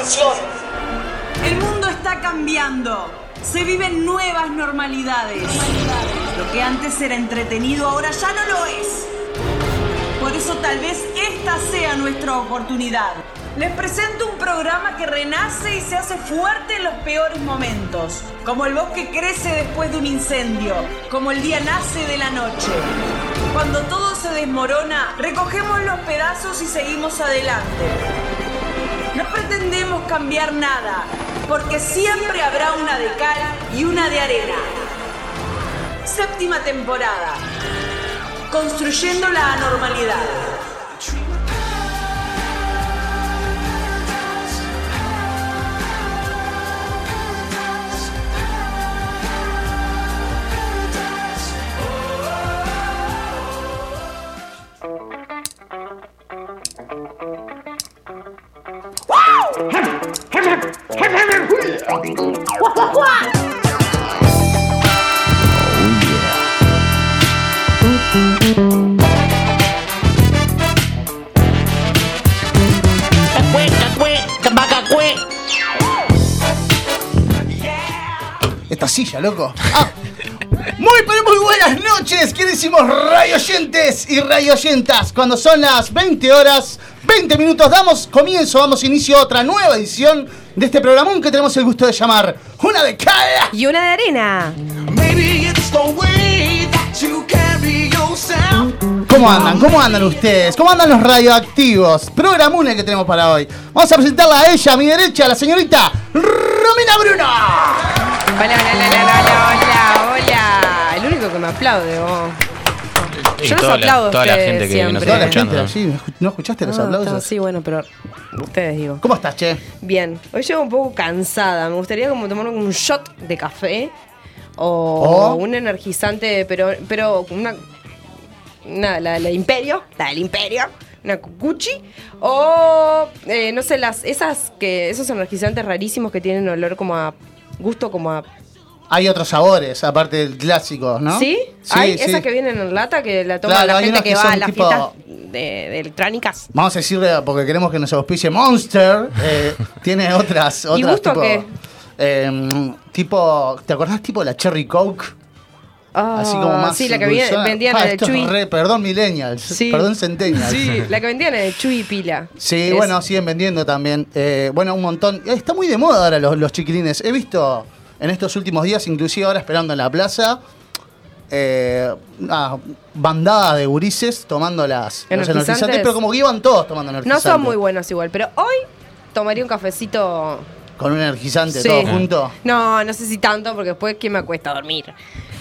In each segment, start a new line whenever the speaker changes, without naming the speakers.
misión.
El mundo está cambiando. Se viven nuevas normalidades. Lo que antes era entretenido ahora ya no lo es. Por eso tal vez esta sea nuestra oportunidad. Les presento un programa que renace y se hace fuerte en los peores momentos. Como el bosque crece después de un incendio. Como el día nace de la noche. Cuando todo se desmorona, recogemos los pedazos y seguimos adelante. No pretendemos cambiar nada, porque siempre habrá una de cal y una de arena. Séptima temporada. Construyendo la anormalidad.
Cacue, cacue, cabacacue.
Esta silla, loco. Ah. Muy, pero muy buenas noches, queridísimos rayoyentes y rayoyentas. Cuando son las 20 horas, 20 minutos, damos comienzo, damos inicio a otra nueva edición de este programón que tenemos el gusto de llamar Una de cada.
Y una de arena.
Maybe it's the way that you carry yourself.
¿Cómo andan? ¿Cómo andan ustedes? ¿Cómo andan los radioactivos? Programune que tenemos para hoy. Vamos a presentarla a ella, a mi derecha, la señorita Romina Bruno.
Hola, hola, hola, hola, hola, hola, hola. El único que me aplaude, vos.
Y
Yo los
toda la-
aplaude a
toda la
ustedes
gente que
siempre.
nos
Toda
está
la
escuchando.
gente
¿no?
allí, ¿no escuchaste los
Ah, está,
aplausos?
sí, bueno, pero ustedes digo.
¿Cómo estás, che?
Bien, hoy llego un poco cansada. Me gustaría como tomar un shot de café o
O-
un energizante, pero, pero una, una- la, la Imperio, la del Imperio, una cucuchi o eh, no sé las esas que esos energizantes rarísimos que tienen olor como a gusto como a
Hay otros sabores, aparte del clásico, ¿no?
¿Sí? Hay esas que vienen en lata que la toma
Claro,
la
hay
gente
unas
que
que
va a
son
las
tipo-
fiestas de, de electrónicas.
Vamos a decirle, porque queremos que nos auspicie Monster, eh, tiene otras, otras
gusto
tipo,
qué?
eh, tipo, ¿te acordás tipo la Cherry Coke?
Ah,
Así como más
Sí, la que vi-
dulzona.
vendían
Pa,
en el
esto es
Chuy.
re- perdón millennials,
Sí.
perdón centennials.
Sí, la que vendían en el Chuy Pila.
Sí,
Es-
bueno, siguen vendiendo también. Eh, bueno, un montón. Eh, Está muy de moda ahora los, los chiquilines. He visto en estos últimos días, inclusive ahora esperando en la plaza, eh, una bandada de gurises tomando las, los
Energizantes.
energizantes, pero como que iban todos tomando
No
energizantes.
son muy buenos igual, pero hoy tomaría un cafecito.
Con un energizante,
Sí. Ah.
todo junto.
No, no sé si tanto, porque después que me acuesta dormir.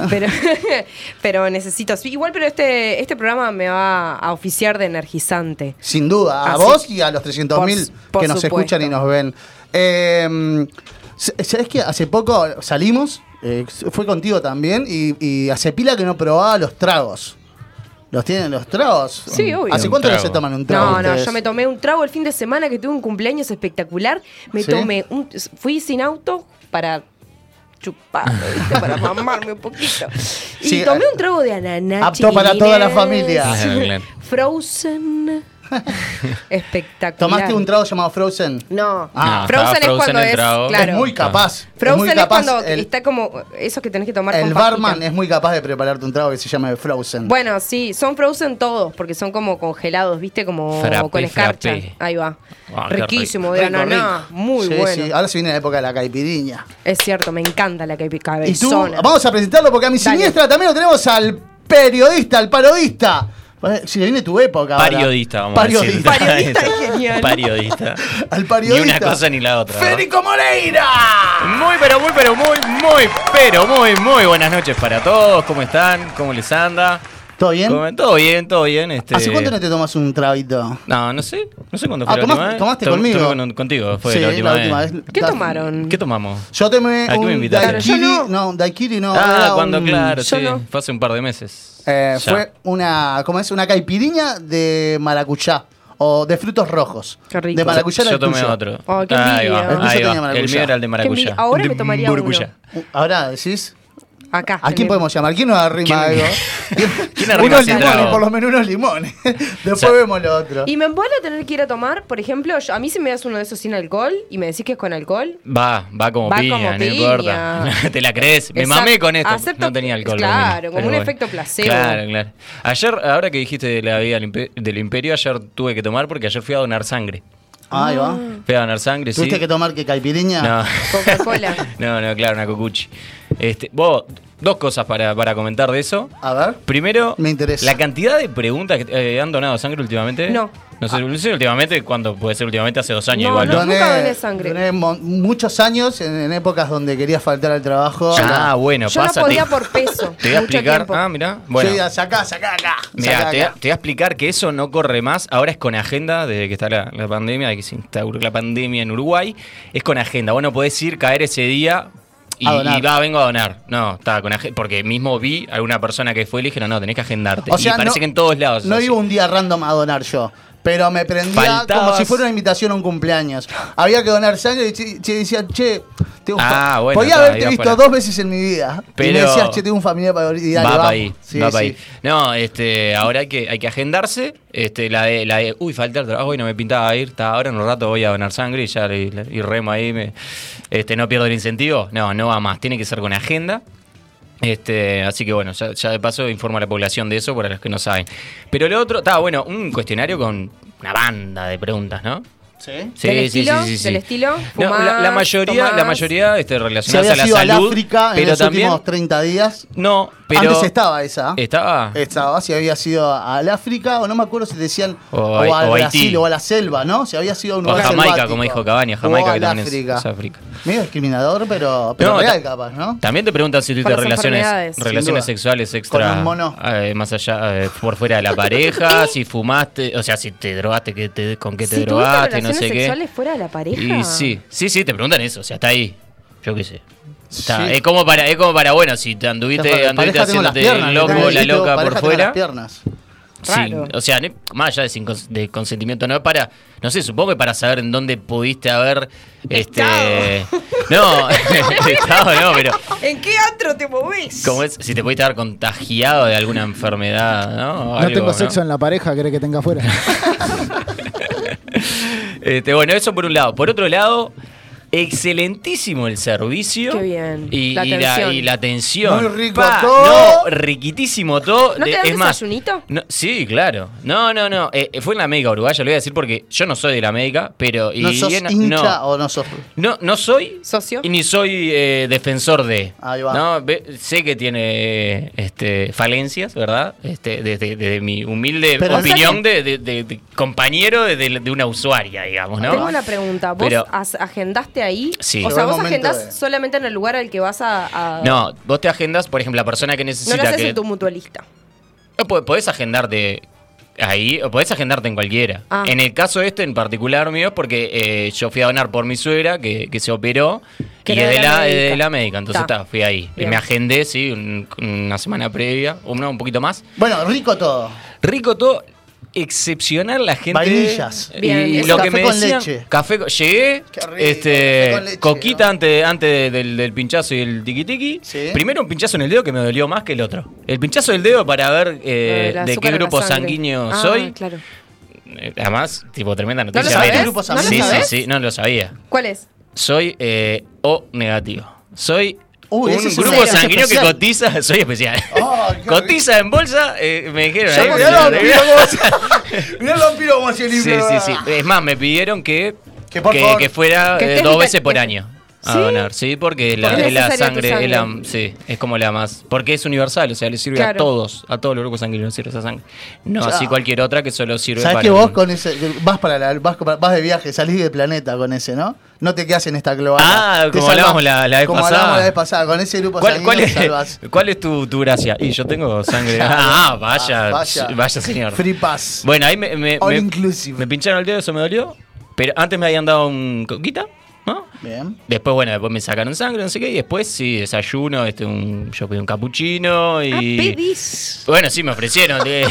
Pero, pero necesito. sí, Igual, pero este, este programa me va a oficiar de energizante.
Sin duda, a
Así-
vos y a los
Por
300.000
su- por
que nos
supuesto.
escuchan y nos ven. Eh, ¿Sabés que hace poco salimos? eh, fue contigo también y, y hace pila que no probaba los tragos. ¿Los tienen los tragos?
Sí, obvio.
Mm. ¿Hace
Un
cuánto que
trago.
se toman un trago?
No, no,
ustedes?
yo me tomé un trago el fin de semana que tuve un cumpleaños espectacular. Me
¿Sí?
tomé un. Fui sin auto para chupar, ¿viste? para mamarme un poquito. Y
Sí,
tomé
eh,
un trago de ananá.
apto para toda la
chiquilines.
familia.
Claro, Ah, claro.
Frozen. espectacular.
¿Tomaste un trago llamado Frozen?
No.
Ah,
Frozen,
estaba
es
Frozen
cuando
el
es.
trago.
Claro.
Es muy capaz.
Frozen
muy
es,
capaz
cuando
el-
está como. Eso que tenés que tomar
el
con papita.
barman es muy capaz de prepararte un trago que se llama Frozen.
Bueno, sí, son frozen todos, porque son como congelados, ¿viste? Como
Frappé,
con escarcha.
frappé.
Ahí va.
Ah, qué
Riquísimo, de
Rico,
ananá.
rico.
Muy
Sí,
bueno.
sí. Ahora se viene la época de la caipiriña.
Es cierto, me encanta la que
Y tú,
cabezona.
vamos a presentarlo porque a mi
Dale.
siniestra también lo tenemos al periodista, al parodista. Eh, Si le viene tu época. ahora.
Periodista, vamos
Periodista.
a decir.
Periodista es genial.
Periodista.
Al periodista.
Ni una cosa ni la otra. ¿no?
¡Federico Moreira!
Muy, pero muy, pero muy, muy, pero muy, muy buenas noches para todos. ¿Cómo están? ¿Cómo les anda?
¿Todo bien?
¿Cómo- Todo bien, todo bien. Este...
¿Hace cuánto no te tomas un trabito?
No, no sé. No sé cuándo
Ah,
fue la última
tomaste-
vez.
tomaste
Tom-
conmigo.
tomé con- contigo, fue la última, vez.
¿Qué
Da-
tomaron?
¿Qué tomamos?
Yo tomé
¿A qué me
un
invitaron?
daiquiri.
Claro, yo
No.
no. mm,
un daiquiri no.
Ah,
era
cuando,
un-
claro,
yo
sí.
no.
Fue hace un par de meses.
eh,
Ya.
fue una, ¿cómo es? Una caipiriña de maracuyá o de frutos rojos.
Qué rico.
De maracuyá era
yo
el
tomé
tuyo.
otro.
Oh, qué
Ahí
envidia.
va,
El tuyo
ahí va.
tenía maracuyá.
El mío era el
Qué
de
envidia.
maracuyá.
Ahora
De
me tomaría
burbuya.
uno.
Ahora decís,
Acá.
¿A quién
en-
podemos llamar? ¿Quién nos arrima
¿Quién-
algo?
quién arrima
unos
ese
limones,
trago?
por lo menos unos limones. Después
sea-
vemos lo otro.
Y me vuelvo a tener que ir a tomar, por ejemplo, yo- a mí si me das uno de esos sin alcohol y me decís que es con alcohol,
Va, va como
Va
piña,
como
no
piña.
importa. Te la crees. Me
Exacto.
mamé con esto.
Acepto-
no tenía alcohol.
claro,
Romina,
como
pero
un efecto placebo.
Claro, claro. Ayer, ahora que dijiste de la vida del impe- del imperio, ayer tuve que tomar porque ayer fui a donar sangre.
Ahí va.
Fui a donar sangre, sí.
¿Tuviste que tomar que caipirinha?
No.
Coca-Cola.
no, no, claro, una cocuchi. Este, vos, dos cosas para, para comentar de eso.
A ver.
Primero,
Me interesa.
la cantidad de preguntas que eh, han donado sangre últimamente.
No.
No sé, no sé últimamente, ¿cuándo puede ser últimamente? Hace dos
No,
años igual.
no, nunca doné sangre.
doné mo- muchos años en, en épocas donde quería faltar al trabajo.
Ah, bueno,
yo
pásate.
no podía por peso.
Te voy a
mucho
explicar.
tiempo.
Ah, mirá. Bueno.
Yo iba, sacá, sacá acá.
Mira,
sacá
te,
acá.
te voy a explicar que eso no corre más. Ahora es con agenda, desde que está la, la pandemia, de que se instauró la pandemia en Uruguay. Es con agenda. Vos no podés ir, caer ese día y,
A donar.
y va, vengo a donar. No, está con agenda. Porque mismo vi a alguna persona que fue y le dijeron, no, tenés que agendarte.
O sea,
y parece
no-
que en todos lados. es
No
así.
iba un día random a donar yo. Pero me prendía
Faltabas.
como si fuera una invitación a un cumpleaños. Había que donar sangre y che, che, decía, che, te gusta.
Ah, bueno,
Podía
está,
haberte
ibas
visto
para-
dos veces en mi vida. Y me
Pero-
decías, che, tengo un familiar para y dale,
va para
vamos.
ahí,
Sí,
va
sí.
pa' ahí. No, este, ahora hay que, hay que agendarse. Este, la de, la de, uy, falta el trabajo, hoy no me pintaba ir, está, ahora en un rato voy a donar sangre y ya y, y remo ahí, me- este, no pierdo el incentivo. No, no va más, tiene que ser con agenda. Este, así que bueno, ya, ya de paso informo a la población de eso para los que no saben. Pero lo otro, está bueno, un cuestionario con una banda de preguntas, ¿no?
Sí.
Sí,
¿Del estilo? ¿Del estilo?
No, la, la
¿Fumás?
mayoría, la
¿Tomás?
mayoría este,
Se
relacionadas
había
a la
ido al
salud.
África en
pero
los
también.
últimos 30 días.
No, pero.
Antes estaba esa.
Estaba.
Estaba, si había sido al África, o no me acuerdo si decían
O
o,
Hai-
al
o Haití.
Brasil o a la selva, ¿no? Si había sido a un
O
lugar
Jamaica,
selvático.
como dijo Cabaña, Jamaica,
o
que
al
también es-
África.
es África.
Medio discriminador, pero, pero
No,
real
ta-
capaz, ¿no?
También te preguntan si tuviste
las
relaciones,
enfermedades.
Sin duda.
relaciones sexuales extra.
Con un mono.
eh, más allá, eh, por fuera de la pareja, si fumaste, o sea, si te drogaste, que te, con qué te
si tuviste
drogaste,
relaciones
no sé qué.
sexuales fuera de la pareja.
Y sí, sí, sí, te preguntan eso, o sea, está ahí. Yo qué sé. Está-
Sí.
Es como para, es como para, bueno, si te anduviste,
Pareja
anduviste
tengo las
haciéndote
piernas,
el
que tengo
loco, la
ahí, tengo
loca
pareja
por
tengo
fuera.
las piernas.
sin-
Raro.
o sea, no- más allá de, sin cons- de consentimiento, no es para, no sé, supongo que para saber en dónde pudiste haber, este, no, estado no, pero
¿En qué antro te movés?
Como es, si te pudiste haber contagiado de alguna enfermedad, ¿no? O
No
algo,
tengo sexo en la pareja, ¿querés que tenga afuera?
Este, bueno, eso por un lado. Por otro lado, excelentísimo el servicio.
Qué bien.
Y
La
y
atención.
y la atención.
Muy rico todo.
No, riquitísimo todo.
¿No te
De-
dan
es más,
desayunito?
no- sí, claro. No, no, no. Eh, fue en la médica uruguaya, lo voy a decir porque yo no soy de la médica, pero... y-
¿No sos
y en-
hincha
no.
o no sos...?
No, no soy.
¿Socio?
Y ni soy eh, defensor de.
Ahí va.
No, ve- sé que tiene eh, este, falencias, ¿verdad? Este, desde, desde mi humilde
Pero-
opinión de, de- de- de compañero de, de- de una usuaria, digamos, ¿no?
Tengo una pregunta. ¿Vos
Pero-
as- agendaste ahí?
Sí.
O
Llegó
sea,
el
vos
momento
agendás
de-
solamente en el lugar al que vas a. a-
No, vos te agendas, por ejemplo, la persona que
No
necesita
lo haces
que.
en tu mutualista.
No, po- podés agendarte ahí o podés agendarte en cualquiera.
Ah.
En el caso este en particular mío es porque eh, yo fui a donar por mi suegra que, que se operó
Que
y
era
es
de
de
la
la, es
médica.
de la médica. Entonces
Ta.
ta, fui ahí. Y
Bien.
Me agendé, sí, un- una semana previa, o no, un poquito más.
Bueno, rico todo.
Rico todo. Excepcional la gente.
Vainillas.
Y
Bien, eso.
lo
Café
que me
con
decían-
leche.
Café con- Llegué.
Qué rico,
este,
café con leche,
coquita
¿no?
antes, antes del, del pinchazo y el tiki tiki.
Sí.
Primero un pinchazo en el dedo que me dolió más que el otro. El pinchazo del dedo para ver eh,
El
de
azúcar
qué
en la
grupo
sangre.
sanguíneo
Ah,
soy.
Claro.
Eh, Además, tipo tremenda noticia.
sabés?
mira.
¿No lo sabés?
sí, sí,
¿Sabés?
sí, no lo sabía.
¿Cuál es?
Soy eh, O negativo. Soy
Uy,
un
ese es un
grupo
cero, es
sanguíneo que
especial.
cotiza. Soy especial.
Ah, qué
cotiza en bolsa, eh, me dijeron. ahí,
mirá
me- ¿eh?
los piromos. Mirá los piromos, el
Sí,
libro.
sí, sí. Es más, me pidieron que,
Que por favor.
que fuera
Que
eh,
estés
dos
vital-
veces por
que-
año a donar, sí, porque la,
Porque es
es la
necesaria tu
sangre, es, la,
sangre.
sí, es como la más, porque es universal, o sea, le sirve
Claro.
a todos, a todos los grupos sanguíneos sirve esa sangre. No
Ya.
así cualquier otra que solo sirve
Sabés
para
que
un-
vos con ese, vas para la- vas, con- vas de viaje, salís del planeta con ese, ¿no? No te quedas en esta cloaca.
Ah,
Te
como
salvás.
hablábamos la- la vez
como
pasada.
hablábamos la vez pasada, con ese grupo
¿Cuál, cuál
sanguíneo te
es,
salvás.
¿Cuál es tu, tu gracia? Y yo tengo sangre. Ah, vaya, vaya, señor.
Free pass.
Bueno, ahí me, me,
All
me-
inclusive.
me pincharon el dedo, eso me dolió. Pero antes me habían dado un coquita ¿no?
Bien.
Después, bueno, después me sacaron sangre, no sé qué, y después sí, desayuno, este, un, yo pedí un capuchino y...
Ah, pedís.
Bueno, sí, me ofrecieron de-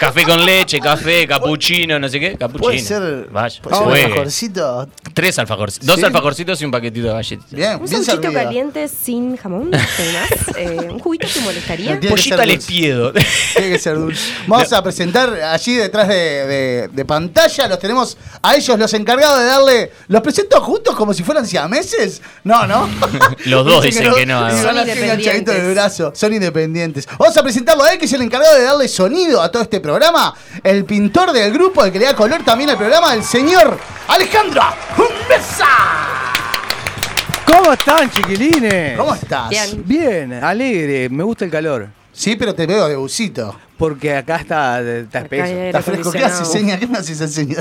café con leche, café, capuchino, no sé qué. Capuchino.
Puede ser.
Vaya,
puede ser un
juegue.
Pues mejorcito.
Tres alfajorcitos. Dos
Sí.
alfajorcitos y un paquetito de galletas.
Bien,
Un
bien
sanguchito
servido.
caliente sin jamón, además. Eh, un juguito te molestaría.
No tiene- que
Pollita
ser
le
dulce.
piedo.
Tiene que ser dulce. Vamos a presentar allí detrás de, de- de pantalla. Los tenemos a ellos, los encargados de darle. ¿Los presento juntos como si fueran siameses? No, no.
Los dos dicen que no,
Y
además.
van
Son
así enganchaditos de
independientes.
brazo. Son independientes. Vamos a presentarlo a él, que es el encargado de darle sonido a todo este programa. El pintor del grupo, el que le da color también al programa, el señor Alejandro Mesa.
¿Cómo están, chiquilines?
¿Cómo estás?
Bien.
Bien, alegre, me gusta el calor.
Sí, pero te veo de busito.
Porque acá está, está espeso.
Aire
Está fresco. ¿Qué haces,
acondicionado.
seña? ¿Qué me haces, seña?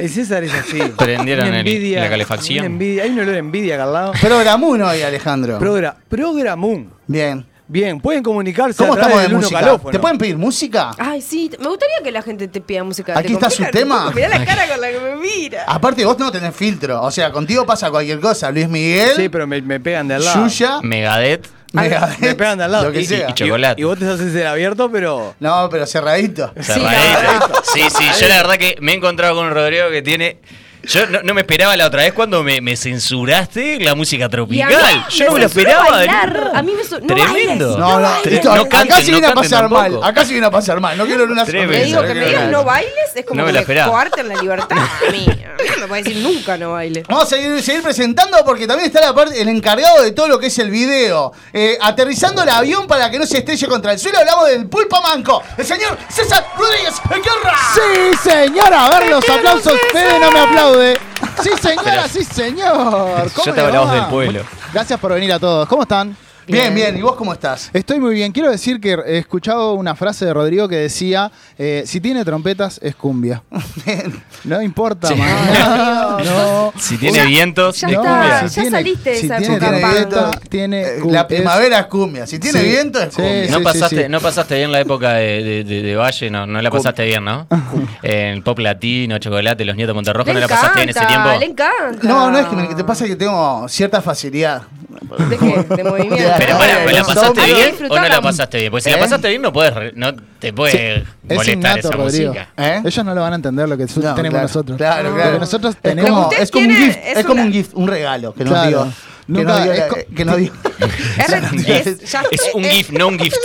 El César es así.
Prendieron
Una
el- la calefacción.
una envidia- hay un olor a envidia acá al lado.
Programuno hoy, Alejandro.
Progra, programun.
Bien.
Bien, pueden comunicarse
¿Cómo
a través
estamos de
del uno
música?
calófono. Ah,
¿Te pueden pedir música?
Ay, sí, me gustaría que la gente te pida música.
Aquí
Te
está su
complican
tema.
un poco, Mirá la cara con la que me mira.
Aparte, vos no tenés filtro. O sea, contigo pasa cualquier cosa. Luis Miguel,
Sí, pero me, me pegan de al lado.
Yuya,
Megadeth.
Megadeth,
Me pegan de al lado.
Lo que
Y-
sea.
y- Chocolate.
Y, vos te haces el abierto, pero.
No, pero cerradito.
Cerradito. Sí, sí, yo la verdad que me he encontrado con un Rodrigo que tiene. Yo no, no me esperaba la otra vez cuando me, me censuraste la música tropical. Yo no me lo
censuró
esperaba.
bailar.
Daniel.
A mí me su- no
Tremendo.
bailes,
No, no,
bailes.
esto-
No
acá
canten,
se viene
no
a pasar
canten
mal.
tampoco.
Acá se viene a pasar mal. No quiero una
Tremendo.
¿eh?
Te
sorpresa,
digo que
no
me
quiero
digas
nada.
no bailes, es como
No me
que
la
me
esperaba.
coarten la libertad. A mí, a mí no me puede decir nunca no baile.
Vamos a seguir, seguir presentando porque también está la parte, el encargado de todo lo que es el video. Eh, aterrizando el avión para que no se estrelle contra el suelo, hablamos del pulpa manco. El señor César Rodríguez Guerra.
Sí, señora, a ver los aplausos. Fede no me aplaude. Sí, señora, sí, señor.
Yo
¿Cómo
te
le
hablaba
va?
del pueblo.
Gracias por venir a todos. ¿Cómo están? Eh,
Bien, bien. ¿Y vos cómo estás?
Estoy muy bien. Quiero decir que he escuchado una frase de Rodrigo que decía: eh, si tiene trompetas, es cumbia. No importa,
Sí.
man. No.
Si tiene vientos,
ya
es
está.
cumbia.
ya saliste de
si
esa
tiene
época,
trompeta,
Pablo.
tiene
Eh,
cum-
la
es-
primavera es cumbia. Si tiene
Sí.
viento es
Sí.
cumbia.
No
sí,
pasaste,
sí.
no pasaste bien la época de, de- de- de Valle, no, no la pasaste bien, ¿no? El pop latino, chocolate, los nietos Monterrojo,
Le
no la pasaste bien ese
encanta, le
tiempo.
encanta.
No, no es que me, te pasa que tengo cierta facilidad.
¿De qué? De movimiento.
Pero bueno,
Ay,
¿pero la
no,
pasaste
no,
Hay que
bien o
disfrutarla.
no la pasaste bien? Porque si
¿Eh?
la pasaste bien no puedes, re- no te
Sí,
puede
es
Eh, molestar
innato,
esa
Rodrigo.
música.
¿Eh?
Ellos no lo van a entender lo que su-
No,
tenemos
claro,
nosotros.
Claro,
Lo
claro.
que nosotros
Es como-
tenemos.
Es
Ustedes
como, un
tienen-
gift, es
es
como
una-
un gift, un regalo que nos
Claro.
dio. Que
Nunca-
nos dio,
es
la-
co-
que nos dio.
Es re- es- ya-
Es un
es-
GIF, no un gift.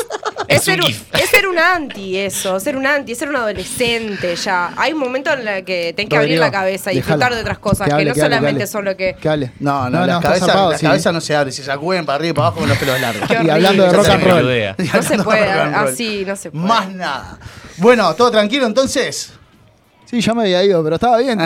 Es
Es un
ser, un,
GIF.
es ser un anti eso, ser un anti, es ser un adolescente ya. Hay un momento en el que tenés que abrir
Rodrigo,
la cabeza y
Dejala.
disfrutar de otras cosas, que,
hable,
no
hable,
solamente
hable.
son lo que...
Que hable.
No, no, las
está
cabezas
zarpado,
las
sí.
cabezas no se abren, se sacuden para arriba y para abajo con los pelos largos.
Qué
Y hablando de
horrible.
rock and
Esa
roll.
peludea.
No se
Hablando de
puede,
rock and roll.
así no se puede.
Más nada. Bueno, todo tranquilo entonces.
Sí, ya me había ido, pero estaba bien.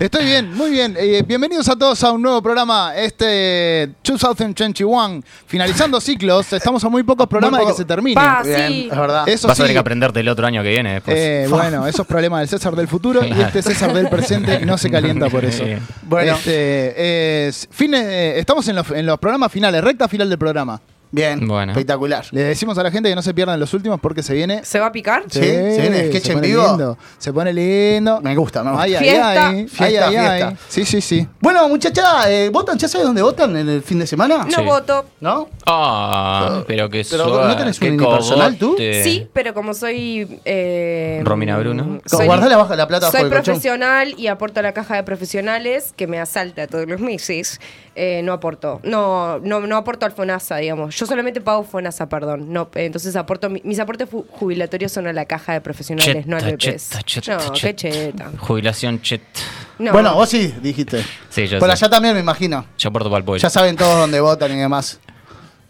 Estoy bien, muy bien. Eh, bienvenidos a todos a un nuevo programa, este 2021. Finalizando ciclos, estamos a muy pocos programas
poco.
de que se termine.
Pa,
Bien,
sí.
es verdad.
Eso
Vas a
sí,
tener que aprenderte el otro año que viene después.
eh, bueno, esos problemas del César del futuro y este César del presente no se calienta por eso.
Bien.
Bueno.
Este, eh, fines, eh, estamos en los, en los programas finales, recta final del programa.
Bien,
Bueno.
espectacular.
Le decimos a la gente que no se pierdan los últimos porque se viene.
¿Se va a picar?
Sí, se viene sketch en
pone
vivo.
lindo, se pone lindo.
Me gusta, me gusta.
Ay, ay,
Fiesta.
ay. ay,
Fiesta,
ay, ay.
fiesta.
Sí, sí, sí.
Bueno, muchacha, eh, ¿votan? ¿Ya sabes dónde votan en el fin de semana?
No
Sí.
voto.
¿No?
Ah, pero qué
Pero,
suave,
¿no tenés un
qué
unipersonal, tú?
cogote.
Sí, pero como soy... eh,
Eh, Romina Bruno.
soy-
Guardala bajo la plata bajo
Soy
el colchón.
profesional y aporto a la caja de profesionales que me asalta todos los meses. Eh, no aporto. No, no, no aporto al FONASA, digamos. Yo solamente pago FONASA, perdón. No, eh, entonces aporto mi- mis aportes fu- jubilatorios son a la caja de profesionales, no al BPS.
cheta, cheta,
no, qué cheta.
Jubilación cheta.
No.
Bueno, vos sí dijiste.
Sí, yo
Por
sé.
allá también, me imagino.
Yo aporto para el pueblo.
Ya saben todos dónde votan y demás.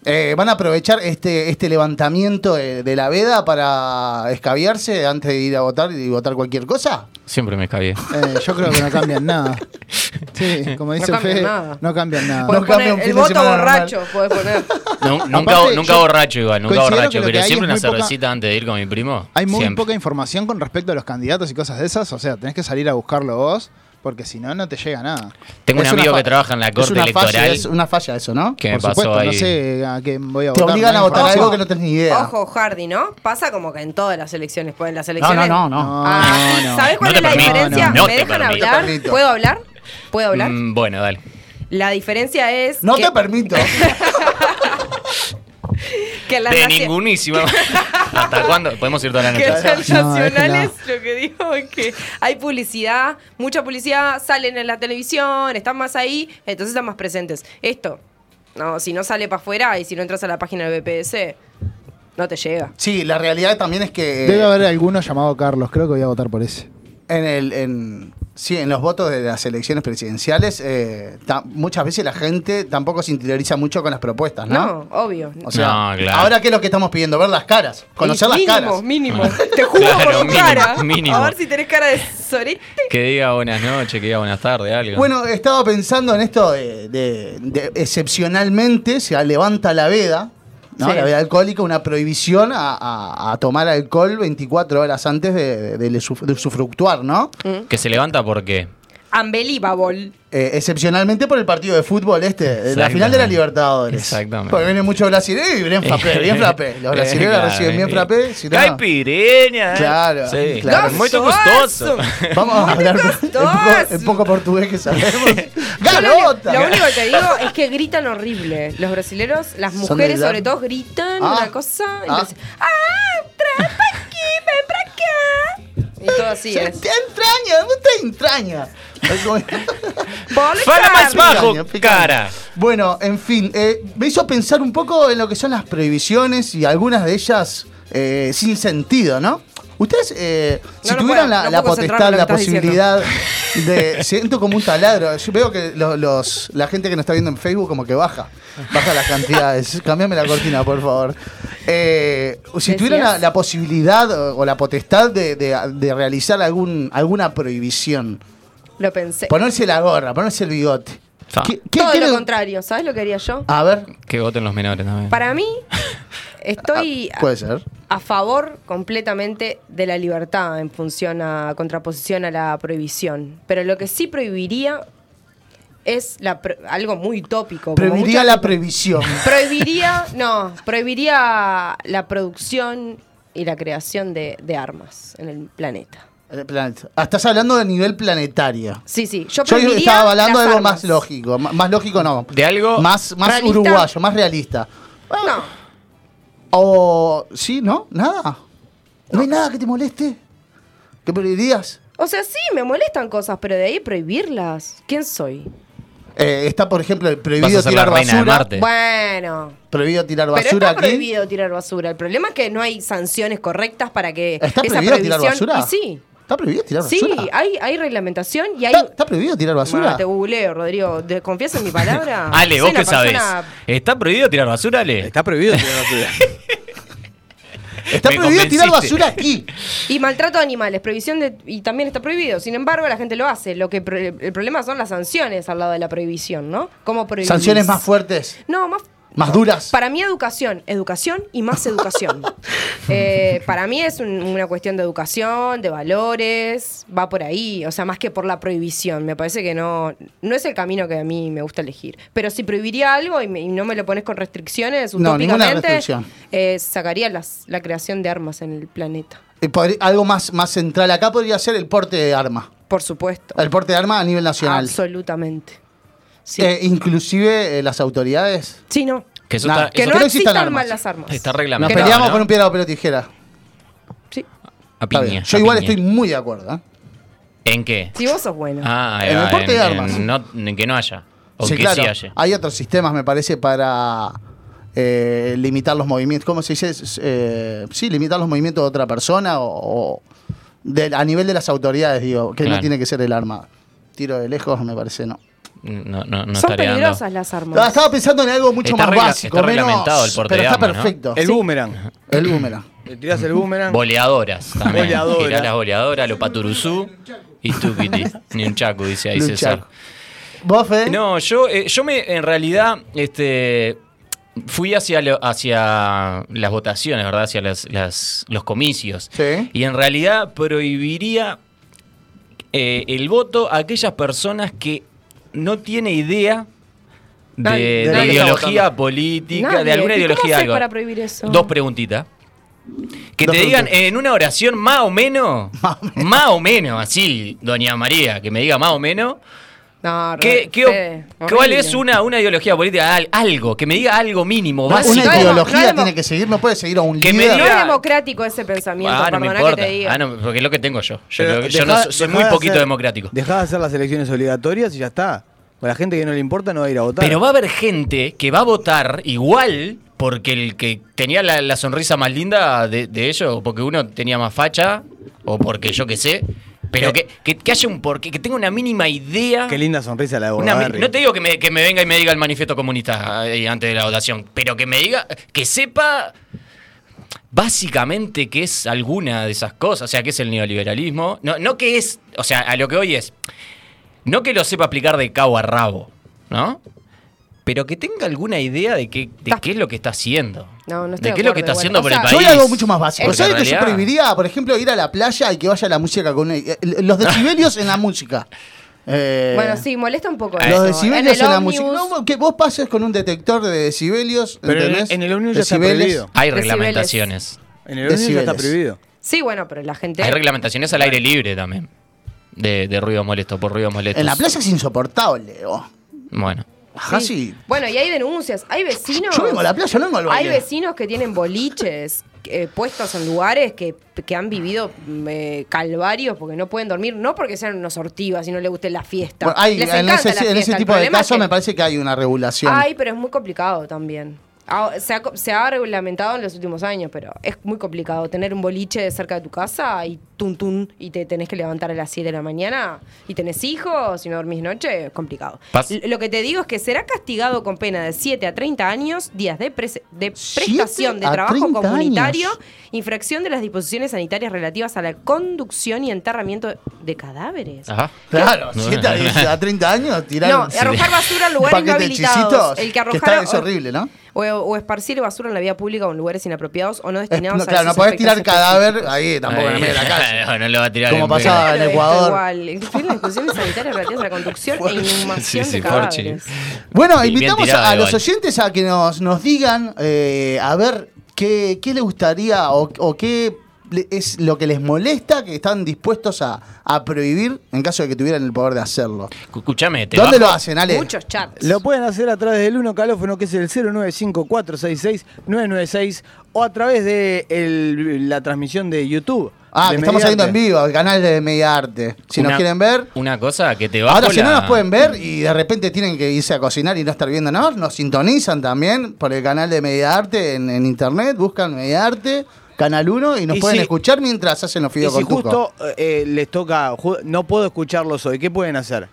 Eh, van a aprovechar este, este levantamiento de, de la veda para escabiarse antes de ir a votar y votar cualquier cosa.
Siempre me escabié.
Eh, yo creo que no cambian nada. Sí, como dice
cambian
Fede,
nada.
no cambian nada.
Podés
no cambia
poner
un fin
el
de
voto
semana
borracho, podés poner.
Nu- nunca
Aparte,
nunca
yo
borracho igual, nunca
considero que
borracho,
lo que
pero
hay
siempre
es
una
muy poca-
cervecita antes de ir con mi primo.
Hay muy
siempre.
poca información con respecto a los candidatos y cosas de esas. O sea, tenés que salir a buscarlo vos porque si no, no te llega nada.
Tengo un
Es una
amigo
fa-
que trabaja en la corte
es una Falla,
electoral.
es una falla eso, ¿no?
que me
Por
pasó
supuesto,
ahí.
no sé a qué voy a
Te
votar.
obligan
no
a
hay
votar
información.
algo que no tenés ni idea.
Ojo, Hardy, ¿no? Pasa como que en todas las elecciones. Pues en las
no,
elecciones.
no, no, no.
Ah,
No, no.
¿Sabes cuál
No te
es la
permito.
diferencia?
No
¿Me
te
dejan
permito.
hablar?
No te permito.
¿Puedo hablar? ¿Puedo hablar?
Mm, bueno, dale.
La diferencia es
No
que,
te permito.
que las
de
naci-
ningunísima. ¿Hasta cuándo? Podemos ir toda la
que
noche.
las
No, es que
nacionales, lo que digo es que hay publicidad, mucha publicidad, salen en la televisión, están más ahí, entonces están más presentes. Esto, no, si no sale para afuera y si no entras a la página del BPS, no te llega.
Sí, la realidad también es que.
Debe haber alguno llamado Carlos, creo que voy a votar por ese.
En el, en, sí, en los votos de las elecciones presidenciales, eh, ta- muchas veces la gente tampoco se interioriza mucho con las propuestas, ¿no?
No, obvio.
O sea,
No, claro.
ahora qué es lo que estamos pidiendo, ver las caras, conocer
Y mínimo,
las caras.
Mínimo, Te juro
Claro,
por tu
mínimo,
cara.
mínimo.
A ver si tenés cara de sorete.
Que diga buenas noches, que diga buenas tardes, algo.
Bueno, estaba pensando en esto de, de- de excepcionalmente se levanta la veda, ¿no?
Sí.
la veda alcohólica, una prohibición a, a- a tomar alcohol 24 horas antes de, de- de usuf- de usufructuar, ¿no?
que se levanta porque.
Unbelievable.
Eh, excepcionalmente por el partido de fútbol este, eh, la
Exactamente.
final de la Libertadores.
Exactamente. Eh,
Porque viene mucho brasileño y bien frappé, bien frappé. Los brasileños la reciben bien frappé. si no, no. ¿eh?
Caipirinha.
Claro,
Sí,
claro.
Muy gustoso.
Vamos a hablar en
costoso.
poco, en poco portugués que sabemos.
Yo Lo, único-
¡Garota!
lo único que te digo es que gritan horrible. Los brasileros, las
Son
mujeres
del-
sobre todo, gritan
Ah.
una cosa.
Ah.
impresi- ¡Ah! ¡Entra pa' aquí! ¡Ven para acá! Y todo así
Se
es.
te entraña, no te entraña. Es como-
Vos,
Fala más
Ricardo.
bajo,
Picaña, picaña.
cara.
Bueno, en fin, eh, me hizo pensar un poco en lo que son las prohibiciones y algunas de ellas eh, sin sentido, ¿no? Ustedes, eh, si
no
tuvieran
puedo,
la,
no
la
puedo
potestad,
concentrarme en lo
la
que estás
posibilidad de... Siento como un taladro. Yo veo que lo- los, la gente que nos está viendo en Facebook como que baja. Baja las cantidades. Cambiame la cortina, por favor. Eh, si tuvieran la,
¿Decías?
la posibilidad o- o la potestad de, de- de realizar algún, alguna prohibición,
Lo pensé.
ponerse la gorra, ponerse el bigote.
Fa.
¿Qué- qué-
todo
qué
lo
le-
contrario. ¿Sabes lo que haría yo?
a ver,
Que voten los menores también.
Para mí, estoy
puede ser.
a favor completamente de la libertad en función a contraposición a la prohibición. Pero lo que sí prohibiría es la pro- algo muy tópico. como
Prohibiría
muchas-
la previsión.
prohibiría, no, prohibiría la producción y la creación de, de armas en el planeta.
El planeta. Ah, Estás hablando de nivel planetario.
Sí, sí, yo
Yo
prohibiría
estaba hablando de
las
algo
armas.
más lógico. ma- Más lógico no.
De algo
Más, más
realista.
uruguayo, más realista.
No,
O. Sí, ¿no? Nada. No hay nada que te moleste. ¿Qué prohibirías?
o sea, sí, me molestan cosas, pero de ahí prohibirlas. ¿Quién soy?
Eh, está, por ejemplo, el
Vas a
prohibido
ser la
tirar
reina de
basura.
Marte.
Bueno,
Prohibido tirar
Pero
basura
está
aquí.
prohibido tirar basura. El problema es que no hay sanciones correctas para que
¿Está
esa
prohibido tirar
prohibición-
basura?
y sí.
¿Está prohibido tirar
Sí,
basura?
hay, hay reglamentación y hay.
¿Está, está prohibido tirar
Bueno,
basura?
te googleo, Rodrigo. ¿De- ¿Confías en mi palabra?
Ale,
Soy
vos
una
qué sabés.
persona-
¿Está prohibido tirar basura, Ale?
Está prohibido tirar basura.
Está
Me
prohibido tirar
convenciste.
basura aquí.
Y maltrato a animales, prohibición de. Y también está prohibido. Sin embargo, la gente lo hace. Lo que pro- el problema son las sanciones al lado de la prohibición, ¿no? ¿Cómo prohibir?
Sanciones más fuertes,
No, más.
más duras.
Para mí educación, educación y más educación. Eh, para mí es un- una cuestión de educación, de valores, va por ahí, o sea, más que por la prohibición. Me parece que no, no es el camino que a mí me gusta elegir. Pero si prohibiría algo y, me- y no me lo pones con restricciones,
No, ninguna
utópicamente,
restricción.
eh, sacaría las, la creación de armas en el planeta.
Eh, podri- algo más, más central acá podría ser el porte de arma.
Por supuesto.
El porte de arma a nivel nacional.
Absolutamente. Sí.
Eh, inclusive eh, las autoridades.
sí, no.
Que eso
Nada.
está,
Que
eso
no,
que no existan
existan
armas.
más las armas.
está
Nos
reglamentado.
peleamos
¿no?
con un piedra, papel o tijera.
Sí.
A
Está
piña,
bien. Yo
a
igual
piña.
estoy muy de acuerdo. ¿eh?
¿En qué?
Si vos sos bueno.
Ah, ahí
En el
va,
porte de armas.
no- en que no haya. O
Sí,
que
claro.
sí haya.
Hay otros sistemas, me parece, para eh, limitar los movimientos. ¿Cómo se dice? Es, eh, sí, limitar los movimientos de otra persona o, o del- a nivel de las autoridades, digo, que no
Claro.
tiene que ser el arma. Tiro de lejos, me parece, no.
No, no, no
Son
estaría dando.
peligrosas las
Ah,
armas.
Estaba pensando en algo mucho
Está
más
regla-
básico,
está
menos-
reglamentado el porte
pero
de
está
arma, ¿no?
perfecto.
El boomerang.
El boomerang.
Le tirás el boomerang.
Boleadoras también.
Boleadoras.
Tirá las boleadoras, lo paturuzú y tuquiti. Ni un chaco, dice ahí César.
Luchaco. ¿Vos, Fede?
No, yo, eh, yo me, en realidad, este, fui hacia, lo- hacia las votaciones, ¿verdad? Hacia las, las- los comicios.
Sí.
Y en realidad prohibiría eh, el voto a aquellas personas que no tiene idea de,
Nadie.
de
Nadie está
ideología
votando.
política,
Nadie.
de alguna
¿Y cómo
ideología.
haces
algo.
para prohibir eso?
Dos preguntitas. Que
Dos
te digan
preguntas.
en una oración más o menos, más o menos, así, doña María, que me diga más o menos,
No,
¿Qué,
re-
qué-
Fede,
¿Cuál
horrible.
es una, una ideología política? Al- algo, que me diga algo mínimo,
Una
básico.
idea-
ideología
no, no.
tiene que seguir, no puede seguir a un
Que me
líder.
No
diga-
es democrático ese pensamiento,
Ah, no me
perdona que
importa.
te diga.
Ah, no, porque es lo que tengo yo. Yo,
Pero
creo que- yo
dejá-
no so- soy
dejá
muy
de
poquito
hacer-
democrático.
Dejá de hacer las elecciones obligatorias y ya está. A la gente que no le importa no va a ir a votar.
Pero va a haber gente que va a votar igual porque el que tenía la, la sonrisa más linda de, de ellos, o porque uno tenía más facha, o porque yo qué sé, pero que, que, que haya un porqué, que tenga una mínima idea.
Qué linda sonrisa la de
Una mi-
Bordaberry.
no te digo que me, que me venga y me diga el manifiesto comunista eh, antes de la votación, pero que me diga, que sepa básicamente qué es alguna de esas cosas, o sea, qué es el neoliberalismo. No, no que es, o sea, a lo que hoy es, no que lo sepa aplicar de cabo a rabo, ¿no? Pero que tenga alguna idea de qué, de
Está-
qué es lo que está haciendo.
No, no estoy
De
de
qué es lo que está
acuerdo
haciendo por
igual. O
el país.
sea,
Yo haría algo mucho más básico.
Porque
¿Sabes
en
que yo
realidad-
prohibiría, por ejemplo, ir a la playa y que vaya la música con. eh, Los decibelios en la música. Eh,
Bueno, sí, molesta un poco.
Los
eso.
decibelios en,
el
la
ómnibus,
música. No, que vos pases con un detector de decibelios.
Pero en-
¿entendés?
en el ómnibus ya está
Decibeles.
prohibido.
Hay
Decibeles.
reglamentaciones.
En el Unión ya está
Decibeles.
prohibido.
Sí, bueno, pero la gente.
Hay reglamentaciones al aire libre también. De, de ruido molesto, por ruido molesto.
En la playa es insoportable. oh.
Bueno.
Ajá,
Sí.
Ah, sí.
Bueno, y hay denuncias. Hay vecinos.
Yo vengo a la playa, no vengo al
Hay
baile.
vecinos que tienen boliches eh, puestos en lugares que, que han vivido eh, calvarios porque no pueden dormir, no porque sean unos sortivas y no les guste la fiesta.
Bueno, hay-
Les
en,
encanta
ese,
la
en ese
fiesta, el
tipo de
problema es
casos
que-
me parece que hay una regulación.
Ay, pero es muy complicado también. Ah, Se ha, co- se ha reglamentado en los últimos años, pero es muy complicado tener un boliche cerca de tu casa y tun tun y te tenés que levantar a las 7 de la mañana y tenés hijos y no dormís noche, es complicado.
Pas-
L- Lo que te digo es que será castigado con pena de 7 a 30 años, días de, prese- de prestación de
a
trabajo
30
comunitario,
años.
infracción de las disposiciones sanitarias relativas a la conducción y enterramiento de cadáveres.
Ajá.
Claro,
No,
si está-
no, no.
a 30 años tirar
No,
un-
arrojar basura en lugares no
paquete de
habilitados.
chisitos,
El que arrojara
está- es horrible, ¿no?
O, o esparcir basura en la vía pública o en lugares inapropiados o no
Es-
destinados
no,
a
claro, no
esos
podés
efectos
tirar cadáver
específicos.
ahí tampoco en el medio de la calle.
no, no lo va a tirar.
Como
en pleno.
pasaba en
Claro,
Ecuador.
Igual. Incluir las discusiones sanitarias relativas a la conducción e inhumación
Sí, sí,
de
Forchi.
cadáveres.
Bueno,
Y bien
invitamos
tirada
a los
igual.
oyentes a que nos, nos digan eh, a ver qué, qué les gustaría o, o qué le- es lo que les molesta que están dispuestos a, a prohibir en caso de que tuvieran el poder de hacerlo.
Escu- Escuchame, te
¿Dónde lo
bajo-
hacen, Ale?
Muchos chats.
Lo pueden hacer a través del 1 calófono que es el 095466996 o a través de el- la transmisión de YouTube.
Ah,
de
que estamos saliendo en
Mediante.
vivo, el canal de Mediarte. Si
una-
nos quieren ver.
Una cosa que te va
Ahora, si no nos pueden ver y de repente tienen que irse a cocinar y no estar viéndonos, nos sintonizan también por el canal de Mediarte en, en internet, buscan Mediarte, Canal 1 y nos
Y
pueden
si-
escuchar mientras hacen los
Y
fideos
si
con tuco.
justo eh, les toca, ju- no puedo escucharlos hoy, ¿qué pueden hacer?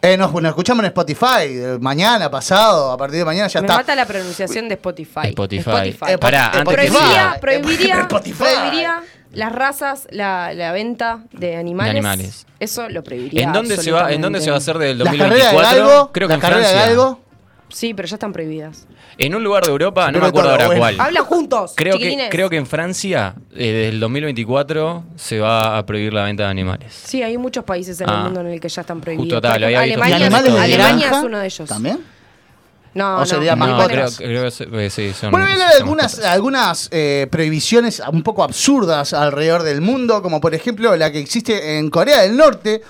Eh, nos, nos escuchamos en Spotify, eh, mañana, pasado, a partir de mañana ya
Me
está.
mata la pronunciación de Spotify.
Spotify.
Eh,
Pará, antes
eh,
que
Prohibiría,
Spotify.
prohibiría,
Spotify.
prohibiría las razas, la, la venta de animales.
De animales.
Eso lo prohibiría.
¿En dónde, se va, ¿En dónde se va a hacer del
La carrera de
2024?
Galgo,
Creo que
la
en
carrera de
Francia.
Galgo,
Sí, pero ya están prohibidas.
En un lugar de Europa, no
Pero
me acuerdo
todo
ahora
bueno.
cuál.
Hablan juntos.
Creo que,
chiquilines.
creo que en Francia, eh, desde el 2024, se va a prohibir la venta de animales.
Sí, hay muchos países en el
Ah.
mundo en el que ya están prohibidos.
Justo, ta,
Por
lo había
ejemplo,
visto.
y
Alemania,
Mañana-
animales de
Alemania
granja,
es uno de ellos.
¿También?
No,
¿O
no.
sería más
No, creo,
mascotas.
creo que se- eh, sí, son.
Bueno, vienen
son
algunas,
mascotas.
algunas eh, prohibiciones un poco absurdas alrededor del mundo, como por ejemplo la que existe en Corea del Norte.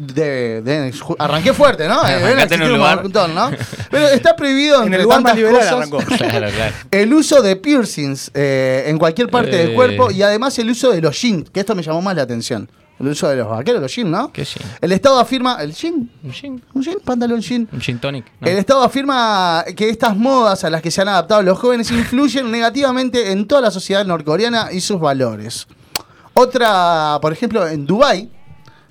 De, de- ju- arranqué fuerte, ¿no? Eh, deben
Arrancaste en un
existir
lugar.
montón, ¿no? Pero está prohibido
En
entre
el lugar más
tantas
liberal
cosas,
arrancó.
Claro, claro.
el uso de piercings eh, en cualquier parte del
Eh.
cuerpo y además el uso de los jeans, que esto me llamó más la atención. El uso de los vaqueros, los jeans, ¿no?
¿Qué jean?
El Estado afirma. ¿El jean?
Un gin.
¿Un jean? ¿Pantalón jean?
Un gin tonic. no.
El Estado afirma que estas modas a las que se han adaptado los jóvenes influyen negativamente en toda la sociedad norcoreana y sus valores. Otra, por ejemplo, en Dubái.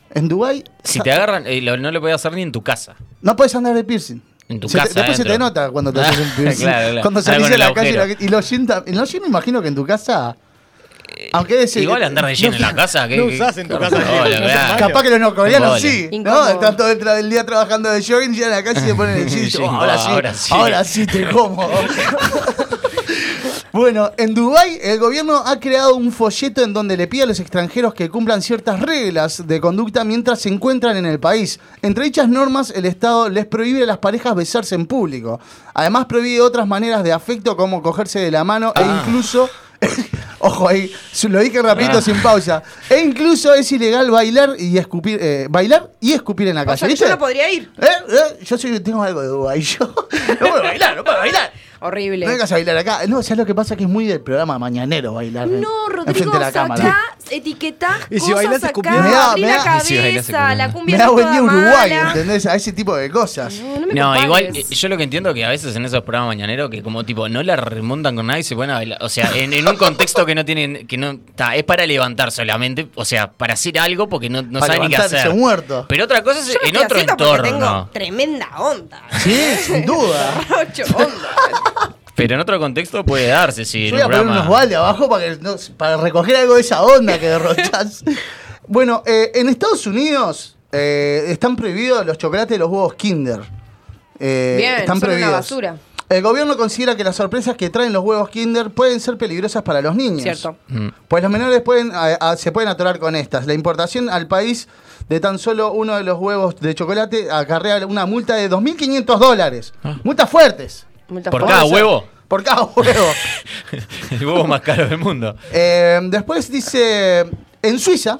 En Dubái
Si te agarran, eh, lo- no lo podés hacer ni en tu casa.
no puedes andar de piercing.
En tu
Se te-
casa,
después se te
adentro.
nota cuando te haces un piercing.
Claro, claro.
Cuando
Ah,
salís
con
a
el
la calle.
agujero.
y los jeans, tam- los jeans me imagino que en tu casa. Aunque es,
Igual andar de jean en la casa. que-
no
que-
usás en tu
por
casa jean,
favor,
no usás
claro.
Capaz que los norcoreanos
Vale.
sí, ¿no?
Incómodo.
Están todo el, tra- el día trabajando de jogging, llegan a la calle y se ponen el jean.
Sí,
Oh, ahora,
oh,
sí, ahora
ahora
sí,
sí.
te como. bueno, en Dubái el gobierno ha creado un folleto en donde le pide a los extranjeros que cumplan ciertas reglas de conducta mientras se encuentran en el país. Entre dichas normas, el Estado les prohíbe a las parejas besarse en público. Además, prohíbe otras maneras de afecto como cogerse de la mano e incluso... Ojo ahí, su- lo dije
Ah.
rapidito sin pausa. E incluso es ilegal bailar y escupir, eh, bailar y escupir en la calle.
O sea, que
¿viste?
yo no podría ir.
Eh, eh, yo soy, tengo algo de duda y yo no puedo bailar, no puedo bailar.
Horrible.
No vengas a bailar acá. No, o sea, lo que pasa es que es muy del programa mañanero bailar. en-
No, Rodrigo,
enfrente de la cámara.
sacá, etiquetás
Y si
cosas
bailás,
acá,
escupí. Me
da-
abrí
me
la
Y
da-
si bailás,
cabeza,
escupí.
la
Me
cumbia
da
está
buen día
toda
Uruguay,
mala.
¿entendés? A ese tipo de cosas.
No, me
No,
compares.
igual eh, yo lo que entiendo que a veces en esos programas mañaneros que como tipo no la remontan con nadie y se pueden bailar. O sea, en, en un contexto que no tienen, que no. ta, es para levantar solamente, o sea, para hacer algo porque no, no
Para
saben ni qué
levantarse
hacer.
muerto.
Pero otra cosa es
Yo lo
en
estoy
otro
haciendo porque
entorno.
Tengo tremenda onda.
Sí, sin duda.
Ocho onda.
Pero en otro contexto puede darse, sí.
Yo
en
voy a
un
poner
programa-
unos vales abajo para, que no- para recoger algo de esa onda que derrochas. bueno, eh, en Estados Unidos eh, están prohibidos los chocolates y los huevos Kinder. Eh,
Bien,
están
son una
prohibidos.
basura.
El gobierno considera que las sorpresas que traen los huevos Kinder pueden ser peligrosas para los niños.
Cierto.
Mm.
Pues los menores pueden, a- a- se pueden atorar con estas. La importación al país de tan solo uno de los huevos de chocolate acarrea una multa de 2.500 dólares. Multas fuertes.
Multa
Ah. Por
por-
cada
O sea,
huevo.
Por cada huevo.
El huevo más caro del mundo.
Eh, después dice, en Suiza.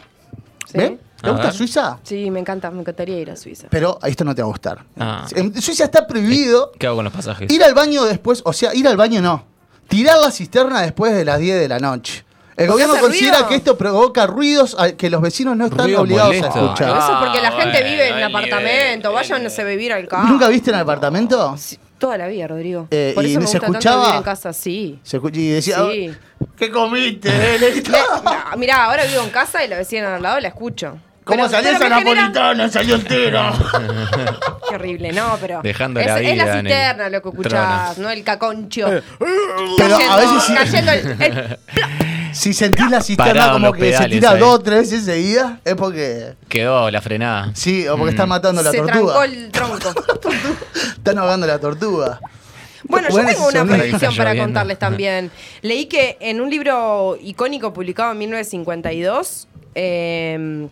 Sí.
¿Bien? ¿Te
A
gusta
ver.
Suiza?
Sí, me encanta, me encantaría ir a Suiza.
Pero esto no te va a gustar.
Ah.
En Suiza está prohibido
¿Qué hago con los pasajes?
ir al baño después, o sea, ir al baño no. Tirar la cisterna después de las 10 de la noche. El
¿Porque
gobierno
hace
considera
ruido?
que esto provoca ruidos a- que los vecinos no están
Ruido
obligados
molesto.
a escuchar.
Eso es porque la
Ah,
gente vive en
bueno, el
apartamento.
nivel.
Váyanse a vivir al campo.
Ah. ¿Nunca viste en el apartamento?
Sí, Toda la vida, Rodrigo.
Eh,
Por
¿y
eso me
se
gusta tanto
escuchaba?
vivir en casa, sí.
Se escucha y decía, "Ah".
Sí.
¿qué comiste? Lelito?"
No, mirá, ahora vivo en casa y la vecina al lado la escucho.
¿Cómo
Pero-
salió
pero
esa
me genera-
napolitana? Salió entera.
Qué horrible, no, pero.
Dejando
es,
la
es la
vida en el
cisterna lo que escuchás, no el caconcho.
Pero a veces sí-
cayendo el- el-
Si sentís la cisterna
Parado en
como
los
que se
pedales
tira
ahí.
dos o tres veces seguidas, es porque.
Quedó la frenada. Mm.
Sí, o porque están matando a la
se trancó
tortuga.
el tronco.
Están ahogando a la tortuga.
Bueno, yo
Buena
tengo una
sonido.
predicción
Está
para
lloviendo.
contarles también. Leí que en un libro icónico publicado en 1952, eh,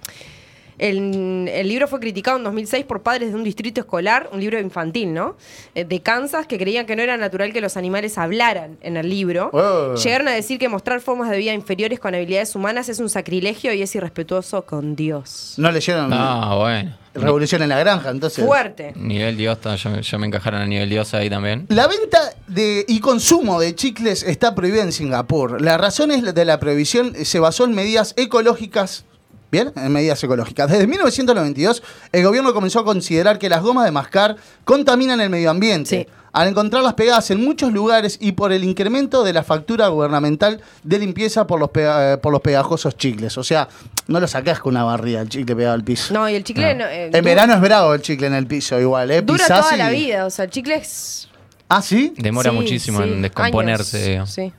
el, el libro fue criticado en 2006 por padres de un distrito escolar, un libro infantil, ¿no? Eh, De Kansas, que creían que no era natural que los animales hablaran en el libro.
Oh.
Llegaron a decir que mostrar formas de vida inferiores con habilidades humanas es un sacrilegio y es irrespetuoso con Dios.
No leyeron
Ah, bueno.
Revolución en la Granja, entonces.
Fuerte.
Nivel Dios, ta, yo, yo me encajaron a nivel Dios ahí también.
La venta de, y consumo de chicles está prohibida en Singapur. Las razones de la prohibición eh, se basó en medidas ecológicas. Bien, en medidas ecológicas. Desde 1992, el gobierno comenzó a considerar que las gomas de mascar contaminan el medio ambiente.
Sí.
Al encontrarlas pegadas en muchos lugares y por el incremento de la factura gubernamental de limpieza por los, pega- eh, por los pegajosos chicles. O sea, no lo sacás con una barrida el chicle pegado al piso. Ah.
No, y el chicle... no, eh,
en
du-
verano es bravo el chicle en el piso, igual, ¿eh?
Dura
Pisás
toda
y-
la vida, o sea, el chicle es...
Ah, sí.
Demora
Sí,
muchísimo
sí,
en descomponerse.
años. Sí,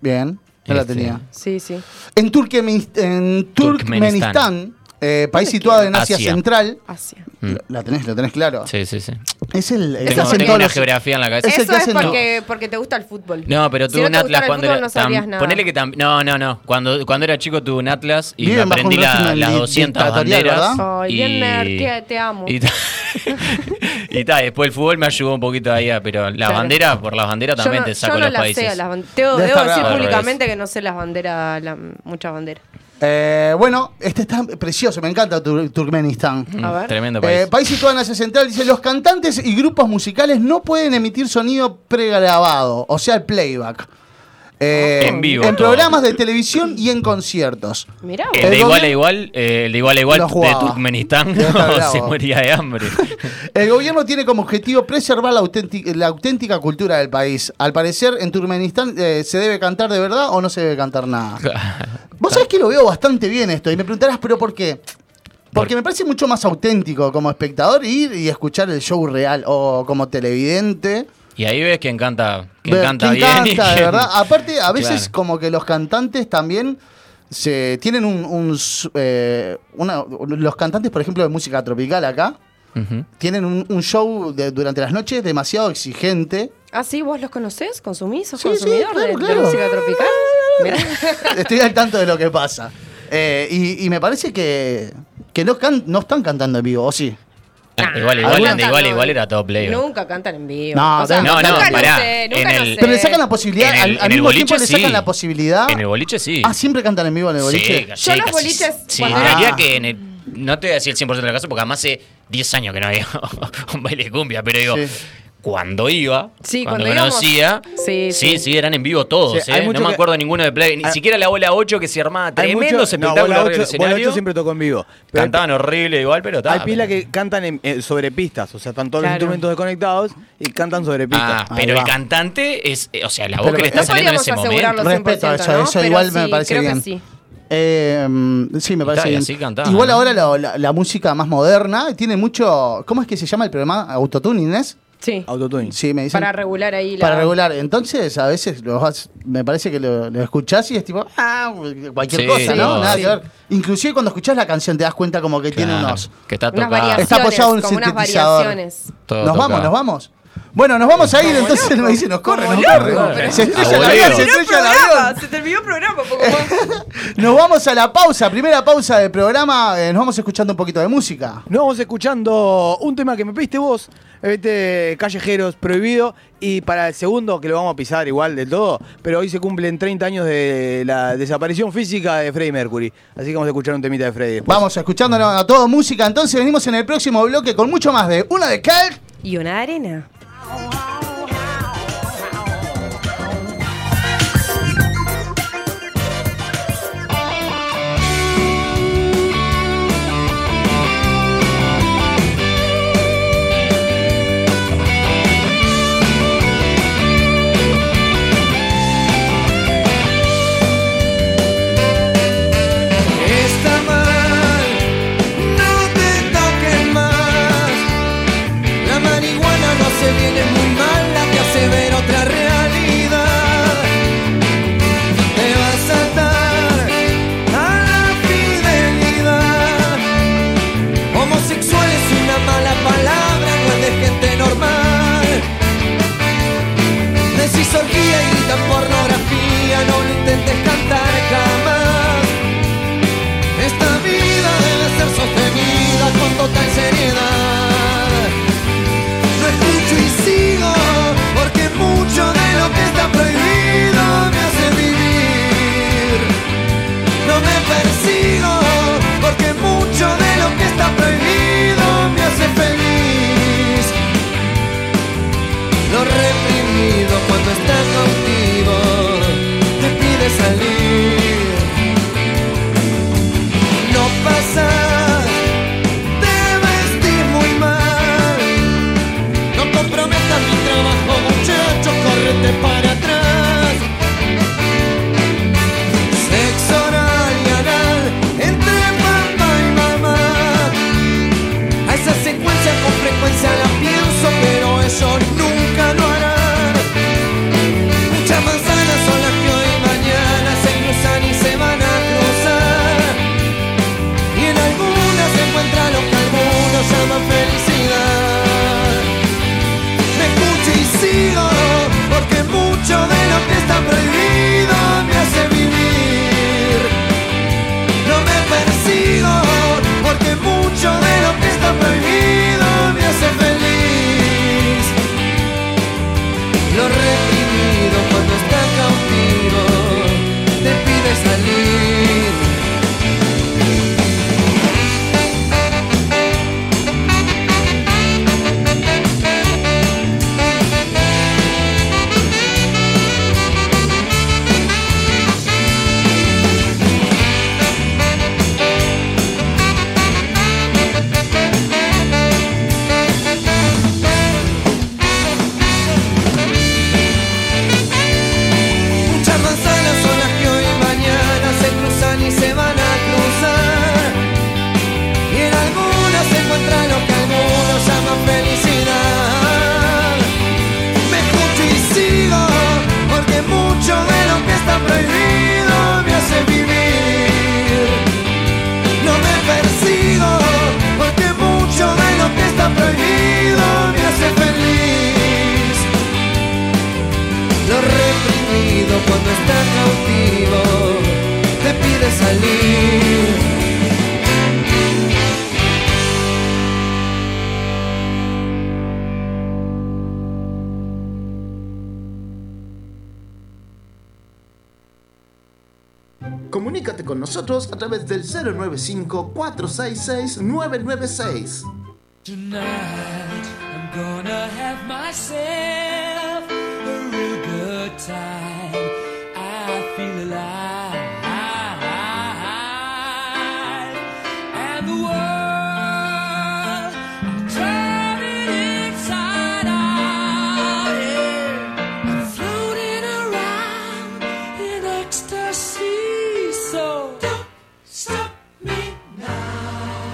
Bien, no la
Este.
tenía.
sí, sí.
En, Turquemis- en Turkmenistán,
Turkmenistán.
eh, país situado en Asia,
Asia. Mm.
Central.
Asia.
Lo, la tenés, lo tenés claro.
Sí, sí, sí.
Es el. eh, el que
Tengo,
hacen
tengo
todos
una
los-
geografía en la cabeza.
Es el
Eso
que
es
hacen-
porque, porque te gusta el fútbol.
No, pero tuve
si no
un
te
Atlas
gustara el
cuando
fútbol,
era.
no sabrías
tam-
nada.
ponele que tam- No, no, no. Cuando, cuando era chico tuve un Atlas y
Viven
me
bajo un
aprendí la-
régimen
las
di-
200
dictatorial,
banderas.
¿verdad? Ay, bien nerd, te- te amo.
Y ta- y ta, después el fútbol me ayudó un poquito ahí, ah, pero las
Claro.
banderas, por las banderas
Yo
también
no-
te saco
yo no
los
las
países.
sé a las ban- Te- debo
Debe estar
decir
bravo.
públicamente que no sé las banderas, la- muchas banderas.
Eh, bueno, este está precioso, me encanta Tur- Turkmenistán.
Mm,
A ver.
Tremendo país.
Eh, país situado en Asia Central dice: Los cantantes y grupos musicales no pueden emitir sonido pregrabado, o sea, el playback. Eh,
En vivo
En
todo.
programas de televisión y en conciertos.
Mirá vos.
el de
el
igual
gobierno-
a igual, eh, el de igual a
Lo
igual de
jugaba.
Turkmenistán
Ya está
no,
bravo.
se moría de hambre.
El gobierno tiene como objetivo preservar la, auténti- la auténtica cultura del país. Al parecer, en Turkmenistán eh, se debe cantar de verdad o no se debe cantar nada. Vos sabés que lo veo bastante bien esto y me preguntarás, pero ¿por qué? Porque me parece mucho más auténtico como espectador ir y escuchar el show real o como televidente.
y ahí ves que encanta, que
Ver
encanta
quién
bien. y
canta, de
quién-
verdad. Aparte, a veces
Claro.
como que los cantantes también se tienen un... un s- eh, una- los cantantes, por ejemplo, de música tropical acá,
Ujú.
tienen un, un show de- durante las noches demasiado exigente.
Ah, sí, vos los conocés, consumís, sos
Sí, sí,
consumidor de-
claro,
de,
claro.
música tropical. Mirá.
Estoy al tanto de lo que pasa. Eh, y, y me parece que, que no, can- no están cantando en vivo, ¿o sí?
Nah,
Igual, igual,
nunca
anda, igual,
no.
igual era todo player.
Nunca cantan en vivo.
No,
O sea,
no, no,
nunca lo
pará.
sé, nunca
En
lo
el-
sé.
Pero le sacan la posibilidad,
En el-
al, al
en el
mismo tiempo
boliche,
le sacan
sí.
la posibilidad.
En el boliche sí.
Ah, siempre cantan en vivo en el boliche.
Sí,
Yo los
casi-
boliches,
Sí,
cuando
era-
diría que en el- no te voy a decir el 100% de la casa porque además hace 10 años que no había un baile de cumbia, pero digo,
Sí.
cuando iba,
Sí,
cuando,
cuando íbamos.
conocía,
Sí,
sí
sí.
sí, eran en vivo todos.
Sí,
eh.
hay
No
mucho
me
que-
acuerdo ninguno de Play, ni
hay-
siempre la bola 8 que se armaba
Hay mucho-
tremendos
no,
espectáculos
Bola
arriba del
Ocho- Bola
escenario.
Ocho siempre tocó en vivo. Pero
Cantaban horrible igual, pero tal.
Hay pilas que cantan en- eh, sobre pistas, o sea, están todos
Claro.
los instrumentos desconectados y cantan sobre pistas.
Ah, pero el
Ahí va.
cantante es, eh, o sea, la voz
Pero
que le está
No
saliendo en
podríamos
ese
asegurarlo
momento.
Respeto
100%,
eso,
¿no?
eso
Pero
igual me
sí,
parece
creo que
bien.
sí.
Eh, mm, sí, me
Está,
parece
y
bien.
así cantaban,
Igual
¿no?
ahora la, la- la música más moderna tiene mucho. ¿Cómo es que se llama el programa? Autotune, Inés.
Sí.
Autotune.
Sí, me dicen.
Para regular ahí la.
Para regular. Entonces, a veces lo vas- me parece que lo, lo escuchás y es tipo, ah, cualquier
Sí,
cosa, ¿no?
no,
Nada
sí.
que ver. Inclusive cuando escuchás la canción te das cuenta como que tiene
Claro,
unos.
que está
Unas
tocado.
variaciones.
Está apoyado en un
como unas
sintetizador.
variaciones.
todo
nos vamos,
tocado.
nos vamos. Bueno, nos vamos a ir, entonces me dice, nos corre, nos corre. Se estrella la
Aboleo.
vida, se estrella el avión.
Se terminó el programa, poco más.
Nos vamos a la pausa, primera pausa del programa. eh, nos vamos escuchando un poquito de música.
Nos vamos escuchando un tema que me pediste vos, este Callejeros Prohibido, y para el segundo, que lo vamos a pisar igual del todo, pero hoy se cumplen 30 años de la desaparición física de Freddie Mercury. Así que vamos a escuchar un temita de Freddie después.
Vamos escuchándonos a todo música. Entonces venimos en el próximo bloque con mucho más de una de cal.
Y una de arena.
Está mal, no te toques más. La marihuana no se viene muy mal, la te hace ver otra realidad. Te vas a atar a la fidelidad. Homosexual es una mala palabra, no es de gente normal. Decís orgía y gritan pornografía, no lo intentes cantar jamás. Esta vida debe ser sostenida con total seriedad. No escucho y sigo, porque mucho de lo que está prohibido me hace vivir. No me persigo, porque mucho de lo que está prohibido me hace feliz. Lo reprimido cuando está cautivo te pide salir no pasas, te vestís muy mal. No comprometas mi trabajo, muchacho, correte para atrás. Sexo oral y anal entre papá y mamá. A esa secuencia con frecuencia la pienso, pero eso nunca lo harán. Muchas manzanas son las que hoy y mañana se cruzan y se van a cruzar. Y en algunas se encuentra lo que algunos llaman felicidad. Me escucho y sigo, porque mucho de lo que está prohibido me hace vivir. No me persigo, porque mucho de lo que está prohibido me hace feliz. Lo reprimido cuando está cautivo te pide salir. Muchas manzanas son las que hoy y mañana se cruzan y se van a cruzar. Y en algunas se encuentra lo que algunos llaman felicidad. Me escucho y sigo, porque mucho de lo que está prohibido me hace vivir. No me persigo, porque mucho de lo que está prohibido me hace feliz. Lo reprimido cuando está cautivo te pide salir.
Comunícate con nosotros a través del 095-466-996.
Tonight, I'm gonna have myself a real good time. I feel alive. And the world, I'm turning inside out. Yeah. I'm floating around in ecstasy. So don't stop me now.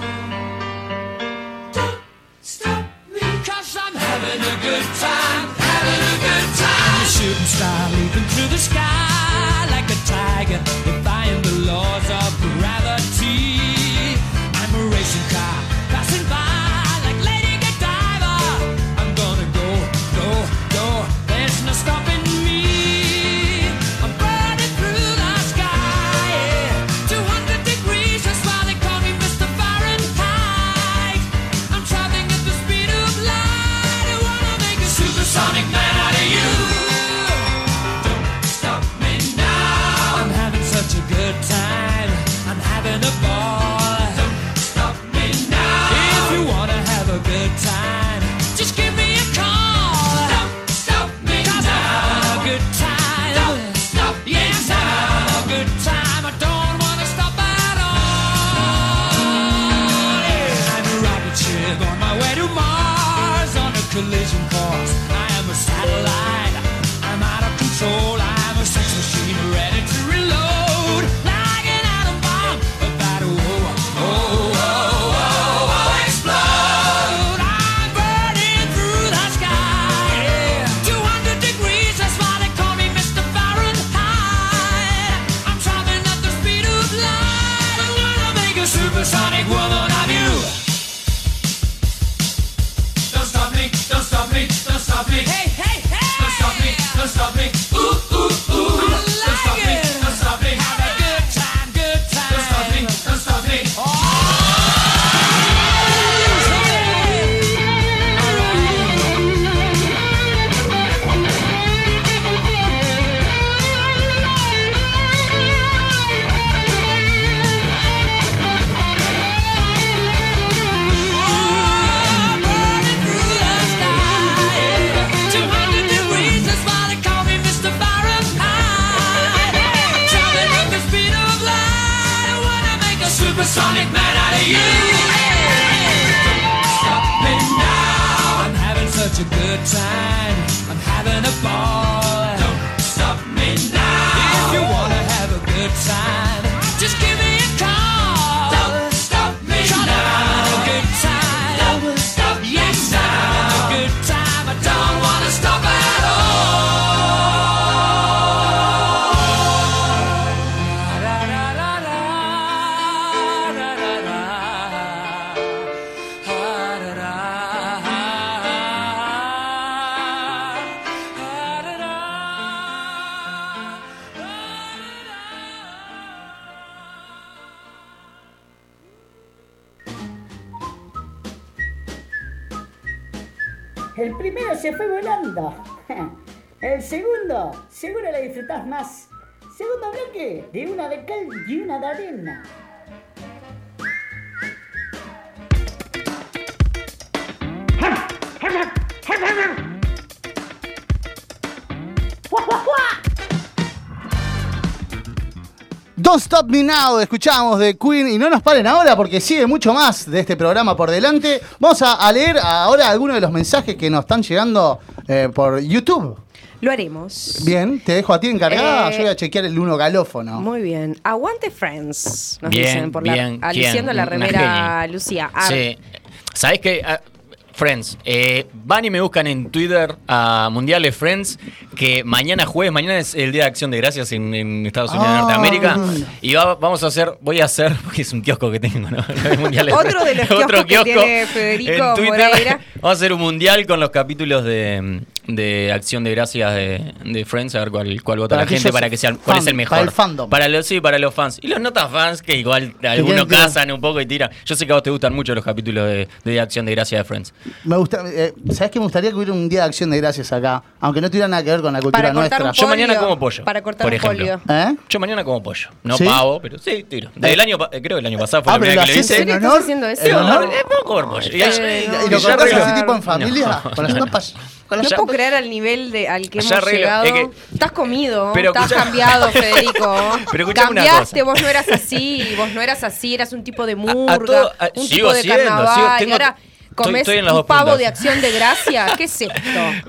Don't stop me, cause I'm having a good time, having a good time. A shooting star leaping through the sky like a tiger, defying the laws of gravity. I'm a racing car passing by like Lady Godiva. I'm gonna go, go, go, there's no stopping me. I'm burning through the sky, yeah. 200 degrees, that's why they call me Mr. Fahrenheit. I'm traveling at the speed of light. I wanna make a supersonic man out of you. Don't stop me now. I'm having such a good time. I'm having a ball. Don't stop me now. If you wanna have a good time, just give me a call. Don't stop me now. I'm having a good time. Don't stop me yes, now. I'm having a good time. I don't wanna stop at all. Yeah. I'm a rocket ship on my way to Mars on a collision course. I am a satellite. I'm out of control. I'm a sex machine ready to reload. Like an atom bomb. About to oh, oh, oh, oh, oh, explode. I'm burning through the sky. Yeah. 200 degrees. That's why they call me Mr. Fahrenheit. I'm traveling at the speed of light. I'm gonna make a supersonic woman of you. Don't stop me, don't stop me, don't stop me. Hey, hey, hey! Don't stop me, don't stop me. Ooh, ooh, ooh. I like don't stop it. me, don't stop me. Have a good time, good time. Don't stop me, don't stop me. Sonic man out of you. Don't Stop me now. I'm having such a good time. I'm having a ball. Don't stop me now. If you wanna have a good time, just give me a call. Don't stop me now. a good time. Don't stop yes now. a good time. I don't wanna stop at all.
El primero se fue volando. El segundo, seguro la disfrutás más. Segundo bloque, de una de cal y una de arena.
Don't Stop Me Now, escuchamos de Queen y no nos paren ahora porque sigue mucho más de este programa por delante. Vamos a, a leer ahora algunos de los mensajes que nos están llegando eh, por YouTube.
Lo haremos.
Bien, te dejo a ti encargada,
Eh,
yo voy a chequear el uno galófono.
Muy bien. Aguante Friends, nos
Bien,
dicen por
bien.
la aliciando
¿Quién?
la
Una
remera
genia.
Lucía. Ar-
Sí. ¿Sabés qué? Ah, Friends, eh, van y me buscan en Twitter a Mundiales Friends, que mañana jueves, mañana es el Día de Acción de Gracias en, en Estados Unidos
Ah.
de Norteamérica. Y va- vamos a hacer, voy a hacer, porque es un kiosco que tengo, ¿no? Lo de Mundiales
Otro
Friends.
de los kioscos que tiene Federico
en Twitter.
Moreira.
Vamos a hacer un mundial con los capítulos de, de acción de gracias de, de Friends, a ver cuál, cuál vota
Para
la gente
aquellos
para que sea cuál es
fan-
el mejor.
para el fandom.
Para los, sí, para los fans. Y los notas fans que igual algunos
quieren tirar-
cazan un poco y tiran. Yo sé que a vos te gustan mucho los capítulos de, de acción de gracias de Friends.
Me gusta, eh, ¿Sabes qué? Me gustaría que hubiera un día de acción de gracias acá, aunque no tuviera nada que ver con la cultura
Para cortar
nuestra.
un
Yo
polio.
mañana como pollo,
Para cortar
por
un
ejemplo.
polio.
¿Eh?
Yo mañana como pollo. No
¿Sí?
pavo, pero sí, tiro. Del año, pa- eh, creo que el año pasado fue
Ah,
la
pero
primera
lo
que lo
haces
hice.
¿En serio
honor?
estás haciendo eso?
Sí, honor,
No.
es poco hermoso. Y ayer-
Eh, no,
¿Y
y
lo
ya
cortás
ayer-
arreglo.
así tipo en familia?
No.
Con las tapas. Con
No
las
puedo
tapas.
creer al nivel de, al que hemos
Ya arreglo,
llegado.
es que-
Estás comido,
Pero
estás
escuchá-
cambiado, Federico.
Pero escuchame una
Cambiaste,
cosa.
vos no eras así, vos no eras así, eras un tipo de murga,
todo- a-
un
sigo
tipo de
siendo,
carnaval,
sigo- tengo-
y ahora
estoy-
comés
estoy en las
un
dos
pavo
puntas.
de acción de gracia. ¿Qué es esto?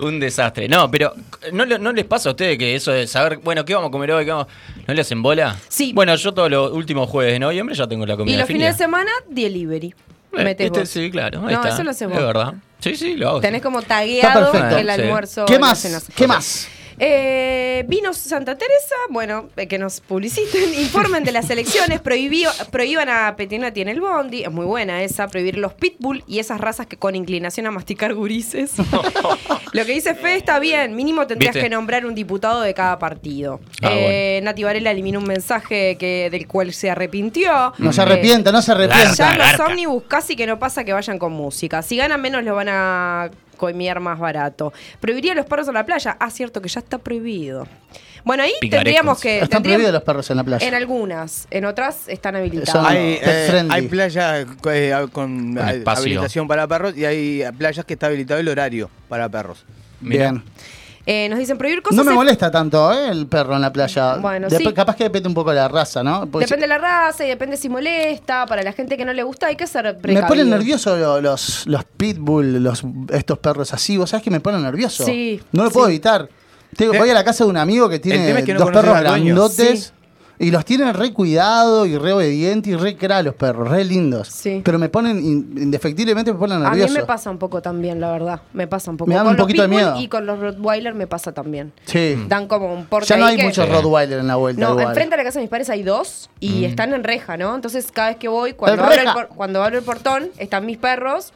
Un desastre. No, pero ¿no, le- ¿no les pasa a ustedes que eso de saber, bueno, ¿qué vamos a comer hoy? ¿Qué vamos? ¿No le hacen bola?
Sí.
Bueno, yo todos los últimos jueves de noviembre ya tengo la comida
Y los
definida.
fines de semana, delivery.
Eh,
Metés
¿viste?
vos.
Sí, claro. ahí
no,
está.
eso lo haces vos.
Es verdad. Sí, sí, lo hago.
Tenés como
Está
tagueado
perfecto.
el
Sí.
almuerzo. y
¿Qué
las
más?
cenas.
¿Qué más?
Eh, vinos Santa Teresa, bueno, eh, que nos publiciten, informen de las elecciones, prohibió- prohíban a Petinati en el Bondi, es muy buena esa, prohibir los pitbull y esas razas que con inclinación a masticar gurises. Lo que dice Fe está bien, mínimo tendrías
¿Viste?
que nombrar un diputado de cada partido.
Ah,
Eh, Nati Varela eliminó un mensaje que, del cual se arrepintió.
No se
Eh,
arrepienta, no se arrepienta.
ya los
garca.
ómnibus casi que no pasa que vayan con música. Si ganan menos, lo van a comiar más barato. Prohibiría los perros a la playa. Ah, cierto, que ya está prohibido. Bueno, ahí
Picarecos.
tendríamos que.
Están
tendríamos-
prohibidos los perros en la playa.
En algunas, en otras están
Son-
habilitadas.
Hay,
Pet
eh,
friendly.
hay playas eh, con eh,
espacio.
habilitación para perros y hay playas que está habilitado el horario para perros.
Mira.
Bien.
Eh, nos dicen prohibir cosas.
No me
en-
molesta tanto ¿eh? el perro en la playa.
Bueno,
Dep-
sí.
Capaz que depende un poco de la raza, ¿no? Porque
Depende de la raza y depende si molesta. Para la gente que no le gusta, hay que ser
si- me
precavido.
ponen nervioso lo- los, los pitbull, los, estos perros así. ¿Vos sabés que me ponen nervioso?
Sí,
No lo
sí.
puedo evitar. Tengo,
Te-
voy a la casa de un amigo que
Eh, tema
tiene
es que no
dos
conoces
perros
al dueño.
grandotes.
Sí.
Y los tienen re cuidado y re obediente y re cra los perros, re lindos.
Sí.
Pero me ponen, in- indefectiblemente me ponen
A mí
nervioso.
me pasa un poco también, la verdad. Me pasa un poco.
Me da
con
un poquito de
los pitbull
miedo.
Y con los Rottweiler me pasa también.
Sí.
Dan como un porte
Ya no
ahí
hay
que-
muchos Rottweiler en la vuelta.
No,
igual. Mm.
enfrente a la casa de mis padres hay dos y están en reja, ¿no? Entonces cada vez que voy, cuando
¡En
abro, el
reja!
por- cuando abro el portón, están mis perros.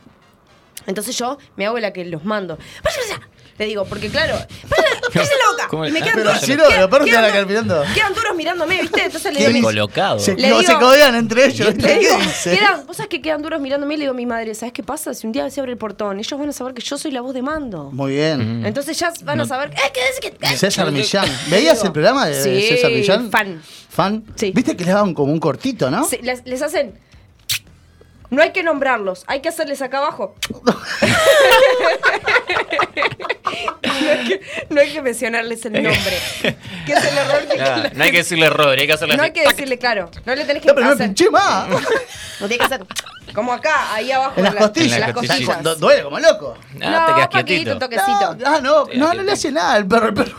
Entonces yo me hago la que los mando. ¡Váyanse para allá! Le digo, porque claro, ¡váyanse váyanse la boca!
¿Cómo
y
le-
me
Ah,
quedan
pero
duros.
si no,
quedan-
los perros te
quedan
van a
duros-
quedar mirando.
Quedan duros mirándome, ¿viste? Entonces le
¿Qué
digo,
dice?
mi-
Colocado.
Se,
Le
no,
digo-
se codean entre ellos.
le
¿Qué
digo,
dice?
quedan, vos sabés que quedan duros mirándome y le digo a mi madre, ¿sabes qué pasa? Si un día se abre el portón, ellos van a saber que yo soy la voz de mando.
Muy bien.
Entonces ya van a saber, ¡eh, quédense que... eh".
César Millán. ¿Veías el programa de
Sí,
César Millán?
fan.
Fan.
Sí.
Viste que le daban como un cortito, ¿no?
Sí, les, les hacen. No hay que nombrarlos, hay que hacerles acá abajo. no, hay que, no hay que mencionarles el nombre. Que es el error que.
Nada, no hay que decirle error, hay que hacerle
No
así.
hay que decirle, claro. No le tenés que
No, pero me
hacer-
pinché más.
No tiene que hacer. Como acá, ahí abajo.
En las costillas.
en las
En las
costillas.
costillas.
Du- Duele como loco.
Ah, te
no,
quedas
un poquito,
quietito.
un toquecito.
No, ah, no, no, no le hace nada al perro. El perro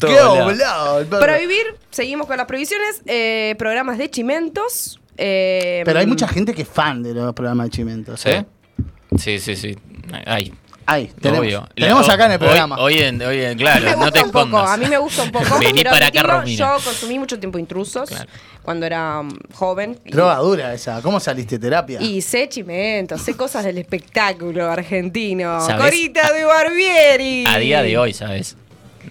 qué
volado.
volado el perro.
Prohibir, seguimos con las prohibiciones. eh, programas de chimentos. eh,
Pero hay mucha gente que es fan de los programas de Chimento. o
¿Sí?
sea.
Sí, sí, sí. Ay,
Ahí, tenemos.
obvio.
Tenemos
La-
acá en el
hoy-
programa.
Hoy, en, hoy
A
en,
mí me
claro, no te
gusta un poco,
escondas.
a mí me gusta un poco.
Vení
quiero
para acá,
admitirlo,
Romina.
Yo consumí mucho tiempo intrusos
Claro.
cuando era um, joven. Y,
Droga dura esa. ¿Cómo saliste de terapia?
y sé chimentos, sé cosas del espectáculo argentino.
¿Sabés?
Corita de Barbieri.
A día de hoy, ¿sabes?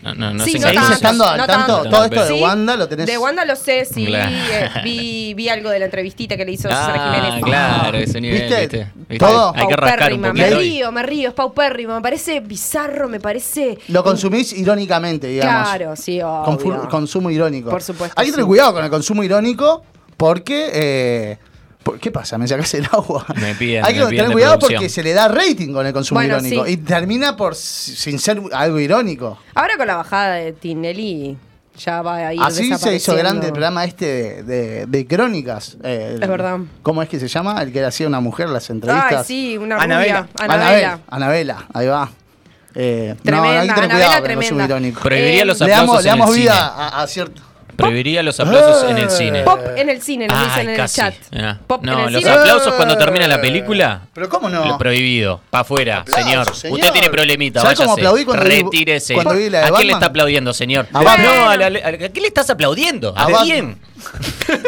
No, no, no
Sí,
sé
no
si-
¿Seguís
tanto,
estando al
no
tanto?
tanto.
Todo esto de
Sí.
Wanda lo tenés.
De Wanda lo sé, sí.
Claro.
eh, vi, vi algo de la entrevistita que le hizo Susana
Ah,
Jiménez.
claro, ese nivel,
¿Viste?
¿viste? ¿Viste?
Todo.
Hay que rascar un
Paupérrima, me
poquito. hoy.
río, me río, es paupérrimo, me parece bizarro, me parece...
Lo consumís irónicamente, digamos.
Claro, sí,
Con fu-
obvio.
consumo irónico.
Por supuesto,
Hay que tener
sí.
cuidado con el consumo irónico porque. eh, por- ¿Qué pasa? ¿Me sacás el agua?
Me piden,
Hay que
me
tener
piden de
cuidado
producción.
porque se le da rating con el consumo
Bueno,
irónico.
sí.
Y termina por si- sin ser algo irónico.
Ahora con la bajada de Tinelli ya va a ir
Así se hizo
desapareciendo.
grande el programa este de, de- de crónicas. eh, el-
Es verdad.
¿Cómo es que se llama? El que le hacía una mujer las entrevistas.
Ay, sí, una
Anabela.
rubia. Anabela.
Anabel, Anabela, ahí va. Eh, no,
Tremenda,
hay que tener
Anabela
cuidado con el
tremenda.
consumo irónico.
Prohibiría
Eh,
los
Le
aplausos
damos, le
en
damos
el
vida
cine.
a, a cierto.
Prohibiría los aplausos en el cine.
Pop en el cine, nos
Ay,
dicen en
casi.
el chat.
Mirá.
Pop
no,
en el
los
cine.
aplausos cuando termina la película.
Pero ¿cómo no?
Lo prohibido, para afuera,
Aplausos,
señor.
señor.
Usted tiene problemita,
¿Sabes
váyase.
cómo aplaudí cuando vi-
Retírese.
cuando vi la de
¿A quién le
Batman?
está aplaudiendo, señor?
A
no,
Batman.
a, la- a la- ¿a qué le estás aplaudiendo? ¿A,
Batman.
quién?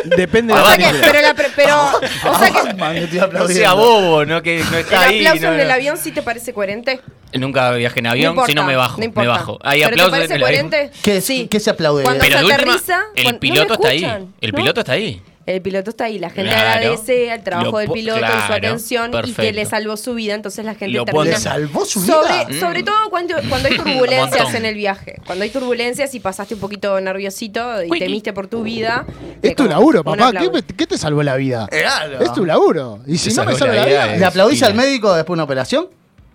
Depende de
Ah,
la
O sea que-
película.
pero la pre- pero, o sea que
Man, yo te iba
No
aplaudiendo.
sea bobo, no que no
el
está ahí.
aplauso
no,
en el
no.
avión sí te parece coherente.
Nunca viajé en avión,
importa,
si no me bajo. me
importa.
bajo. Hay
¿Pero te
aplausos
parece
en el avión.
coherente?
¿Qué- qué se aplaude?
Cuando
Pero
se
de última,
aterriza, cuando-
el
no
piloto
me
está ahí.
escuchan,
El
¿no?
piloto está ahí.
El piloto está ahí, la gente
Claro.
agradece al trabajo
Lo
del
po-
piloto y su
claro,
atención y que
perfecto.
le salvó su vida, entonces la gente
Lo
termina.
ponen-
¿Le salvó su vida?
Sobre, sobre todo cuando, cuando hay turbulencias
Mm. montón.
en el viaje. Cuando hay turbulencias y pasaste un poquito nerviosito y temiste por tu vida.
Es tu
como-
laburo,
un
papá. ¿Qué,
aplauso.
me- qué te salvó la vida?
Claro.
Es tu laburo. Y si
Te
no me
salvó
salva
la
la
vida,
vida.
¿Le
eh.
aplaudís
Sí,
al
la-
médico después de una operación?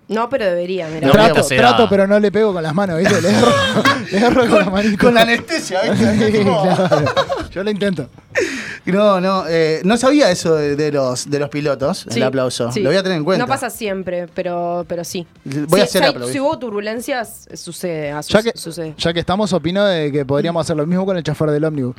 No, pero debería, mira.
No,
trato,
mira, se
trato,
da.
pero no le pego con las manos, ¿viste? Le erro, le erro con, las manitos.
Con la anestesia, ¿viste?
Sí,
Tipo-
claro. Yo lo intento.
No, no, eh, no sabía eso de, de los, de los pilotos,
Sí,
el aplauso.
sí.
Lo voy a tener en cuenta.
No pasa siempre, pero, pero sí.
Voy a
Si-
hacer
si, hay-
aplaudir.
si hubo turbulencias, eh, sucede. ah,
Ya
su-
que,
sucede.
ya que estamos, opino de que podríamos hacer lo mismo con el chofer del ómnibus.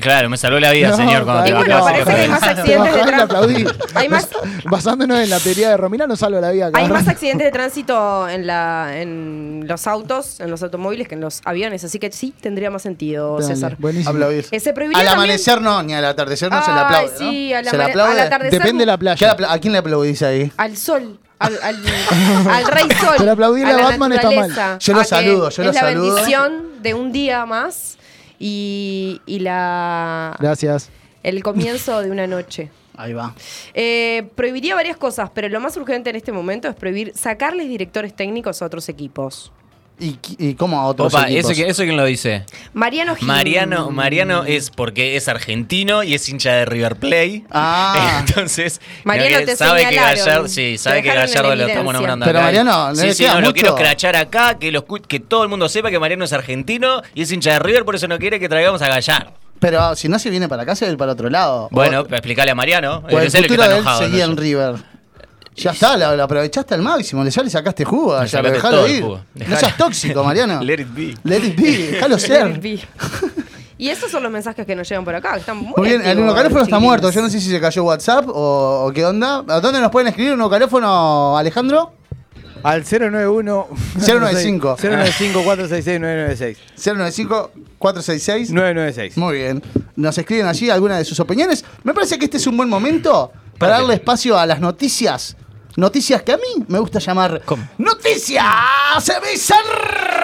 Claro, me salvó la vida,
No,
señor, cuando
para
te
Y
Claro,
bueno,
no,
bajaste.
parece que hay más
Te
accidentes de
bajás y te aplaudís.
tránsito. Hay más,
Nos- Basándonos en la teoría de Romina, no salvo la vida.
hay
cabrón.
más accidentes de tránsito en, la, en los autos, en los automóviles, que en los aviones. Así que sí tendría más sentido,
Dale,
César.
Buenísimo.
Aplaudir.
Eh, se prohibiría
Al
también-
amanecer no, ni al atardecer no se le
Ay,
aplaude. ¿no?
sí, al
¿Se le
amane-
aplaude?
al atardecer.
Depende de la
¿Qué le
playa.
apla- ¿A quién le aplaudís ahí?
Al sol. Al, al, al rey sol.
Pero aplaudirle a
la
Batman está mal.
naturaleza,
Yo lo
a que
saludo, yo lo
es
saludo.
la bendición de un día más y, y la
Gracias.
el comienzo de una noche.
Ahí va.
Eh, prohibiría varias cosas, pero lo más urgente en este momento es prohibir sacarles directores técnicos a otros equipos.
¿Y, qui- y cómo a otros
Opa,
equipos?
¿eso, que- ¿eso quién lo dice?
Mariano Gil.
Mariano, Mariano eh, es porque es argentino y es hincha de River Play.
Ah.
Entonces,
Mariano,
creo que
te
sabe que
señalaron.
Gallardo, sí,
Te
sabe que
dejaron en
Gallardo lo
evidencia.
estamos nombrando.
Pero
acá.
Mariano, no
sí,
le
sí,
queda
no,
mucho.
lo quiero crachar acá, que, lo escu- que todo el mundo sepa que Mariano es argentino y es hincha de River, por eso no quiere que traigamos a Gallardo.
Pero ah, si no se viene para acá, se va a ir para otro lado.
Bueno,
o,
explícale a Mariano.
o el
es él el que
futuro
está
de él
enojado, no
seguía
yo.
en River. Ya está, lo, lo aprovechaste al máximo, le- ya le sacaste jugo,
Le
ya lo
sacaste
dejalo
todo el
ir.
jugo.
No
Dejalo.
seas tóxico, Mariano.
Let it be.
Let it be, déjalo ser.
Y esos son los mensajes que nos llegan por acá. que Están muy,
Muy bien, el
activos,
unocaléfono está
chiquilines.
muerto. Yo no sé si se cayó WhatsApp o, o qué onda. ¿A dónde nos pueden escribir un unocaléfono, Alejandro?
Al 091
095.
095 466 996.
095-466.
996.
Muy bien. Nos escriben allí algunas de sus opiniones. Me parece que este es un buen momento para darle espacio a las noticias. Noticias que a mí me gusta llamar Noticias Bizarras.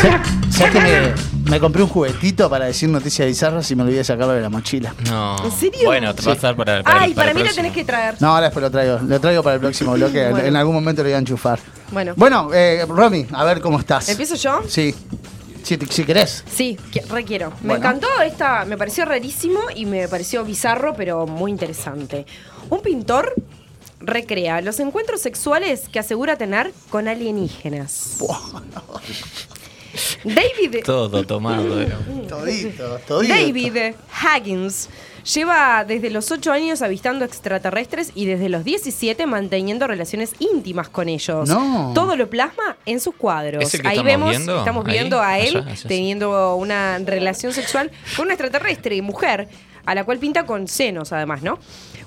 Sa- ¿Sabes que me, me compré un juguetito para decir noticias bizarras y me olvidé de sacarlo de la mochila?
No.
¿En serio?
Bueno, te va a estar para, para
Ay,
el-
para,
el
mí lo
próximo.
tenés que traer.
No, ahora después lo traigo. Lo traigo para el próximo bloque. En-
Bueno.
En algún momento lo voy a enchufar.
Bueno.
Bueno, eh, Romy, a ver cómo estás.
¿Empiezo yo?
Sí. Si, te- si querés.
Sí, que- requiero. Me
Bueno.
encantó esta, me pareció rarísimo y me pareció bizarro, pero muy interesante. Un pintor recrea los encuentros sexuales que asegura tener con alienígenas. David,
Todo tomado. eh.
Todito, todito.
David Haggins lleva desde los 8 años avistando extraterrestres y desde los 17 manteniendo relaciones íntimas con ellos.
No.
Todo lo plasma en sus cuadros.
¿Es el que
Ahí
estamos
vemos,
viendo?
estamos
Ahí,
viendo a él
allá, allá, sí.
teniendo una relación sexual con un extraterrestre, mujer, a la cual pinta con senos además, ¿no?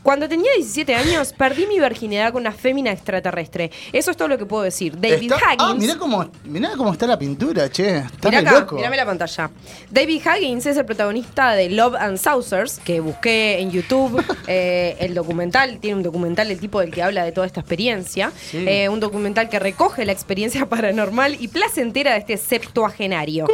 Cuando tenía 17 años, perdí mi virginidad con una fémina extraterrestre. Eso es todo lo que puedo decir. David
Está- Ah,
Haggins.
mirá cómo, mirá cómo está la pintura, che. Está
Mirá
re
acá,
loco.
mirame la pantalla. David Huggins es el protagonista de Love and Saucers, que busqué en YouTube eh, el documental. Tiene un documental del tipo del que habla de toda esta experiencia. Eh, un documental que recoge la experiencia paranormal y placentera de este septuagenario.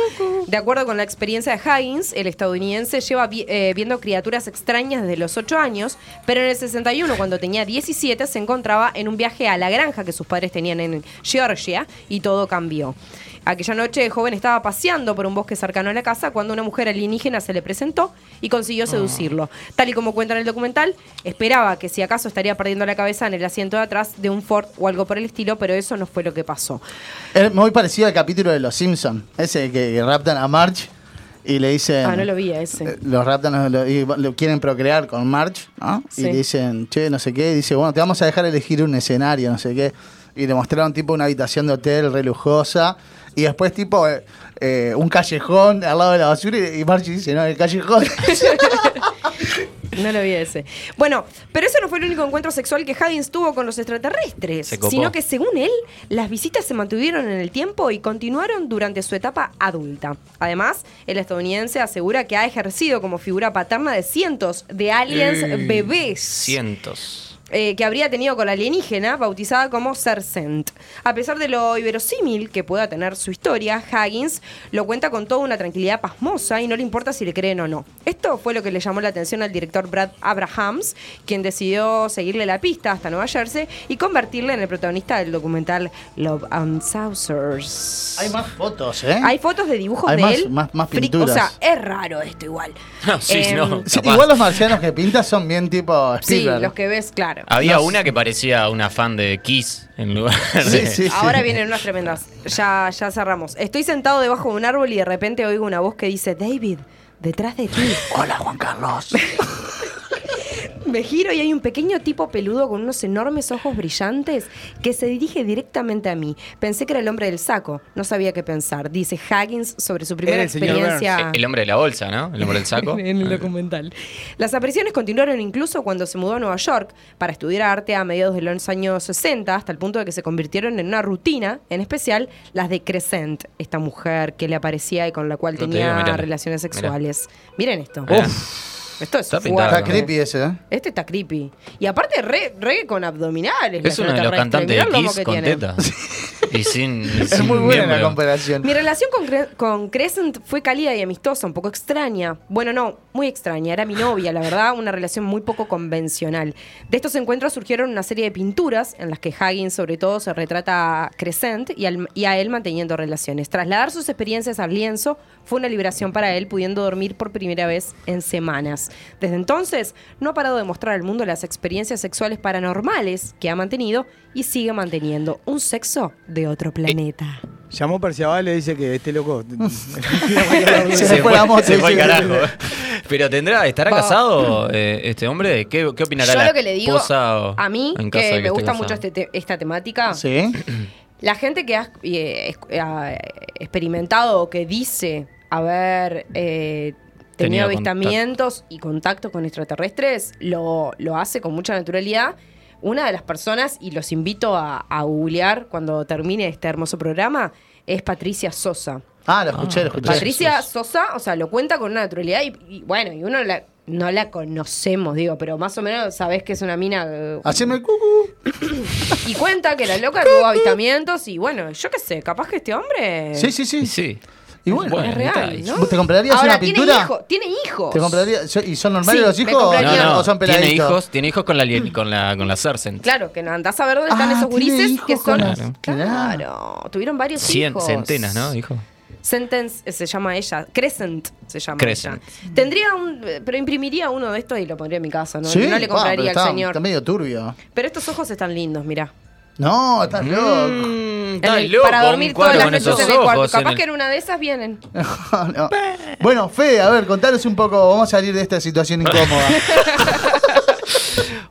De acuerdo con la experiencia de Huggins, el estadounidense lleva vi- eh, viendo criaturas extrañas desde los 8 años, pero en el 61, cuando tenía 17, se encontraba en un viaje a la granja que sus padres tenían en Georgia y todo cambió. Aquella noche el joven estaba paseando por un bosque cercano a la casa cuando una mujer alienígena se le presentó y consiguió seducirlo. Tal y como cuenta en el documental, esperaba que si acaso estaría perdiendo la cabeza en el asiento de atrás de un Ford o algo por el estilo, pero eso no fue lo que pasó.
Es muy parecido al capítulo de Los Simpsons. Ese que, que raptan a Marge y le dicen.
Ah, no lo vi a ese.
Eh, Los raptan lo- y lo quieren procrear con March, ¿no?
Sí.
Y le dicen, che, no sé qué. Y dice, bueno, te vamos a dejar elegir un escenario, no sé qué. Y le mostraron tipo una habitación de hotel re lujosa. y después tipo eh, eh, un callejón al lado de la basura y, y Margie dice, no, el callejón.
No lo vi ese. Bueno, pero eso no fue el único encuentro sexual que Huggins tuvo con los extraterrestres,
Se copó.
sino que según él, las visitas se mantuvieron en el tiempo y continuaron durante su etapa adulta. Además, el estadounidense asegura que ha ejercido como figura paterna de cientos de aliens bebés.
Cientos.
eh, que habría tenido con la alienígena, bautizada como Sercent. A pesar de lo iverosímil que pueda tener su historia, Huggins lo cuenta con toda una tranquilidad pasmosa y no le importa si le creen o no. Esto fue lo que le llamó la atención al director Brad Abrahams, quien decidió seguirle la pista hasta Nueva Jersey y convertirle en el protagonista del documental Love and Saucers.
Hay más fotos, ¿eh?
Hay fotos de dibujos
Hay
de
más-
él.
más- más
Fric-
pinturas.
O sea, es raro esto igual.
Ah, sí,
Em,
no.
Sí,
capaz.
igual los marcianos que pintas son bien tipo
Sí,
Spielberg.
los que ves, claro.
Había
Nos-
una que parecía una fan de Kiss en lugar
Sí,
de.
sí.
Ahora vienen unas tremendas. Ya, ya cerramos. Estoy sentado debajo de un árbol y de repente oigo una voz que dice, David, detrás de ti.
Hola Juan Carlos.
Me giro y hay un pequeño tipo peludo con unos enormes ojos brillantes que se dirige directamente a mí. Pensé que era el hombre del saco. No sabía qué pensar. Dice Huggins sobre su primera
Era el señor Burns.
experiencia.
El hombre de la bolsa, ¿no? El hombre del saco.
en el documental. Las apariciones continuaron incluso cuando se mudó a Nueva York para estudiar arte a mediados de los años 60, hasta el punto de que se convirtieron en una rutina, en especial las de Crescent, esta mujer que le aparecía y con la cual
No te
tenía
digo, mirala.
relaciones
Mirá.
sexuales. Miren esto.
Mirá.
Esto es
Está
fuerte.
pintado,
Está
¿no?
creepy ese, ¿eh?
Este está creepy. Y aparte, re, re con abdominales.
Es
la
uno de los
extraterrestre.
cantantes
Mirá
de
el lomo
Kiss
que
con
tiene.
tetas. Y sin.
Es muy buena la comparación.
Mi relación con, Cre- con Crescent fue cálida y amistosa, un poco extraña. Bueno, no, muy extraña. Era mi novia, la verdad, una relación muy poco convencional. De estos encuentros surgieron una serie de pinturas en las que Haggins, sobre todo, se retrata a Crescent y, al- y a él manteniendo relaciones. Trasladar sus experiencias al lienzo fue una liberación para él, pudiendo dormir por primera vez en semanas. Desde entonces, no ha parado de mostrar al mundo las experiencias sexuales paranormales que ha mantenido y sigue manteniendo un sexo de otro planeta.
Eh, Llamó Perciabal y le dice que este loco.
Se le fue la moto,
se fue el
dice.
carajo. Pero tendrá, ¿estará
Va.
casado eh, este hombre? ¿Qué, qué opinará
Yo
la
lo que le digo
esposa o-
a mí,
en
que,
caso de
me
esté
gusta
casado?
mucho este te- esta temática,
Sí.
la gente que ha, eh, es- ha experimentado o que dice haber eh, tenido
Tenido
avistamientos y contacto con extraterrestres, lo, lo hace con mucha naturalidad. Una de las personas, y los invito a, a googlear cuando termine este hermoso programa, es Patricia Sosa.
Ah, lo escuché, lo escuché.
Patricia Sosa, o sea, lo cuenta con una naturalidad y, y bueno, y uno la- no la conocemos, digo, pero más o menos sabés que es una mina eh,
Haceme el cucu.
y cuenta que la loca tuvo avistamientos y bueno, yo qué sé, capaz que este hombre
Sí, sí, sí.
Y Sí.
Y bueno,
es real,
está.
¿no?
¿Te comprarías
Ahora,
una
tiene
pintura?
hijo- tiene hijos.
¿Te compraría? so- ¿Y son normales
Sí,
los
me
hijos o,
compraría.
No, no,
son peladitos?
tiene hijos, tiene hijos con la, alien- con la, con la Cersei.
Claro, que no andás a ver dónde están
Ah,
esos
tiene
gurises
hijos
que son.
con las-
Claro, tuvieron varios
Cien,
hijos.
centenas, ¿no? Dijo.
Sentence eh, se llama ella, Crescent se llama.
Crescent.
ella. Tendría un. eh, Pero imprimiría uno de estos y lo pondría en mi casa, ¿no?
Sí,
no le
pa, pero
compraría
está,
al señor.
Está medio turbio.
Pero estos ojos están lindos, mirá.
No, estás loco.
En
Mm, está
el-
loco,
para
un
dormir
cuadro
todas las
con
noches
esos
en el cuarto.
ojos
Capaz
el-
que en una de esas vienen.
No. Bueno, Fede, a ver, contanos un poco. Vamos a salir de esta situación incómoda.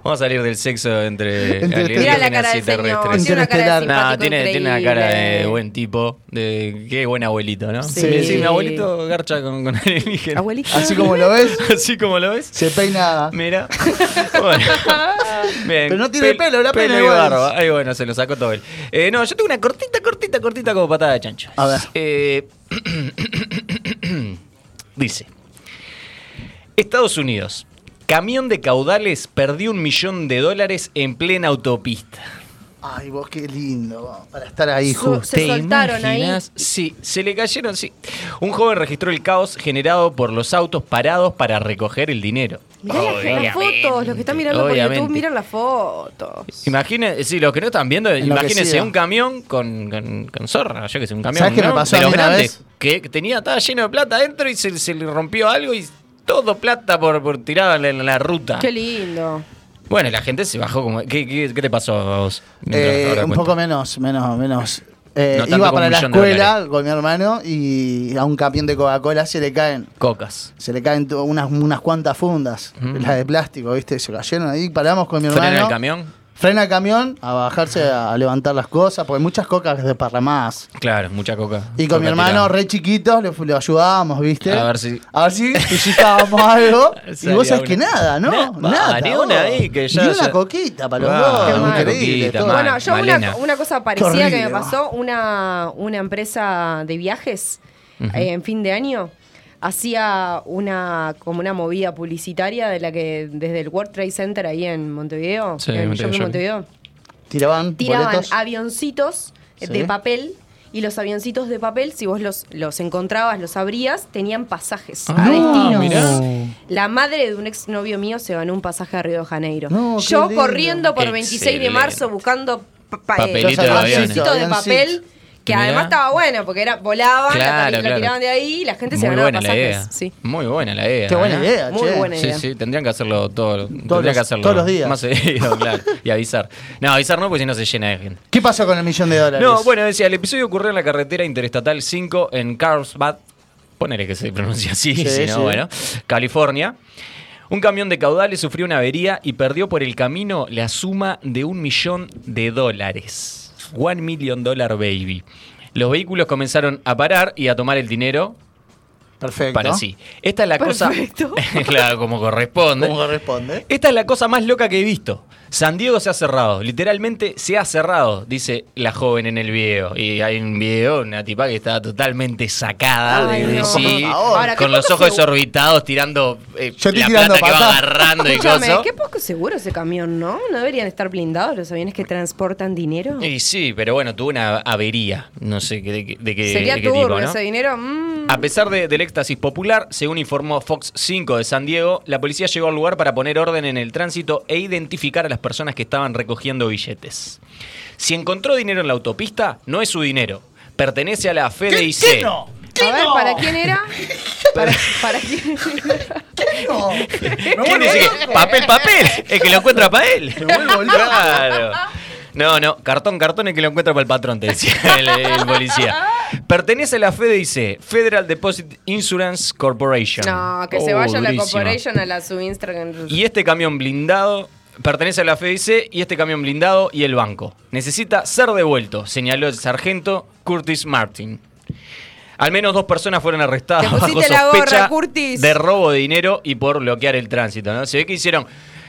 Vamos a salir del sexo entre,
Entre
alienígenas
Mirá la cara
y
del señor.
terrestres.
Tiene una cara de
Interestelar.
simpático
Nah, tiene, tiene una
increíble.
cara de buen tipo, de qué buen abuelito, ¿no?
Sí.
Si me decís, mi abuelito garcha con, con alienígena.
Abuelita.
Así como lo ves,
Así como lo ves.
se peina.
Mira. Bueno. Bien.
Pero no tiene pelo, la pena
y
igual.
barba. Ahí bueno, se lo sacó todo él. Eh, no, yo tengo una cortita, cortita, cortita como patada de chancho.
A ver.
Eh, dice. Estados Unidos. Camión de caudales perdió un millón de dólares en plena autopista.
Ay, vos qué lindo. vos, Para estar ahí
Su-
justo.
Se soltaron ahí.
Sí, se le cayeron, sí. Un joven registró el caos generado por los autos parados para recoger el dinero.
Mirá las- las fotos, los que están mirando por
obviamente.
YouTube, miran las fotos.
Imagínense, eh, sí, los que no están viendo, imagínense un camión con, con, con zorra, yo que sé, un camión
¿Sabes qué me
¿no?
pasó
de
a
los
mí una
grandes,
vez?
que que tenía, estaba lleno de plata adentro y se, se le rompió algo y todo plata por, por tirada en la, en la ruta.
Qué lindo.
Bueno, la gente se bajó como... ¿Qué, qué- qué te pasó a vos?
Eh,
Ahora
un
cuento.
poco menos, menos, menos. Eh,
No tanto
iba
como
para
un
la
millón de
escuela
dólares.
con mi hermano y a un camión de Coca-Cola se le caen
Cocas.
se le caen to- unas, unas cuantas fundas, las de plástico, ¿viste? Se cayeron ahí, paramos con mi
¿Frena
hermano.
el camión?
Frena el camión a bajarse a, a levantar las cosas, porque hay muchas cocas desparramadas.
Claro, mucha coca.
Y con
Coca
mi hermano
tirada.
re chiquito le, fu- le ayudábamos, ¿viste?
A ver si-
A ver si pillábamos algo. y
Salía
vos sabés
una.
que nada, ¿no?
Na- va,
nada.
ni
vos.
una ahí, que ya-
Ni una
ya-
coquita para los
Va,
dos.
una
increíble,
coquita,
todo.
mal.
Bueno, yo una,
Malena.
una cosa parecida que
Horrible,
me pasó, una, una empresa de viajes eh, en fin de año hacía una como una movida publicitaria de la que desde el World Trade Center ahí en Montevideo,
Sí,
en el
Montevideo
shopping
Shopping.
Montevideo,
Tiraban,
tiraban Ah.
boletos.
avioncitos
Sí.
de papel y los avioncitos de papel, si vos los, los encontrabas, los abrías, tenían pasajes a
Ah,
destinos.
mirá.
La madre de un exnovio mío se ganó un pasaje a Río de Janeiro.
No, qué
Yo
lindo.
corriendo por 26 de marzo
Excelente.
buscando pa- pa- eh,
Papelito
los
de aviones.
avioncitos de papel. Que
Mirá.
además estaba bueno, porque era, volaban, la,
Claro,
la
claro.
tiraban de ahí y la gente se
Muy
ganaba
buena la
pasajes.
idea.
Sí.
Muy buena la idea.
Qué buena
¿eh?
idea,
Muy
che.
buena
Sí,
idea.
sí, tendrían que hacerlo todo, tendrían
los-
que hacerlo
todos los días.
Más seguido, claro. Y avisar. No, avisar no, porque si no se llena de gente.
¿Qué pasó con el millón de dólares?
No, bueno, decía, el episodio ocurrió en la carretera interestatal 5 en Carlsbad. Ponele que se pronuncia así,
Sí,
si no,
sí.
bueno. California. Un camión de caudales sufrió una avería y perdió por el camino la suma de un millón de dólares. One million dollar baby. Los vehículos comenzaron a parar y a tomar el dinero
Perfecto.
para sí. Esta es la
Perfecto.
cosa. claro, como corresponde.
¿Cómo corresponde?
Esta es la cosa más loca que he visto. San Diego se ha cerrado, literalmente se ha cerrado, dice la joven en el video. Y hay un video, una tipa que está totalmente sacada
Ay,
de, de
no.
sí,
Por favor.
Ahora, ¿qué
con los
poco
ojos
seguro?
desorbitados, tirando eh,
Yo estoy
la
tirando
plata que va
patada.
agarrando y
Escúchame,
cosas.
qué poco seguro ese camión, ¿no? ¿No deberían estar blindados los aviones que transportan dinero?
Y sí, pero bueno, tuvo una avería, no sé qué- de, qué- de qué,
Sería
de qué
turbio
tipo, ¿no?
ese dinero. mm.
A pesar de- del éxtasis popular, según informó Fox 5 de San Diego, la policía llegó al lugar para poner orden en el tránsito e identificar a las personas que estaban recogiendo billetes. Si encontró dinero en la autopista, no es su dinero. Pertenece a la FDIC.
¿Qué no? ¿Qué
A ver,
no?
¿para quién era? ¿Para, para quién era?
¿Qué no? Me
¿Quién
vuelvo
dice que-
loco.
papel, papel? El que lo encuentra para él.
Me vuelvo loco.
Claro. No, no, cartón, cartón, el que lo encuentra para el patrón, te decía el, el policía. Pertenece a la FDIC, Federal Deposit Insurance Corporation.
No, que se
Oh,
vaya la
durísima.
corporation a la su Instagram.
Y este camión blindado pertenece a la FDIC y este camión blindado y el banco. Necesita ser devuelto, señaló el sargento Curtis Martin. Al menos dos personas fueron arrestadas
Te
bajo
pusiste la
sospecha
gorra, Curtis.
de robo de dinero y por bloquear el tránsito. ¿no? Se ve que hicieron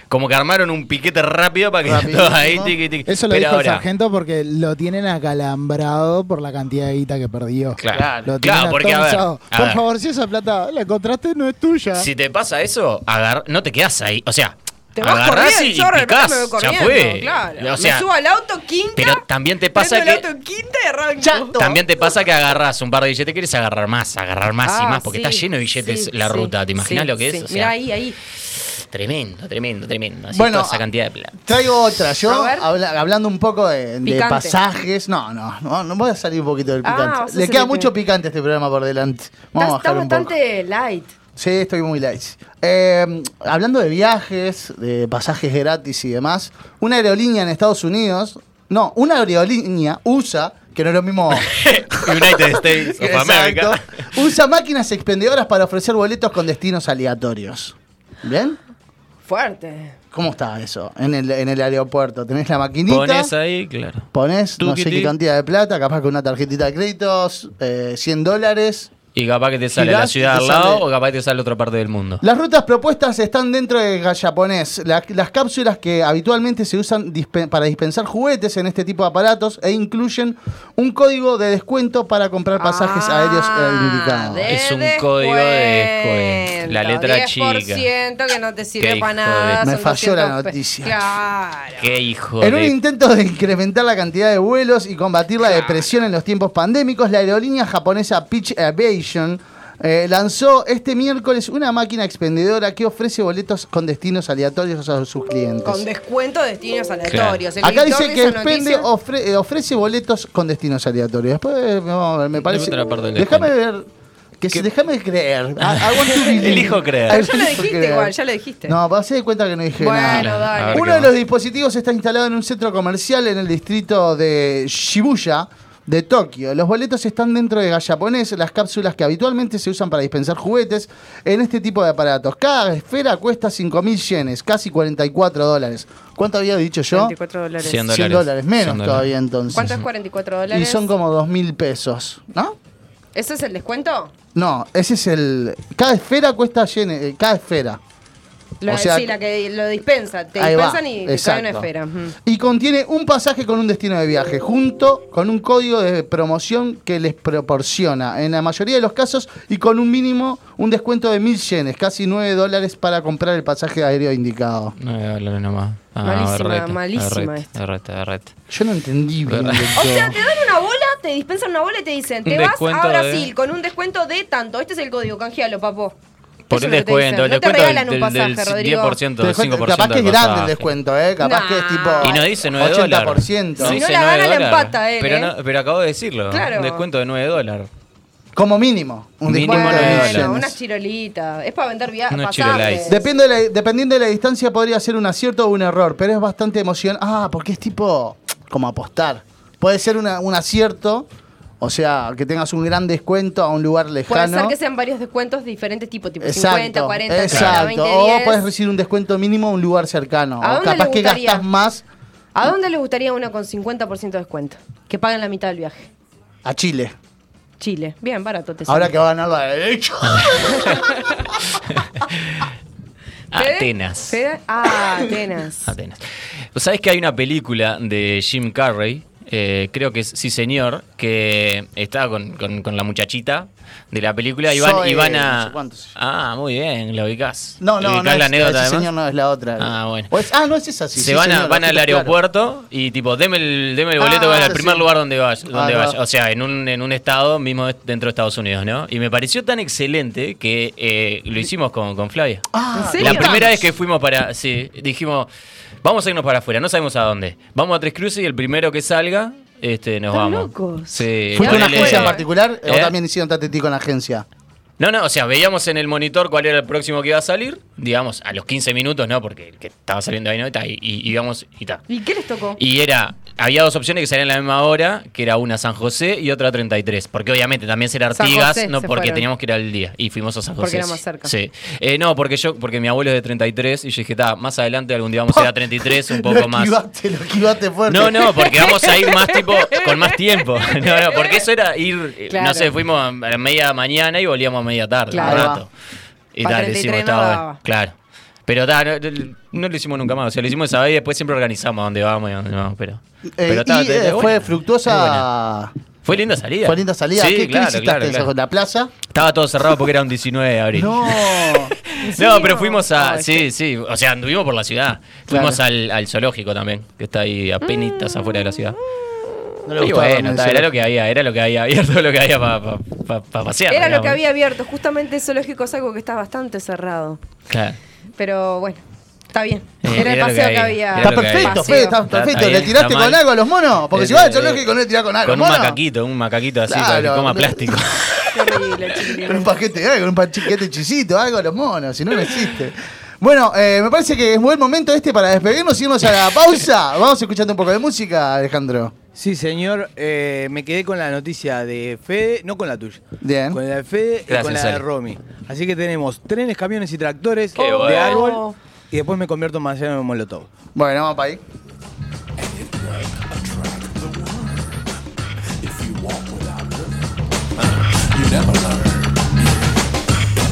como que armaron un piquete rápido para que
Rapidísimo.
todos ahí tiqui, tiqui.
Eso lo
Pero
dijo el
ahora-
sargento porque lo tienen acalambrado por la cantidad de guita que perdió.
Claro.
Lo tienen
Claro, porque, a ver,
atomizado.
a
por
ver.
favor, si esa plata la encontraste no es tuya.
Si te pasa eso, agar- no te quedas ahí. O sea,
Te vas
agarrás
corriendo,
y, y
yo de repente
picás.
me voy
ya
corriendo,
fue.
claro.
O sea,
me subo al auto quinta.
pero también te pasa
prendo el
que-
auto en quinta y arranco.
También te pasa que agarras un par de billetes, quieres agarrar más, agarrar más y
Ah,
más, porque
sí,
está lleno de billetes
sí,
la
sí,
ruta. ¿Te imaginas
sí,
lo que
sí.
es? O
Mirá
sea,
ahí, ahí.
tremendo, tremendo, tremendo. Así
Bueno,
toda esa
a-
cantidad de plata.
Traigo otra. Yo,
Robert.
habla- hablando un poco de, de
Picante.
pasajes. No, no, no, no voy a salir un poquito del
Ah,
picante.
vas a
Le
salir
queda
del-
mucho picante a este programa por delante.
Está,
Vamos a
está
bajar un poco.
bastante light.
Sí, estoy muy light. Eh, hablando de viajes, de pasajes gratis y demás, una aerolínea en Estados Unidos, no, una aerolínea USA, que no es lo mismo.
United States of
Exacto,
America.
usa máquinas expendedoras para ofrecer boletos con destinos aleatorios. ¿Bien?
Fuerte.
¿Cómo está eso? En el, en el aeropuerto, tenés la maquinita.
Pones ahí, claro.
Ponés, no sé
Tuquiti.
qué cantidad de plata, capaz con una tarjetita de créditos, eh, 100 dólares.
Y capaz que te sale
Girás
la ciudad
y te
al lado
sale-
o capaz que te sale otra parte del mundo.
Las rutas propuestas están dentro del japonés. La- las cápsulas que habitualmente se usan dispe- para dispensar juguetes en este tipo de aparatos e incluyen un código de descuento para comprar pasajes
Ah,
aéreos eh, indicados.
de
Es un código de descuento. La letra
10% que no te
Qué
sirve
hijo
para nada.
de- Me
son
falló la
200 pe-
noticia.
Claro.
Qué hijo
En un
de...
intento de incrementar la cantidad de vuelos y combatir la depresión en los tiempos pandémicos, la aerolínea japonesa Peach Aviation eh, lanzó este miércoles una máquina expendedora que ofrece boletos con destinos aleatorios a sus clientes.
Con descuento de destinos aleatorios. El
Acá
editor
dice
de
que
esa noticia-
expende, ofre- eh, ofrece boletos con destinos aleatorios. Después eh, vamos a ver, me parece.
otra parte del
Déjame ver. que si- Déjame creer. Ah, A- I want to believe.
Elijo creer.
I
Ya lo
elijo
dijiste
creer.
igual, ya lo dijiste.
Ah, No, vas a dar cuenta que no dije
Bueno,
nada.
dale.
A ver qué
Uno de
más.
los dispositivos está instalado en un centro comercial en el distrito de Shibuya, de Tokio. Los boletos están dentro de Gallaponés, las cápsulas que habitualmente se usan para dispensar juguetes en este tipo de aparatos. Cada esfera cuesta 5.000 yenes, casi 44 dólares. ¿Cuánto había dicho yo?
44 dólares.
100
100 dólares, menos
100 dólares.
todavía entonces.
¿Cuánto es 44
Y
dólares?
son como 2.000 pesos, ¿no?
¿Eso es el descuento?
No, ese es el... Cada esfera cuesta yenes, eh, cada esfera.
La-
O sea-
sí, la que lo dispensa. Te
Ahí va,
dispensan y te cae
exacto.
una esfera. Ujú.
Y contiene un pasaje con un destino de viaje, junto con un código de promoción que les proporciona, en la mayoría de los casos, y con un mínimo, un descuento de mil yenes, casi 9 dólares para comprar el pasaje aéreo indicado.
No, dólares nomás. Ah,
Malísima,
berreta,
malísima
berreta,
esta.
berreta, berreta.
Yo no entendí bien.
¿Verdad?
O
doctor.
sea, te dan una bola, te dispensan una bola y te dicen, te
Un
vas
descuento
a Brasil
de-
con un descuento de tanto. Este es el código, canjealo, papo.
Por
Eso
el
es lo que te dicen.
descuento, el
no te
descuento del,
regalan un
del- del
pasaje, Rodrigo.
10%,
Te
del
descuento-
5%.
capaz que es
del
grande el
pasaje.
descuento, ¿eh? Capaz
Nah.
que es tipo.
Y
Y no dice 9 dólares.
No Si
dice
la gana, la
9 dólares.
empata él,
Pero,
¿eh?
no- pero acabo de decirlo.
Claro.
Un descuento de 9 dólares.
Como mínimo, un
Mínimo
descuento de
nueve
mil
dólares.
Bueno,
yenes.
unas chirolitas. Es para vender viajes,
Unos chirolais.
Depende de la- dependiendo de la distancia, podría ser un acierto o un error, pero es bastante emoción. Ah, porque es tipo como apostar. Puede ser una- un acierto, o sea, que tengas un gran descuento a un lugar
Puede
lejano.
ser que sean varios descuentos diferentes, tipo, tipo 50,
Exacto,
40, 30,
exacto.
20,
o
10.
puedes recibir un descuento mínimo a un lugar cercano.
¿A
o
dónde
capaz
le
que
gustaría?
gastas más
¿A dónde le gustaría una con 50% de descuento? Que paguen la mitad del viaje.
a Chile.
Chile. Bien, barato. Te
Ahora
sale.
que va a ganar la derecha.
Ah,
Fede,
Atenas.
Fede, Ah, Atenas.
Atenas. ¿Sabes que hay una película de Jim Carrey? eh, creo que es Sí Señor, que está con, con- con la muchachita de la película y van,
Zoe,
y van
no sé
a...
cuántos.
ah, muy bien, la ubicás.
No, no,
¿Ubicás
no.
la
es-
anécdota
ese
además?
señor no es la otra.
Ah, bueno.
O es- ah, no es esa, sí.
se
sí,
van, a-
señor,
van
la
al
puta, claro.
aeropuerto y tipo, deme el, deme el boleto
Ah,
bueno, al
sí.
primer lugar donde vaya. Donde
Ah,
vaya.
no.
O sea, en un, en un estado mismo dentro de Estados Unidos, ¿no? Y me pareció tan excelente que eh, lo hicimos con, con Flavia.
Ah,
¿En
La
serio?
primera vez que fuimos para. Sí, dijimos, vamos a irnos para afuera, no sabemos a dónde. Vamos a Tres Cruces y el primero que salga, este, nos
Están
vamos.
locos.
Sí,
¿Fuiste a una
ponele-
agencia en particular o
¿Eh?
también hicieron tateti con la agencia?
No, no, o sea, veíamos en el monitor cuál era el próximo que iba a salir, digamos, a los 15 minutos, ¿no? Porque el que estaba saliendo ahí no está, y, y íbamos y tal.
¿Y qué les tocó?
Y era, había dos opciones que salían a la misma hora, que era una San José y otra 33. Porque obviamente también será
San
Artigas,
José
no
se
porque
fueron.
teníamos que ir al día. Y fuimos a San
Porque
José.
era más
sí.
cerca.
Sí. Eh, no, porque yo, porque mi abuelo es de 33 y yo dije, "Ta, más adelante algún día vamos a ir a 33, un poco
lo
más.
esquivaste, lo esquivaste fuerte.
No, no, porque vamos a ir más tipo, con más tiempo. No, no, porque eso era ir, eh,
Claro.
no sé, fuimos a la media mañana y volvíamos a media tarde,
Claro.
un rato. Y
Pa'
tal,
33
decimos,
no
"Ta,
daba".
bueno". Claro. Pero ta, no, no- no lo hicimos nunca más. O sea, lo hicimos esa vez y después siempre organizamos a dónde vamos y a dónde vamos. Pero,
Eh,
pero ta,
y,
te-
eh,
te-
fue
buena, buena.
fructuosa.
Fue linda salida.
Fue linda salida.
Sí,
¿Qué, qué
claro,
visitaste
claro,
en
claro.
San- la plaza?
Estaba todo cerrado porque era un 19 de abril.
No.
No, pero fuimos a.
Ay,
sí, sí. O sea, anduvimos por la ciudad. Fuimos al, al zoológico también, que está ahí a
Ah.
penitas afuera de la ciudad.
No le
y
gustaba
bueno,
el
ta, era lo que había, era lo que había abierto, lo que había para pasear.
Era lo que
digamos.
había abierto. Justamente el zoológico es algo que está bastante cerrado.
Claro.
pero bueno, está bien.
Eh,
Era el
era lo
paseo
que
que
había.
había.
Está
lo que
perfecto,
Paseo.
Fede, está
Está-
perfecto.
está
¿Le
bien,
tiraste
está
con
mal.
algo a los monos? Porque si
Eh,
vas al
eh,
zoológico no le tirás con algo.
Con un
mono.
macaquito, un macaquito así,
Claro,
con coma
no-
plástico.
Terrible,
Con un
chiquilín.
paquete de algo, un paquete chisito, algo a los monos, si no, no existe. Bueno, eh, me parece que es buen momento este para despedirnos y irnos a la pausa. Vamos escuchando un poco de música, Alejandro.
Sí, señor, eh, me quedé con la noticia de Fede, no con la tuya.
Bien.
Con la de Fede y
Gracias,
con la de
Ale.
Romy. Así que tenemos trenes, camiones y tractores
Qué
Oh, de
bueno.
árbol. Y después me convierto en Marcelo Molotov.
Bueno, vamos para ahí.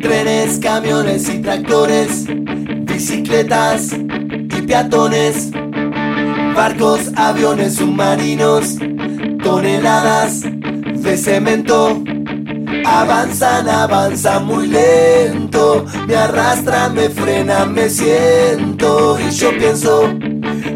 Trenes, camiones y tractores, bicicletas y peatones, barcos, aviones, submarinos, toneladas de cemento. Avanzan, avanzan muy lento, me arrastran, me frenan, me siento y yo pienso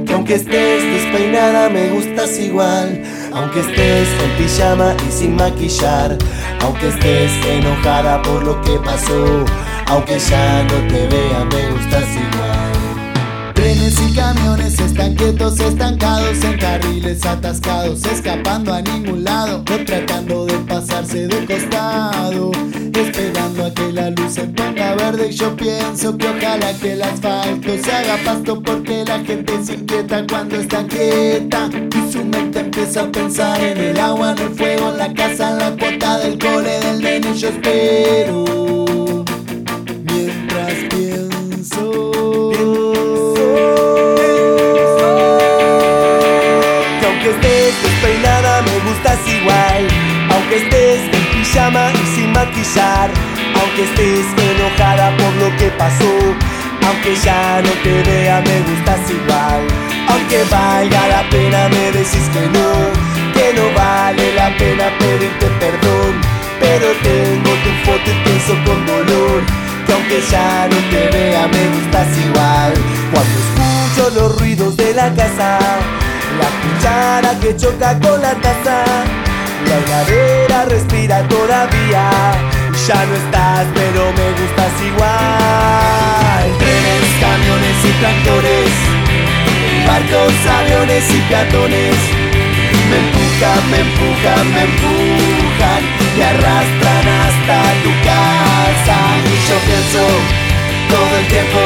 que aunque estés despeinada me gustas igual.
Aunque estés en pijama y sin maquillar, aunque estés enojada por lo que pasó, aunque ya no te vea, me gustas igual. Trenes y camiones están quietos, estancados en carriles atascados, escapando a ningún lado o tratando de pasarse de costado, esperando a que la luz se ponga verde. Y yo pienso que ojalá que el asfalto se haga pasto porque la gente se inquieta cuando está quieta y su mente empieza a pensar en el agua, en el fuego, en la casa, en la cuota del cole del nene. Yo espero. Mientras pienso, que aunque estés despeinada me gustas igual, aunque estés en pijama y sin maquillar, aunque estés enojada por lo que pasó, aunque ya no te vea me gustas igual, aunque valga la pena me decís que no, que no vale la pena pedirte perdón, pero tengo tu foto y pienso con dolor que aunque ya no te vea me gustas igual Cuando escucho los ruidos de la casa La cuchara que choca con la taza La heladera respira todavía Ya no estás pero me gustas igual Trenes, camiones y tractores Barcos, aviones y peatones Me empujan, me empujan, me empujan Me arrastran hasta tu casa Y yo pienso todo el tiempo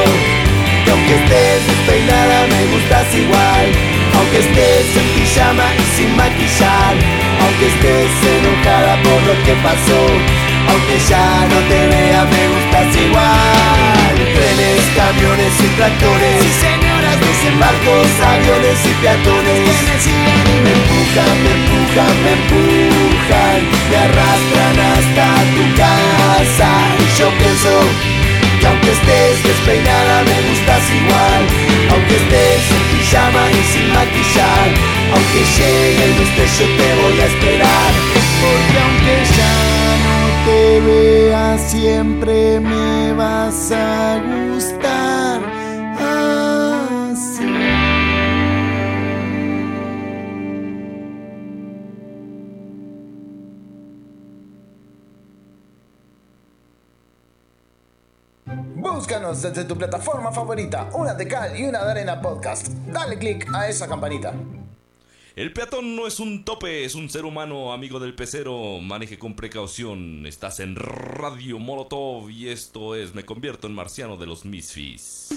Que aunque estés despeinada me gustas igual Aunque estés en pijama y sin maquillar Aunque estés enojada por lo que pasó Aunque ya no te vea me gustas igual Trenes, camiones y tractores señoras barcos, aviones y peatones Me empujan, me empujan, me empujan Me arrastran hasta tu casa Y yo pienso que aunque estés despeinada me gustas igual Aunque estés en pijama y sin maquillar Aunque llegue el destello te voy a esperar Porque aunque ya no te vea siempre me vas a gustar Ah, así.
Búscanos desde tu plataforma favorita, una de cal y una de arena podcast. Dale click a esa campanita.
El peatón no es un tope, es un ser humano, amigo del pecero. Maneje con precaución. Estás en Radio Molotov y esto es Me convierto en marciano de los Misfis.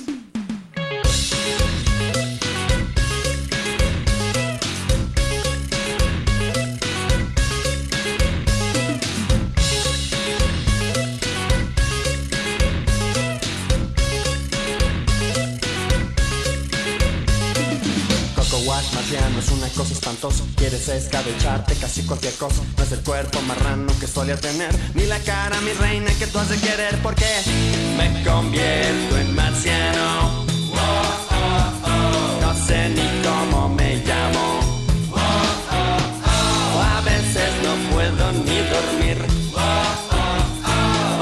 Coco Wash marciano es una cosa espantosa Quieres escabecharte casi cualquier cosa No es el cuerpo marrano que solía tener Ni la cara, mi reina, que tú has de querer Porque me convierto en marciano No sé ni cómo me llamo A veces no puedo ni dormir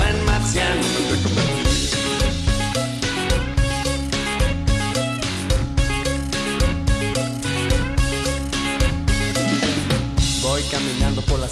En marciano me convertí. Voy caminando por las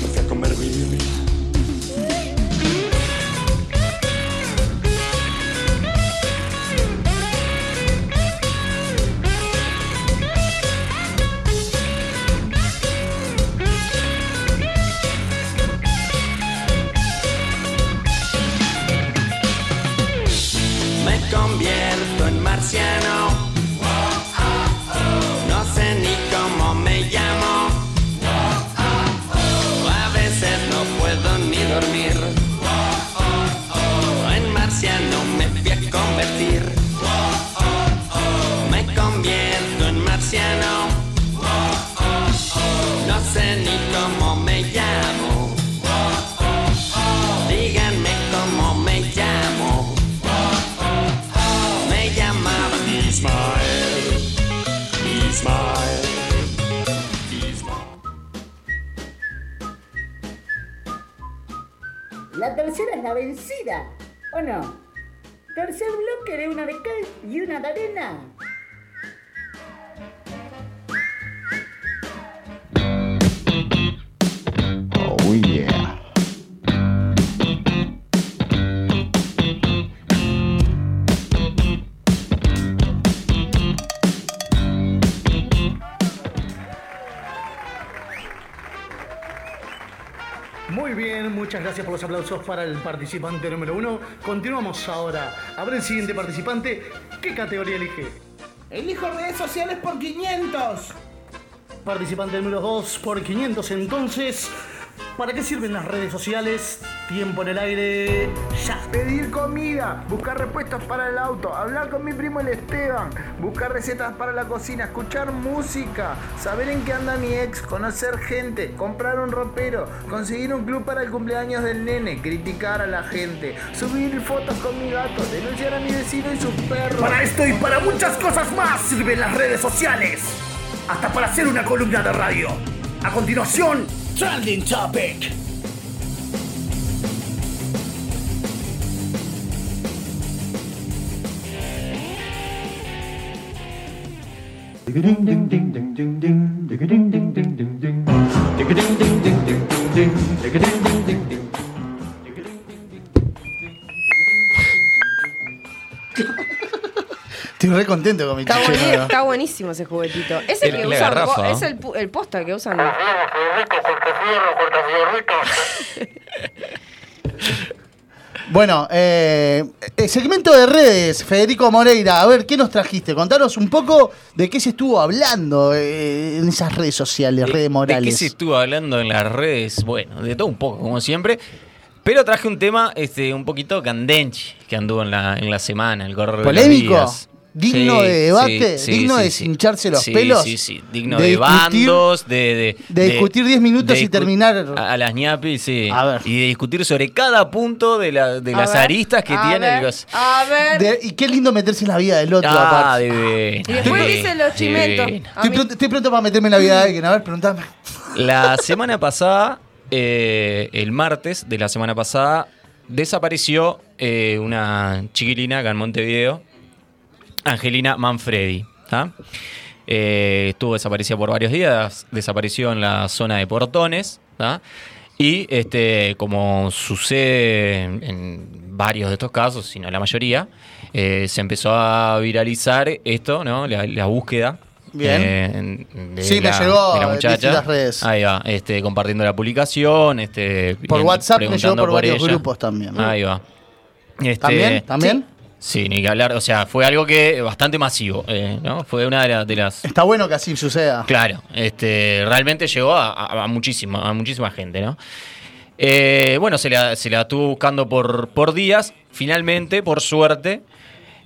Me fui a convertir.
La tercera es la vencida, ¿o no? Tercer bloque de una de cal y una de arena.
Oh yeah.
Muy bien, muchas gracias por los aplausos para el participante número uno. Continuamos ahora. Abre el siguiente participante. ¿Qué categoría elige?
Elijo redes sociales por 500.
Participante número 2 por 500 entonces. ¿Para qué sirven las redes sociales? Tiempo en el aire. Ya.
Pedir comida, buscar respuestas para el auto, hablar con mi primo el Esteban, buscar recetas para la cocina, escuchar música, saber en qué anda mi ex, conocer gente, comprar un ropero, conseguir un club para el cumpleaños del nene, criticar a la gente, subir fotos con mi gato, denunciar a mi vecino y sus perros.
Para esto y para muchas cosas más sirven las redes sociales. Hasta para hacer una columna de radio. A continuación, Trending Topic.
Estoy re contento con mi
Está,
chiche
buen-
nuevo.
está buenísimo ese juguetito. Es el,
El-
que
la
usan.
garrafa,
go-
¿no?
Es el, pu- el posta que usan.
Bueno, eh, el segmento de redes, Federico Moreira, a ver, ¿qué nos trajiste? Contanos un poco de qué se estuvo hablando eh, en esas redes sociales, redes
¿De qué
morales.
se estuvo hablando en las redes? Bueno, de todo un poco, como siempre. Pero traje un tema este, un poquito candenchi que anduvo en la, en la semana, el correo de los
¿Polémico?
días.
¿Digno
Sí,
de debate?
sí, sí,
¿Digno
sí,
de
sí.
hincharse los
Sí,
pelos?
Sí, sí, digno
¿De
de,
discutir?
bandos, de,
de discutir 10 minutos y
discu-
terminar.
A, a las ñapis, sí. Y de discutir sobre cada punto de, la- de
A
las
ver,
aristas que
a
tiene.
ver.
el cos-
A ver.
De- y qué lindo meterse en la vida del otro,
Ah,
aparte.
divino,
Y después
divino,
dicen los
chimentos.
divino.
Estoy pronto, estoy pronto para meterme en la vida de alguien. A ver, preguntame.
La semana pasada, eh, el martes de la semana pasada, desapareció eh, una chiquilina acá en Montevideo, Angelina Manfredi. ¿tá? Eh, estuvo desaparecida por varios días, desapareció en la zona de Portones. ¿tá? Y este, como sucede en varios de estos casos, si no la mayoría, eh, se empezó a viralizar esto, ¿no? La, la búsqueda.
Bien.
eh, de
Sí, me
la-
llegó
de la
en
muchacha.
distintas redes.
Ahí va, este, compartiendo la publicación, este,
Por
bien,
WhatsApp me llegó
preguntando
por varios
ella.
grupos también.
Ahí va. Este,
¿También? ¿También?
Sí, ni que hablar. O sea, fue algo que bastante masivo, eh, ¿no? Fue una de, la- de las.
Está bueno que así suceda.
Claro, este, realmente llegó a, a- a muchísima, a muchísima gente, ¿no? Eh, bueno, se la, se la estuvo buscando por, por días. Finalmente, por suerte,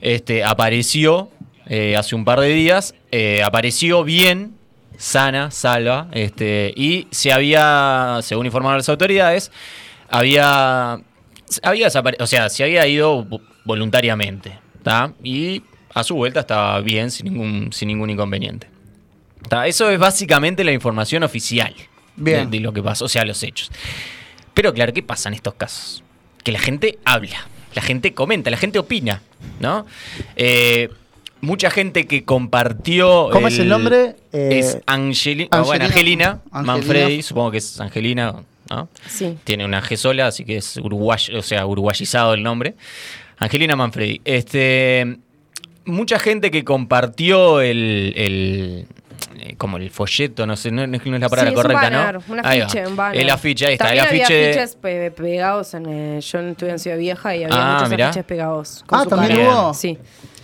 este, apareció eh, hace un par de días. eh, apareció bien, sana, salva. Este, y se había, según informaron las autoridades, había, había desapare- o sea, se había ido vo- voluntariamente. ¿tá? Y a su vuelta estaba bien, sin ningún, sin ningún inconveniente. ¿tá? Eso es básicamente la información oficial
Bien.
De, de lo que pasó, o sea, los hechos. Pero claro, ¿qué pasa en estos casos? Que la gente habla, la gente comenta, la gente opina, ¿no? Eh, mucha gente que compartió...
¿Cómo es el nombre? Eh,
es Angeli-
Angelina-
ah, bueno, Angelina,
Angelina.
Manfredi, supongo que es Angelina, ¿no?
Sí.
Tiene una G sola, así que es uruguayo, o sea, uruguayizado el nombre. Angelina Manfredi. Este, mucha gente que compartió el, el- eh, como el folleto, no sé, no, no es que no es la palabra
Sí, es un
correcta,
banner,
¿no?
Un
Ahí va.
afiche, un banner.
El afiche, ahí está, el
También había
afiche.
afiches pe- pegados en. eh, yo estuve en Ciudad Vieja y había
Ah,
muchos
mirá.
afiches pegados. con
Ah,
su
¿también
cara.
hubo?
Sí.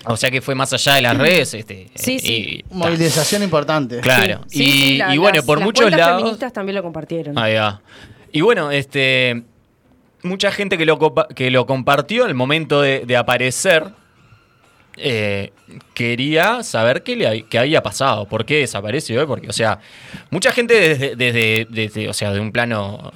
O sea que fue más allá de las redes, este.
Sí,
eh,
sí.
y-
Movilización importante.
Claro.
Sí,
y,
sí, la-
y bueno,
las-
por
las
muchos
cuentas
lados.
feministas también lo compartieron.
Ahí va. Y bueno, este. Mucha gente que lo, copa- que lo compartió al momento de, de aparecer. eh, quería saber qué, le, hab- qué había pasado, por qué desapareció, eh, porque, o sea, mucha gente desde, desde, desde, o sea, de un plano,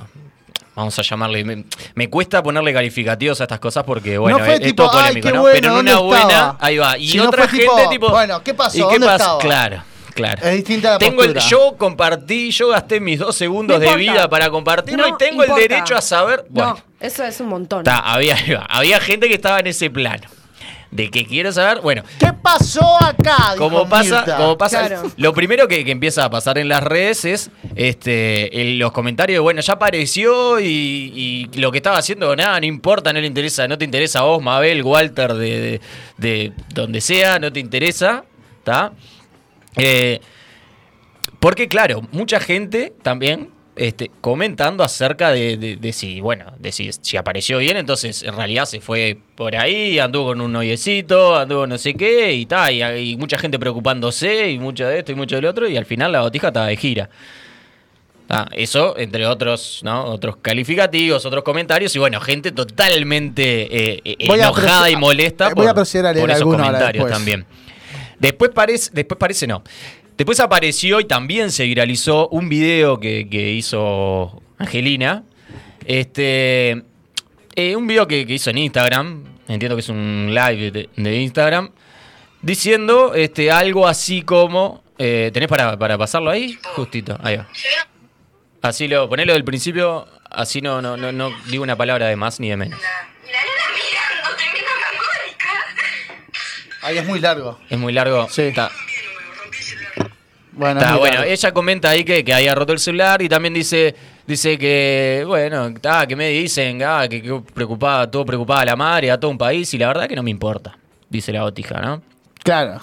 vamos a llamarle, me, me cuesta ponerle calificativos a estas cosas porque, bueno,
no fue
es, es
tipo,
todo
ay,
polémico,
qué
¿no?
bueno,
Pero en
¿dónde
una buena,
estaba?
ahí va, y
Si no
otra
fue
gente tipo,
bueno, ¿qué pasó?
¿Y qué
¿Dónde
pasa?
estaba?
Claro, Claro.
Es distinta la
Tengo el,
postura.
yo compartí, yo gasté mis dos segundos
No
de
importa.
vida para compartirlo
No
y tengo
importa.
el derecho a saber. Bueno,
No, eso es un montón.
está, había, había gente que estaba en ese plano. De que quiero saber, bueno,
¿Qué pasó acá?
como
Dijo Mirta.
pasa, como pasa
Claro.
lo primero que, que empieza a pasar en las redes es este, el- los comentarios de, bueno, ya apareció y, y lo que estaba haciendo, nada, no importa, no le interesa, no te interesa a vos, Mabel, Walter, de, de- de donde sea, no te interesa, ¿está? Eh, porque, claro, mucha gente también este, comentando acerca de, de- de si, bueno, de si, si apareció bien, entonces en realidad se fue por ahí, anduvo con un noviecito, anduvo no sé qué, y tal, y, y mucha gente preocupándose, y mucho de esto y mucho del otro, y al final la botija estaba de gira. Ah, eso, entre otros, ¿no? Otros calificativos, otros comentarios, y bueno, gente totalmente eh, eh,
Voy a
enojada
proce-
y molesta
eh, voy
por,
a proceder a leer
por esos
alguno ahora
comentarios
después.
también. Después parece, después parece no. Después apareció y también se viralizó un video que, que hizo Angelina. Este. eh, un video que, que hizo en Instagram. Entiendo que es un live de, de Instagram. Diciendo este, algo así como. eh, ¿Tenés para, para pasarlo ahí? Justito, ahí va. Así lo, ponelo del principio, así no, no, no, no digo una palabra de más ni de menos.
Ahí es muy largo.
Es muy largo. Sí. Está,
Bueno,
Está,
es muy
bueno,
largo.
ella comenta ahí que, que había roto el celular y también dice dice que, bueno, está, que me dicen ah, que, que preocupada, todo preocupada la madre, a todo un país y la verdad que no me importa, dice la botija, ¿no?
Claro.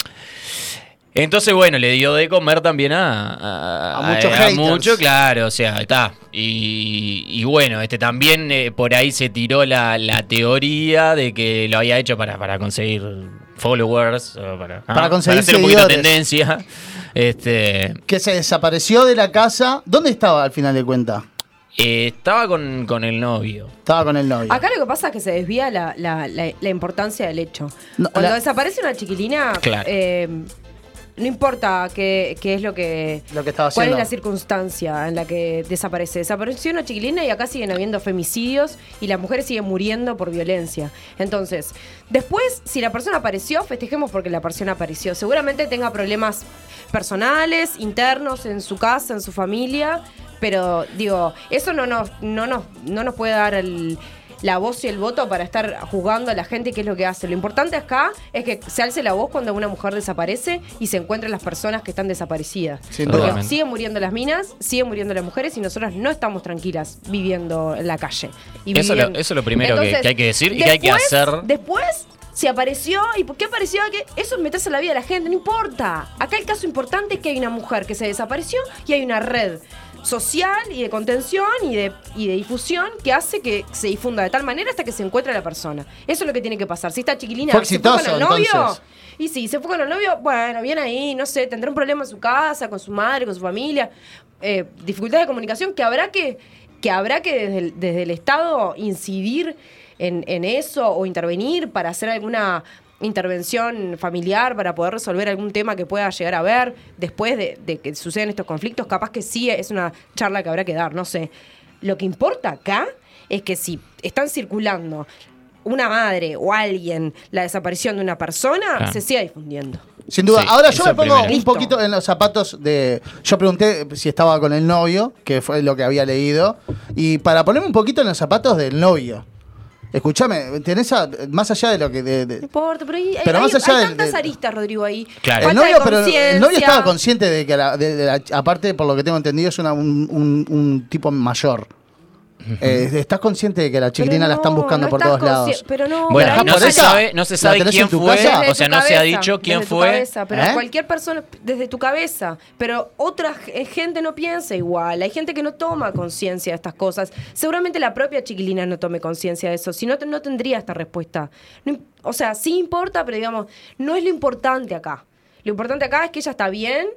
Entonces, bueno, le dio de comer también a... A,
A muchos haters.
mucho, claro, o sea, está. Y, y bueno, este también eh, por ahí se tiró la, la teoría de que lo había hecho para, para conseguir followers, o para, ah,
Para conseguir
hacer un poquito de
seguidores.
tendencia. Este,
Que se desapareció de la casa. ¿Dónde estaba al final de cuenta?
eh, estaba con, con el novio.
Estaba con el novio.
Acá lo que pasa es que se desvía la, la- la- la importancia del hecho. Cuando
la-
desaparece una chiquilina,
Claro.
eh, no importa qué, qué es lo que.
Lo que estaba
¿Cuál
haciendo.
es la circunstancia en la que desaparece? Desapareció una chiquilina y acá siguen habiendo femicidios y las mujeres siguen muriendo por violencia. Entonces, después, si la persona apareció, festejemos porque la persona apareció. Seguramente tenga problemas personales, internos, en su casa, en su familia, pero digo, eso no nos, no nos, no nos puede dar el- la voz y el voto para estar juzgando a la gente qué es lo que hace. Lo importante acá es que se alce la voz cuando una mujer desaparece y se encuentren las personas que están desaparecidas.
Sin
Porque
duda.
siguen muriendo las minas, siguen muriendo las mujeres y nosotras no estamos tranquilas viviendo en la calle. Y
Eso
viven-
lo- eso es lo primero que- que hay que decir y que hay que
después-
hacer.
Después se apareció y ¿por qué apareció? Que eso es meterse en la vida de la gente, no importa. Acá el caso importante es que hay una mujer que se desapareció y hay una red social y de contención y de, y de difusión que hace que se difunda de tal manera hasta que se encuentre la persona. Eso es lo que tiene que pasar. Si esta chiquilina
Fue
se fue con
exitoso,
el novio,
entonces.
y si se fue con el novio, bueno, bien ahí, no sé, tendrá un problema en su casa, con su madre, con su familia, eh, dificultades de comunicación que habrá que, que habrá que desde el, desde el Estado incidir en, en eso o intervenir para hacer alguna intervención familiar para poder resolver algún tema que pueda llegar a ver después de, de que sucedan estos conflictos, capaz que sí es una charla que habrá que dar, no sé. Lo que importa acá es que si están circulando una madre o alguien la desaparición de una persona
Claro.
se siga difundiendo.
Sin duda.
Sí,
Ahora yo
eso
me pongo
primero.
un poquito en los zapatos de. Yo pregunté si estaba con el novio, que fue lo que había leído. Y para ponerme un poquito en los zapatos del novio. Escúchame, tenés a- más allá de lo que. de- de-
No importa, pero hay,
Pero
hay-
más allá
hay
del-
tantas
del-
aristas, Rodrigo, ahí.
Claro.
Falta
El
de
novio, pero el novio
conciencia.
estaba consciente de que, la- de- de la- aparte, por lo que tengo entendido, es una- un, un- un tipo mayor. Eh, ¿Estás consciente de que la
Pero
chiquilina la están
no,
buscando
no
por
estás
todos lados?
consci- Pero no,
Bueno,
pero ahí
no se
falta-
sabe, no se
¿La
sabe
tenés
quién
en tu
fue,
casa?
o sea,
tu
no se ha
cabeza,
dicho quién
desde tu
fue.
cabeza, pero
¿Eh?
cualquier persona, desde tu cabeza. Pero otra g- eh, gente no piensa igual. Hay gente que no toma conciencia de estas cosas. Seguramente la propia chiquilina no tome conciencia de eso. Si no, te- no tendría esta respuesta. No im- o sea, sí importa, pero digamos, no es lo importante acá. Lo importante acá es que ella está bien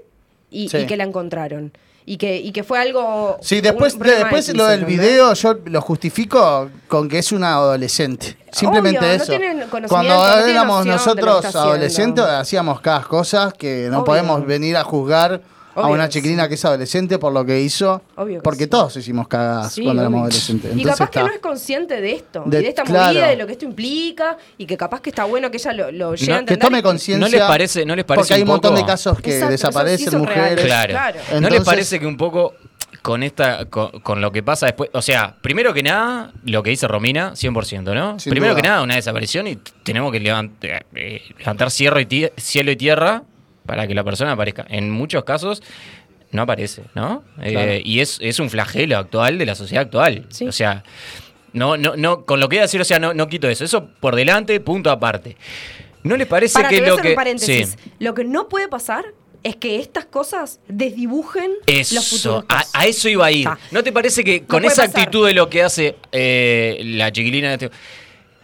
y,
Sí.
y que la encontraron. Y que, y que fue algo.
Sí, después,
un problema
después
X,
lo del
¿entendés?
video yo lo justifico con que es una adolescente. Simplemente
Obvio, no
eso.
tienen conocimiento,
Cuando
no tienen
éramos
noción de lo que
nosotros
está haciendo.
adolescentes hacíamos cada cosas que no
Obvio.
podemos venir a juzgar a
Obvio
una
que
chiquilina que es adolescente por lo que hizo.
Obvio que
porque todos hicimos cagadas
Sí,
cuando éramos
obvio.
adolescentes.
y capaz
Entonces
que
está.
no es consciente de esto,
De-
y de esta
claro.
movida, de lo que esto implica, y que capaz que está bueno que ella lo, lo llegue a
que
entender.
tome conciencia.
¿No les parece- no les parece
Porque hay un
un poco-
montón de casos que
Exacto, eso sí
desaparecen
son
mujeres.
reales.
Claro.
Claro.
¿No les
Entonces-
parece que un poco con esta con, con lo que pasa después, o sea, primero que nada, lo que dice Romina, 100%, ¿no?
Sin
primero
duda.
que nada, una desaparición y t- tenemos que levant- eh, eh, levantar cierre y tie- cielo y tierra para que la persona aparezca. En muchos casos no aparece, ¿no? Eh,
Claro.
y es, es un flagelo actual de la sociedad actual.
Sí.
O sea, no, no, no, con lo que voy a decir, o sea, no, no quito eso. Eso por delante, punto aparte. ¿No les parece
Para
que
que voy a
lo
hacer
que.
un paréntesis,
Sí.
lo que no puede pasar es que estas cosas desdibujen los
Eso,
futuros.
a, a eso iba a ir. ¿No te parece que con
puede
esa
pasar.
actitud de lo que hace eh, la chiquilina, de este-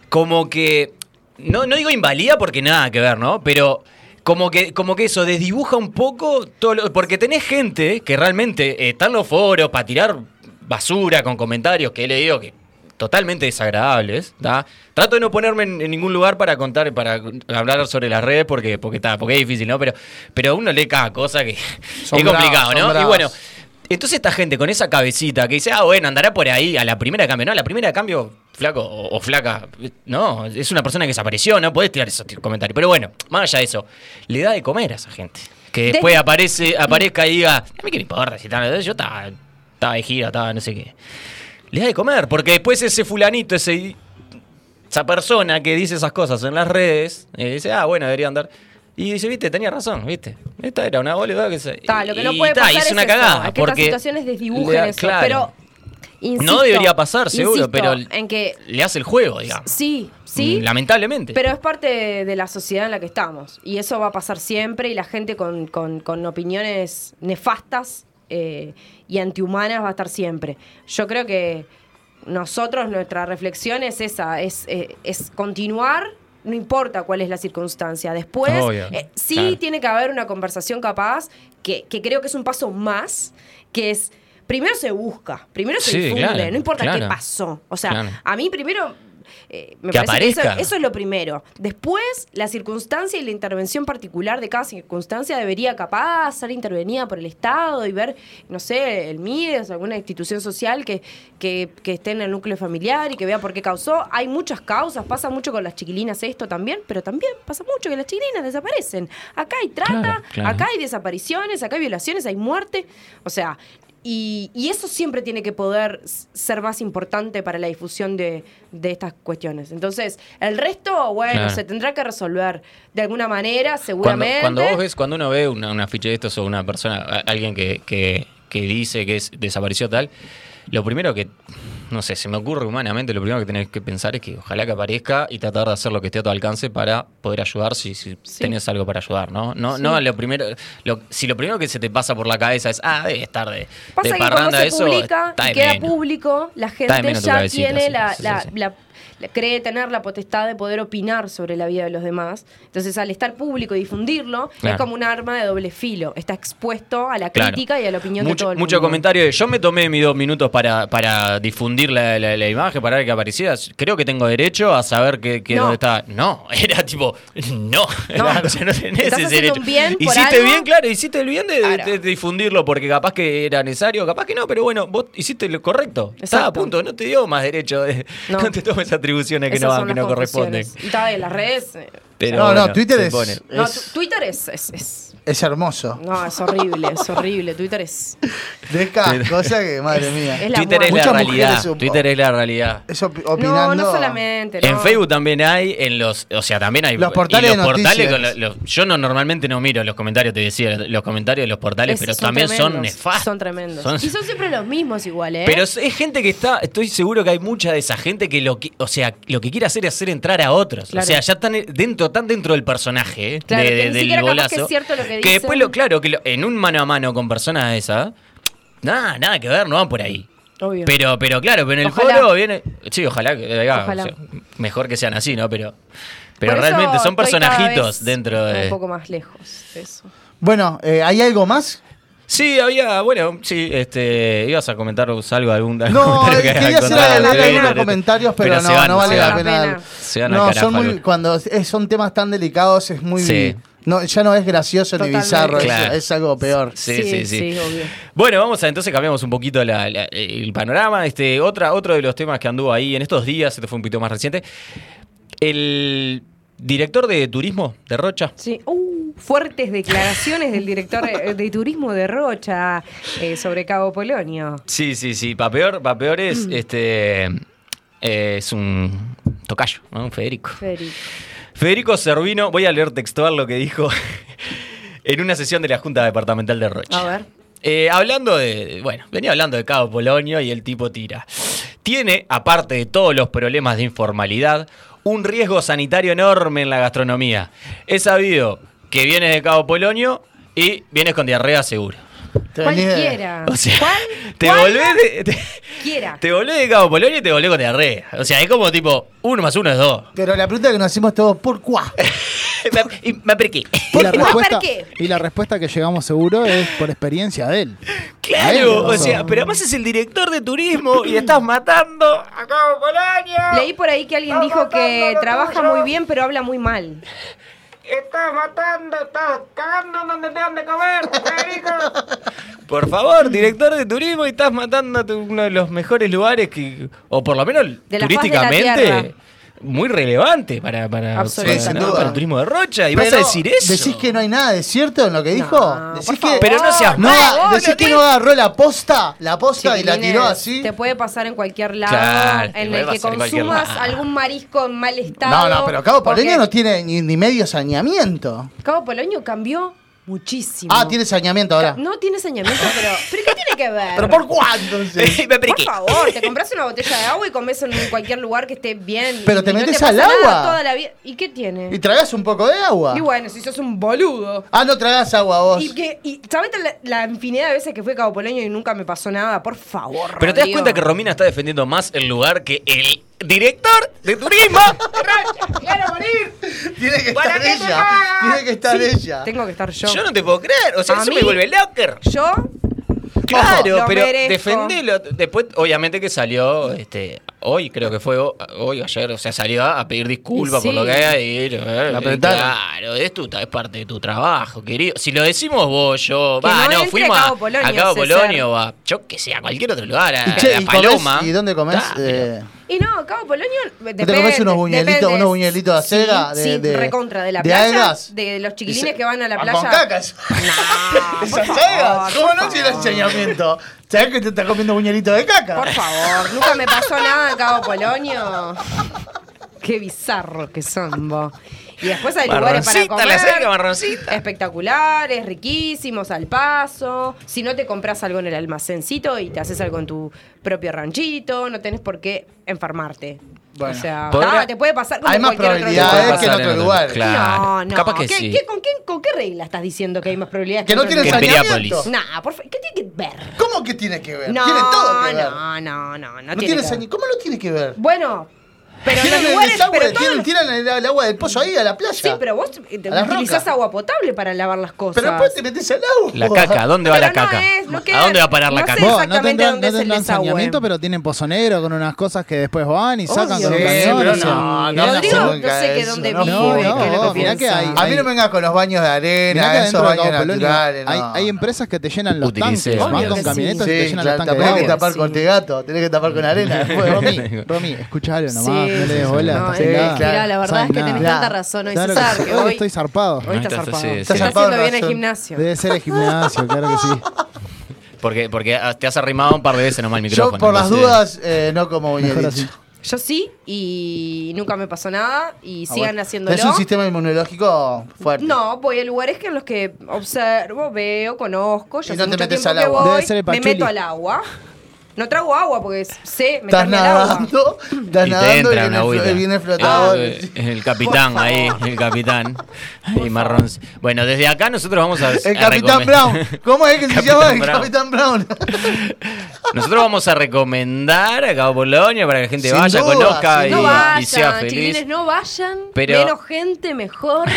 como que, no, no digo invalida porque nada que ver, ¿no? Pero como que, como que eso desdibuja un poco todo lo- porque tenés gente que realmente eh, está en los foros para tirar basura con comentarios que he leído que totalmente desagradables, ¿tá? Trato de no ponerme en, en ningún lugar para contar, para hablar sobre las redes porque porque, tá, porque es difícil, ¿no? Pero, pero uno lee cada cosa que
Son
es complicado,
bravos, son
¿no? Y
bravos.
bueno, entonces esta gente con esa cabecita que dice, ah, bueno, andará por ahí a la primera de cambio. No, a la primera de cambio, flaco o, o flaca, no, es una persona que desapareció, no podés tirar esos t- comentarios. Pero bueno, más allá de eso, le da de comer a esa gente. Que después
Desde-
aparece, aparezca y diga, a mí que me importa si tal, yo estaba, estaba de gira, estaba no sé qué. Le da de comer, porque después ese fulanito, ese, esa persona que dice esas cosas en las redes, eh, dice, ah, bueno, debería andar. Y dice, viste, tenía razón, viste. Esta era una boluda que se.
Ta, lo que no
y
puede
ta,
pasar
y es una
eso,
cagada.
a que
Porque
estas situaciones desdibujen
Le-
eso.
claro.
Pero, insisto,
No debería pasar, seguro,
insisto
pero-
En que,
le hace el juego, digamos.
sí, sí.
Mm, Lamentablemente.
Pero es parte de la sociedad en la que estamos. Y eso va a pasar siempre. Y la gente con, con- con opiniones nefastas eh, y antihumanas va a estar siempre. Yo creo que nosotros, nuestra reflexión es esa: es, eh, es continuar. No importa cuál es la circunstancia. Después,
Obvio,
eh, sí
claro.
tiene que haber una conversación capaz, que, que creo que es un paso más, que es, primero se busca, primero se
Sí,
difunde,
claro,
no importa qué
claro.
pasó. O sea,
Claro.
a mí primero eh, me
Que
parece que eso-
aparezca.
eso, es lo primero. Después, la circunstancia y la intervención particular de cada circunstancia debería capaz ser intervenida por el Estado y ver, no sé, el MIDES, alguna institución social que, que, que esté en el núcleo familiar y que vea por qué causó. Hay muchas causas, pasa mucho con las chiquilinas esto también, pero también pasa mucho que las chiquilinas desaparecen. Acá hay trata,
Claro, claro.
acá hay desapariciones, acá hay violaciones, hay muerte. O sea, y, y eso siempre tiene que poder s- ser más importante para la difusión de, de estas cuestiones. Entonces, el resto, bueno,
Claro.
se tendrá que resolver de alguna manera,
Cuando,
seguramente.
cuando vos ves, cuando uno ve una, una ficha de estos o una persona, a- alguien que, que- que dice que es, desapareció tal, lo primero que, no sé, se me ocurre humanamente, lo primero que tenés que pensar es que ojalá que aparezca y tratar de hacer lo que esté a tu alcance para poder ayudar si, si tenés algo para ayudar, ¿no? No,
Sí.
no lo primero, lo- si lo primero que se te pasa por la cabeza es, ah, debe estar de,
Pasa
de
que cuando
parranda
se
eso,
publica
está
y
de
queda
menos.
público, la
de
gente
menos tu
ya
cabecita,
tiene
sí,
la,
sí,
la-
sí.
la- la- cree tener la potestad de poder opinar sobre la vida de los demás. Entonces, al estar público y difundirlo,
Claro.
es como un arma de doble filo. Está expuesto a la
Claro.
crítica y a la opinión de
Mucho,
todo el
mucho
mundo.
comentario de yo me tomé mis dos minutos para, para difundir la, la- la imagen, para ver que apareciera. Creo que tengo derecho a saber que, que
No.
dónde está. No, era tipo, no, no, o sea, no tenés
Estás
ese
haciendo
derecho.
un bien por
hiciste
algo.
bien, claro, hiciste el bien de, de-
Claro.
de difundirlo porque capaz que era necesario, capaz que no, pero bueno, vos hiciste lo correcto. Estaba a punto, no te dio más derecho. de- no. te tomes atribuciones que
Esas
no,
son
que
las
no corresponden.
conclusiones. Y está bien, las redes. eh,
Pero
No, no,
bueno,
Twitter
se
es-
pone.
No,
Es-
tu- Twitter es, es- es-
Es hermoso.
No, es horrible, es horrible. Twitter es.
De casco, o sea que, madre mía.
Es la
Twitter es la
Muchas
realidad.
mujeres op-
Twitter es la realidad.
es opi-
No,
opinando.
no solamente.
En
no.
Facebook también hay, en los, o sea, también hay
Los portales
y los
de
portales
noticias.
con lo- lo- yo no normalmente no miro los comentarios, te decía, los comentarios de los portales,
Es-
pero también son
tremendos,
nefastos.
Son tremendos.
Son-
Y son siempre los mismos igual, ¿eh?
Pero es es gente que está, estoy seguro que hay mucha de esa gente que lo que, o sea, lo que quiere hacer es hacer entrar a otros.
Claro.
O sea, ya están dentro, tan dentro del personaje, eh,
Claro,
de-
que
de-
ni
del
siquiera capaz que
golazo.
es cierto lo que
que
dicen.
después lo, claro, que lo- en un mano a mano con personas de esas, nada, nada que ver, no van por ahí.
Obvio.
Pero, pero claro, pero en el
Ojalá.
foro viene. Sí, ojalá que digamos,
Ojalá.
o sea, mejor que sean así, ¿no? Pero. Pero
Por eso
realmente
estoy
son
cada
personajitos
vez
dentro
Un
de.
poco más lejos de eso.
Bueno, eh, ¿hay algo más?
Sí, había, bueno, sí, este, ibas a comentar algo algún
No,
comentario
eh,
que
quería hacer
encontraba en
adelantar
Twitter,
algunos
este,
comentarios, pero,
se
no,
van,
no
se
vale la
van.
pena.
Se van al
No,
carajo
son muy,
algunos.
cuando es- son temas tan delicados, es muy
Sí.
No, ya no es gracioso ni
Totalmente.
bizarro, es-
Claro.
eh, es, algo peor.
Sí, sí, sí.
obvio.
Bueno, vamos a entonces cambiamos un poquito la- la- el panorama. Este, otra, otro de los temas que anduvo ahí en estos días, este fue un poquito más reciente. El director de turismo de Rocha.
Sí. Uh, fuertes declaraciones del director eh, de turismo de Rocha eh, sobre Cabo Polonio.
Sí, sí, sí. Pa' peor, pa' peor es este. eh, es un tocayo, ¿no? Un Federico.
Federico.
Federico Servino, voy a leer textual lo que dijo en una sesión de la Junta Departamental de Rocha.
A
Ah.
ver.
Eh, hablando de. Bueno, venía hablando de Cabo Polonio y el tipo tira. Tiene, aparte de todos los problemas de informalidad, un riesgo sanitario enorme en la gastronomía. He sabido que vienes de Cabo Polonio y vienes con diarrea seguro.
Cualquiera.
O sea, te
¿Cuál?
volvés de, te,
Cualquiera.
te volvés de Cabo Polonio y te volvés con diarrea. O sea, es como tipo, uno más uno es dos.
Pero la pregunta que nos hacemos todos, ¿por cuá?
Y me perqué.
Y la,
¿Por
respuesta,
qué?
y la respuesta que llegamos seguro es por experiencia de él. A él le
Claro, o
pasó.
sea, pero además es el director de turismo y estás matando a Cabo Polonio.
Leí por ahí que alguien dijo que trabaja muy bien pero habla muy mal.
Estás matando, estás cagando donde te han de comer, Federico.
Por favor, director de turismo y estás matando a tu- uno de los mejores lugares que, o por lo menos
De la faz de la tierra.
turísticamente, muy relevante para, para,
Absolutamente.
para-
Sin duda.
para el turismo de Rocha. ¿Y vas
Pero,
a decir eso?
¿Decís que no hay nada de cierto en lo que dijo? ¿Decís que,
Pero no seas
no,
malo.
¿Decís que no agarró la posta? La posta y la
Chiquilines,
tiró así.
Te puede pasar en cualquier lado,
Claro, te
en
puede
el que
pasar en cualquier
consumas
lado.
algún marisco en mal
No,
estado.
no, pero Cabo Paleño
porque
no tiene ni, ni medio saneamiento.
Cabo Polonio cambió muchísimo.
Ah, tiene saneamiento
Ca-
ahora.
No tiene saneamiento, pero. ¿Pero qué tiene que ver?
¿Pero por cuándo? entonces?
Me
Por
periqué.
favor, te compras una botella de agua y comes en cualquier lugar que esté bien.
Pero
y
te
no
metes
pasa
al
nada
agua.
toda la vida. ¿Y qué tiene?
¿Y tragás un poco de agua?
Y bueno, si sos un boludo.
Ah, no tragás agua vos.
Eh,
Y que, y, ¿sabes la, la infinidad de veces que fui a Cabo Polonio y nunca me pasó nada? Por favor.
Pero te das
Rodrigo.
cuenta que Romina está defendiendo más el lugar que el director de turismo.
¡Quiero morir!
Tiene que
¿Para
estar
qué te
ella.
cagas?
Tiene que estar ella.
Tengo que estar yo.
Yo no te puedo creer. O sea,
A
eso
mí-
me vuelve locker.
Yo,
Claro,
Lo
pero
merezco.
defendelo. Después, obviamente que salió, este, hoy creo que fue, o- hoy o ayer, o sea, salió a, a pedir disculpas
Y
por lo
sí.
que haya y, eh,
La
y
apretaron.
claro, es, tu, es parte de tu trabajo, querido. Si lo decimos vos, yo,
Que
va,
no
no,
entre
fuimos
a
a
Cabo Polonio,
a Cabo
César.
Polonio, va, yo que sea, a cualquier otro lugar, a,
Y, che,
a
¿y
la
comés?
Paloma.
¿Y dónde comés?
Ta,
Eh,
y no, Cabo Polonio.
¿No te comés unos buñuelitos, unos buñuelitos de acelga?
Sí,
de,
sí,
de-
recontra, de la playa.
algas?
De los
Y
chiquilines
se-
que van a la
Van
playa.
Con cacas.
No, por
¿Esas
favor,
algas? ¿Cómo
por
no tiene
favor.
enseñamiento? ¿Sabés que te estás comiendo buñuelito de caca?
Por favor, nunca me pasó nada en Cabo Polonio. Qué bizarros que son, vos. Y después hay lugares para
Marroncita,
comer.
la cerca, marroncita.
Espectaculares, riquísimos, al paso. Si no te compras algo en el almacencito y te haces algo en tu propio ranchito, no tenés por qué enfermarte.
Bueno.
o sea,
Podrá-
nada, te puede pasar como
Hay más
cualquier otro
probabilidades
lugar.
que en otro lugar.
Claro.
No, no.
Capaz que
¿Qué-
sí.
qué- con, qué, ¿Con qué regla estás diciendo que hay más probabilidades
Que no
en otro
Que
tiene
lugar?
en
saneamiento.
Periápolis.
Nah, por fa- ¿Qué tiene que ver?
¿Cómo que tiene que ver?
No,
tiene todo que ver.
no, no, no, no,
No
tiene
tiene
que ver.
saneamiento. ¿Cómo no tiene que ver?
Bueno, pero
tiran
los
el
lugares,
desagüe,
pero todos
tiran,
los-
tiran el, el agua del pozo ahí a la playa.
Sí, pero vos eh, te-
A las
utilizás
rocas.
agua potable para lavar las cosas.
Pero después te metes al agua.
La caca, ¿dónde va
Pero
la
no
caca?
es, no queda-
¿A dónde va a parar la
no
caca?
sé.
Vos, no
exactamente
tendrán,
dónde
no
es el
tendrán
desagüe.
saneamiento, pero tienen pozo negro con unas cosas que después van y sacan
Obvio.
con un
Sí,
cañón,
pero
o sea.
no, no Rodrigo, no sé que dónde
no,
vive,
no,
que
no,
lo que
mirá
piensa.
que hay-
A mí no me vengas con los baños de
Mirá que
arena, esos
adentro de
baños
Cabo Polonio
naturales.
hay,
no.
hay empresas que te llenan los
Utilicé.
tanques, van
Obvio
con
que
camionetas y te
Sí,
llenan
claro,
los
te
tanques de
tenés que
agua.
tapar
Sí.
con tegato, tenés que tapar con arena. después, Romy.
Romy, Romy, escuchalo nomás,
Sí,
no le des
sí,
bola.
no,
estás
eh,
pelada.
mirá, la verdad
Sabes
es que tenés
nada.
tanta razón hoy,
Claro que
César,
sí,
que
hoy
hoy-
estoy zarpado.
Hoy está
No, entonces,
zarpado.
sí,
Está
sí.
haciendo
Zarpado,
bien el
razón.
gimnasio.
Debe ser el gimnasio, claro que sí.
Porque, porque ah, te has arrimado un par de veces nomás el
Yo,
micrófono.
por las
entonces-
dudas, eh, no como
Mejor
buñuelito.
así.
Yo sí, y nunca me pasó nada, y
Ah,
sigan
bueno.
haciéndolo.
Es un sistema inmunológico fuerte.
No, voy a lugares que en los que observo, veo, conozco. Ya
Y no
hace
te
mucho
metes
tiempo
al
que
agua.
voy,
Debe ser el
me
pachuli.
meto al agua. No trago agua porque sé
Estás
meterme al agua.
nadando, estás
Y te
nadando y
entra una
viene, el
agüita.
fl- viene el flotador.
Ah, eh, el capitán ahí, el capitán. Y marrón. Bueno, desde acá nosotros vamos a.
El
a
Capitán
recomend-
Brown. ¿Cómo es que se
Capitán
llama el
Brown.
Capitán Brown?
Nosotros vamos a recomendar a Cabo Polonio para que la gente
Sin
vaya,
duda,
conozca
sin
y,
No
y sea
vayan,
feliz.
chiquilines, no vayan.
Pero-
Menos gente, mejor.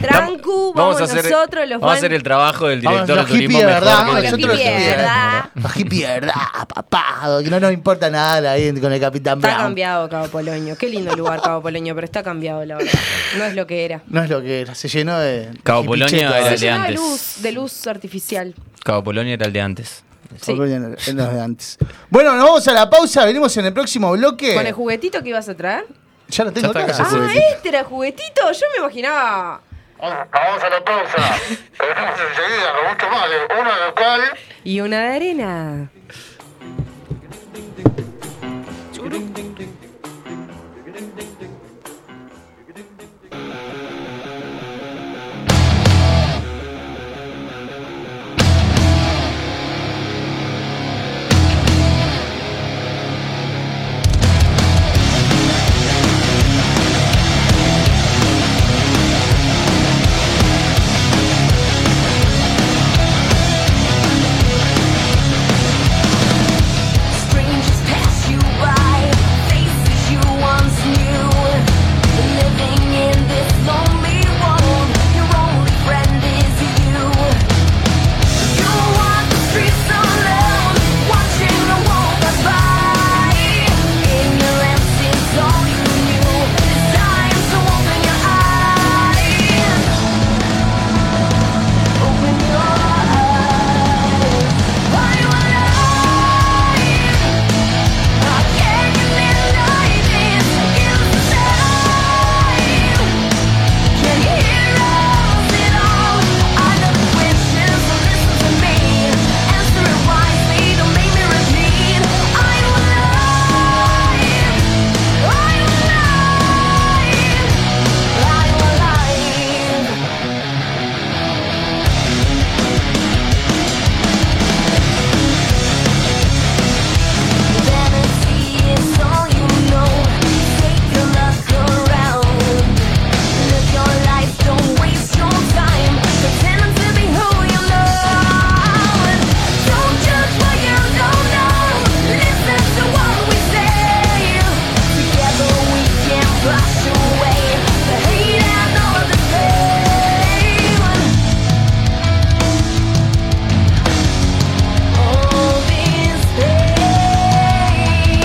Trancu, vamos,
Vamos a hacer-
nosotros los
vamos a
van-
hacer el trabajo del
Vamos,
director de
los
turismo
hippies de
mejor
verdad.
que
vamos,
el-
nosotros los
hippie de
hippies,
verdad.
Los hippies de verdad, papá. Que no nos importa nada ahí con el Capitán
Está
Brown.
cambiado Cabo Polonio. Qué lindo lugar Cabo Polonio, pero está cambiado la verdad. No es lo que era.
No es lo que era. Se llenó de.
Cabo Polonio
hippichetos.
era
Se
el de
llenaba de
antes.
luz, de luz artificial.
Cabo Polonia era el de antes.
Sí.
Porque en- en los de antes. Bueno, nos vamos a la pausa. Venimos en el próximo bloque.
¿Con el juguetito que ibas a traer?
Ya lo tengo
Ya
acá.
está acá.
Ah, este era juguetito. Yo me imaginaba.
Vamos a la pausa. Venimos enseguida con mucho más de una local.
Y una de arena.
Strangers pass you by, faces you once knew. Living in this lonely world, your only friend is you. You walk the streets alone, watching the world go by. Ignorance is all you knew. It's time to open your eyes. Open your eyes. Why would I? Brush away the hate and all the pain. All this pain.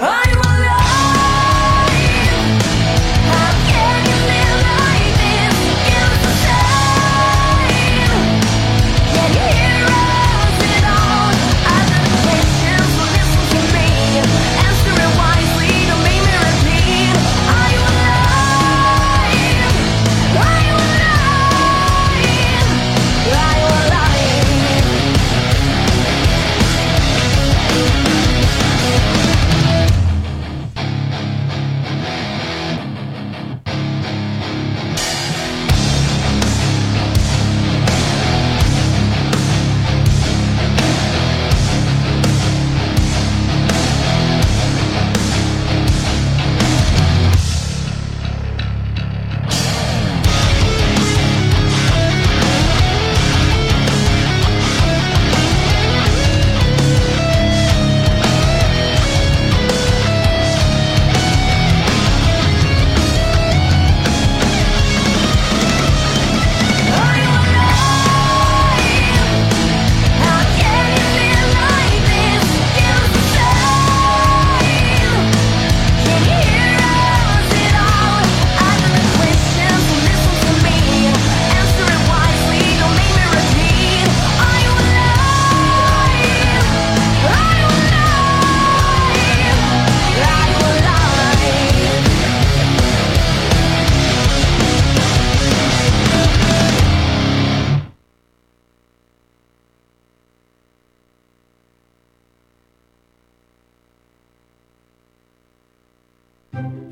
I will lie. How can you live like this? It's the same. Can you hear us at all? I just wish you would listen to me. Answer it wisely, don't make me repeat. I will lie. I will lie. I will lie.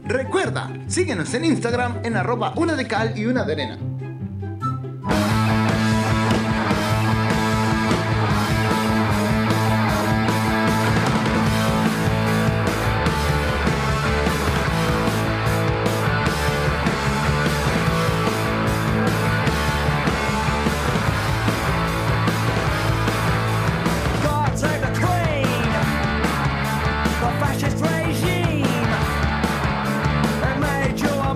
Recuerda, síguenos en Instagram en arroba una de cal y una de arena.
God's like the queen, the fascist regime. It made you a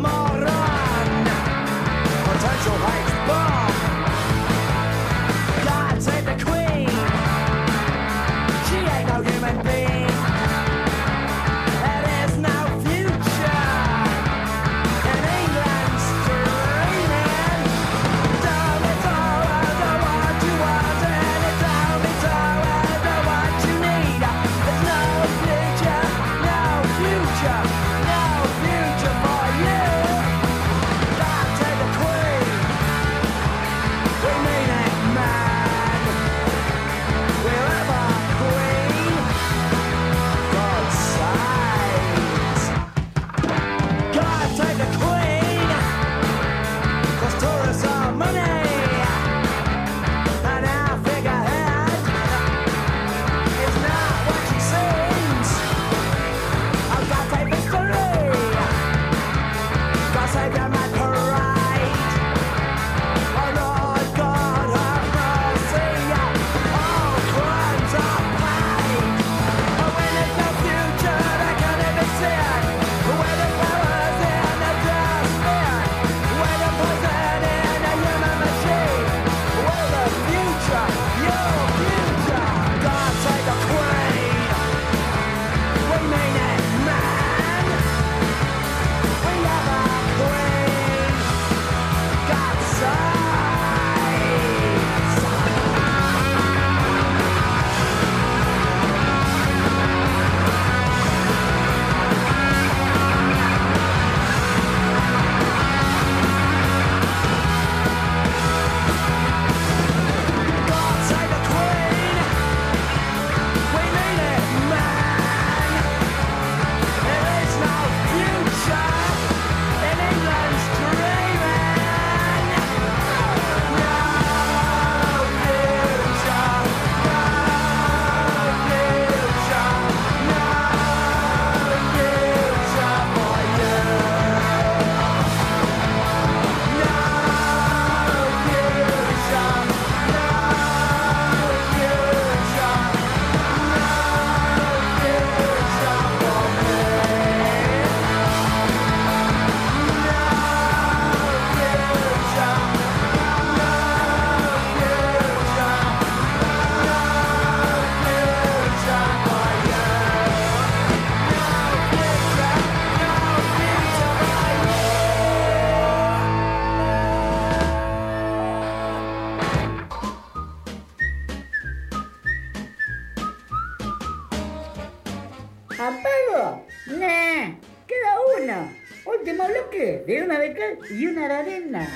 ¿Apago? Nah, queda una. Último bloque de una de cal y una de arena.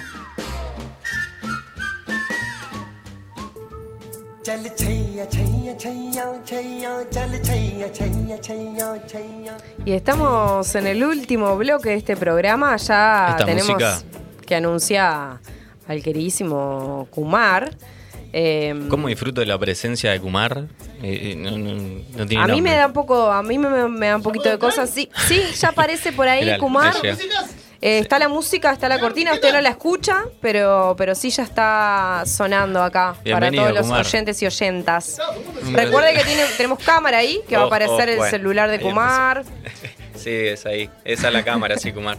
चल छैया छैया छैया छैया चल छैया छैया छैया छैया
Y estamos en el último bloque de este programa. Ya
Esta
tenemos
música.
que anunciar al queridísimo Kumar. Eh,
¿Cómo disfruto de la presencia de Kumar? Eh, eh, no, no- no tiene
a mí
nombre.
me da un poco, a mí me, me da un poquito de cosas. Sí, sí, ya aparece por ahí
Mirá,
Kumar.
ahí llega.
Eh, está la música, está la cortina, usted no la escucha, pero, pero sí ya está sonando acá
Bienvenido,
para todos
Kumar.
los oyentes y oyentas.
mundo
Recuerde que tiene- tenemos cámara ahí, que va a
Oh,
aparecer
oh,
el
bueno,
celular de
ahí empezó.
Kumar.
Sí, es ahí. Esa es la cámara, sí, Kumar.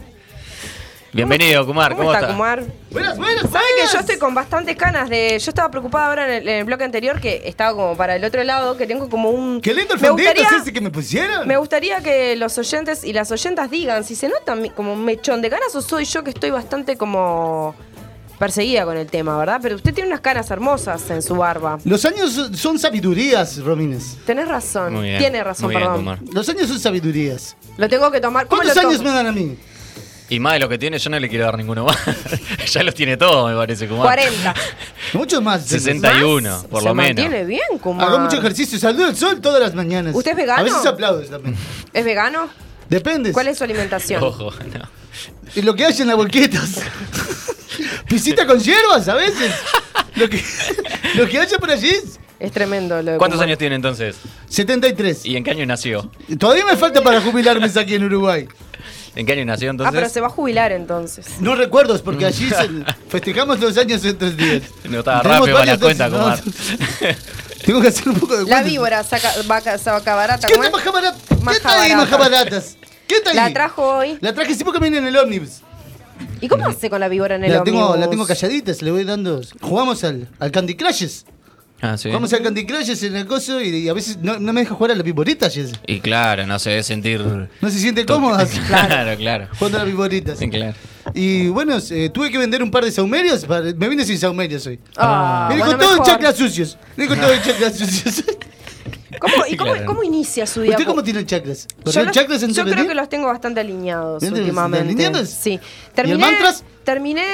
Bienvenido, Kumar.
¿Cómo, está, Kumar? Buenas, buenas, ¿Sabe que yo estoy con bastantes canas de. Yo estaba preocupada ahora en el, en el bloque anterior que estaba como para el otro lado, que tengo como un.
Qué lindo el
Me
fondito
gustaría-
es ese que me pusieron.
Me gustaría que los oyentes y las oyentas digan si se nota mi- como un mechón de canas o soy yo que estoy bastante como perseguida con el tema, ¿verdad? Pero usted tiene unas canas hermosas en su barba.
Los años son sabidurías, Romines.
Tenés razón. tiene razón, perdón.
Los años son sabidurías.
Lo tengo que tomar. ¿Cómo
¿Cuántos
lo
años
tomo?
me dan a mí?
Y más de lo que tiene, yo no le quiero dar ninguno más. ya los tiene todos, me parece, Kumar.
40.
Muchos más.
61, por
se
lo menos.
mantiene bien, Kumar.
Hago mucho ejercicio, saludo al sol todas las mañanas.
¿Usted es vegano?
A veces aplaudes también.
¿Es vegano? Ah,
Depende.
¿Cuál es su alimentación?
Ojo, no.
Y lo que hay en las volquetas. Pisita con hierbas a veces. Lo que, lo que haya por allí.
Es tremendo lo de
¿Cuántos
Kumar.
años tiene entonces?
73.
¿Y en qué año nació?
Todavía me falta para jubilarme aquí en Uruguay.
¿En qué año nació
Ah, pero
entonces?
se va a jubilar entonces.
No recuerdos, porque allí se- festejamos los años en tres días.
no estaba
Tenemos
rápido con la
varios
cuenta,
años,
Kumar.
¿no? Tengo que hacer un poco de
La
cuentas.
víbora saca, vaca, saca barata.
¿Qué
¿cómo
está
es?
más camarata? ¿Qué está ahí,
Majabarata.
majabaratas? ¿Qué está ahí?
La trajo hoy.
La traje siempre que viene en el ómnibus.
¿Y cómo hace con la víbora en el
La tengo,
ómnibus?
la tengo calladita, se le voy dando. Jugamos al, al Candy Crushes.
Ah, sí.
Jugamos al Candy Crushes en el coso y, y a veces no, no me deja jugar a la piborita, Jess.
Y claro, no se debe sentir.
No se siente cómoda
Claro, claro.
jugando a las piboritas.
Sí, claro.
Y bueno, eh, tuve que vender un par de saumerios. para- me vine sin saumerios hoy.
Ah,
Vine
bueno,
con todo en
mejor.
chaclas sucios. Vine con todo en chaclas sucios.
¿Cómo, ¿Y cómo,
Claro.
cómo inicia su día?
¿Usted cómo tiene chakras?
Yo,
¿Corrió
los-
chakras en
yo
su
creo
venir?
que los tengo bastante alineados
¿Dónde los
últimamente.
están alineados?
Sí.
el
Terminé,
mantras?
terminé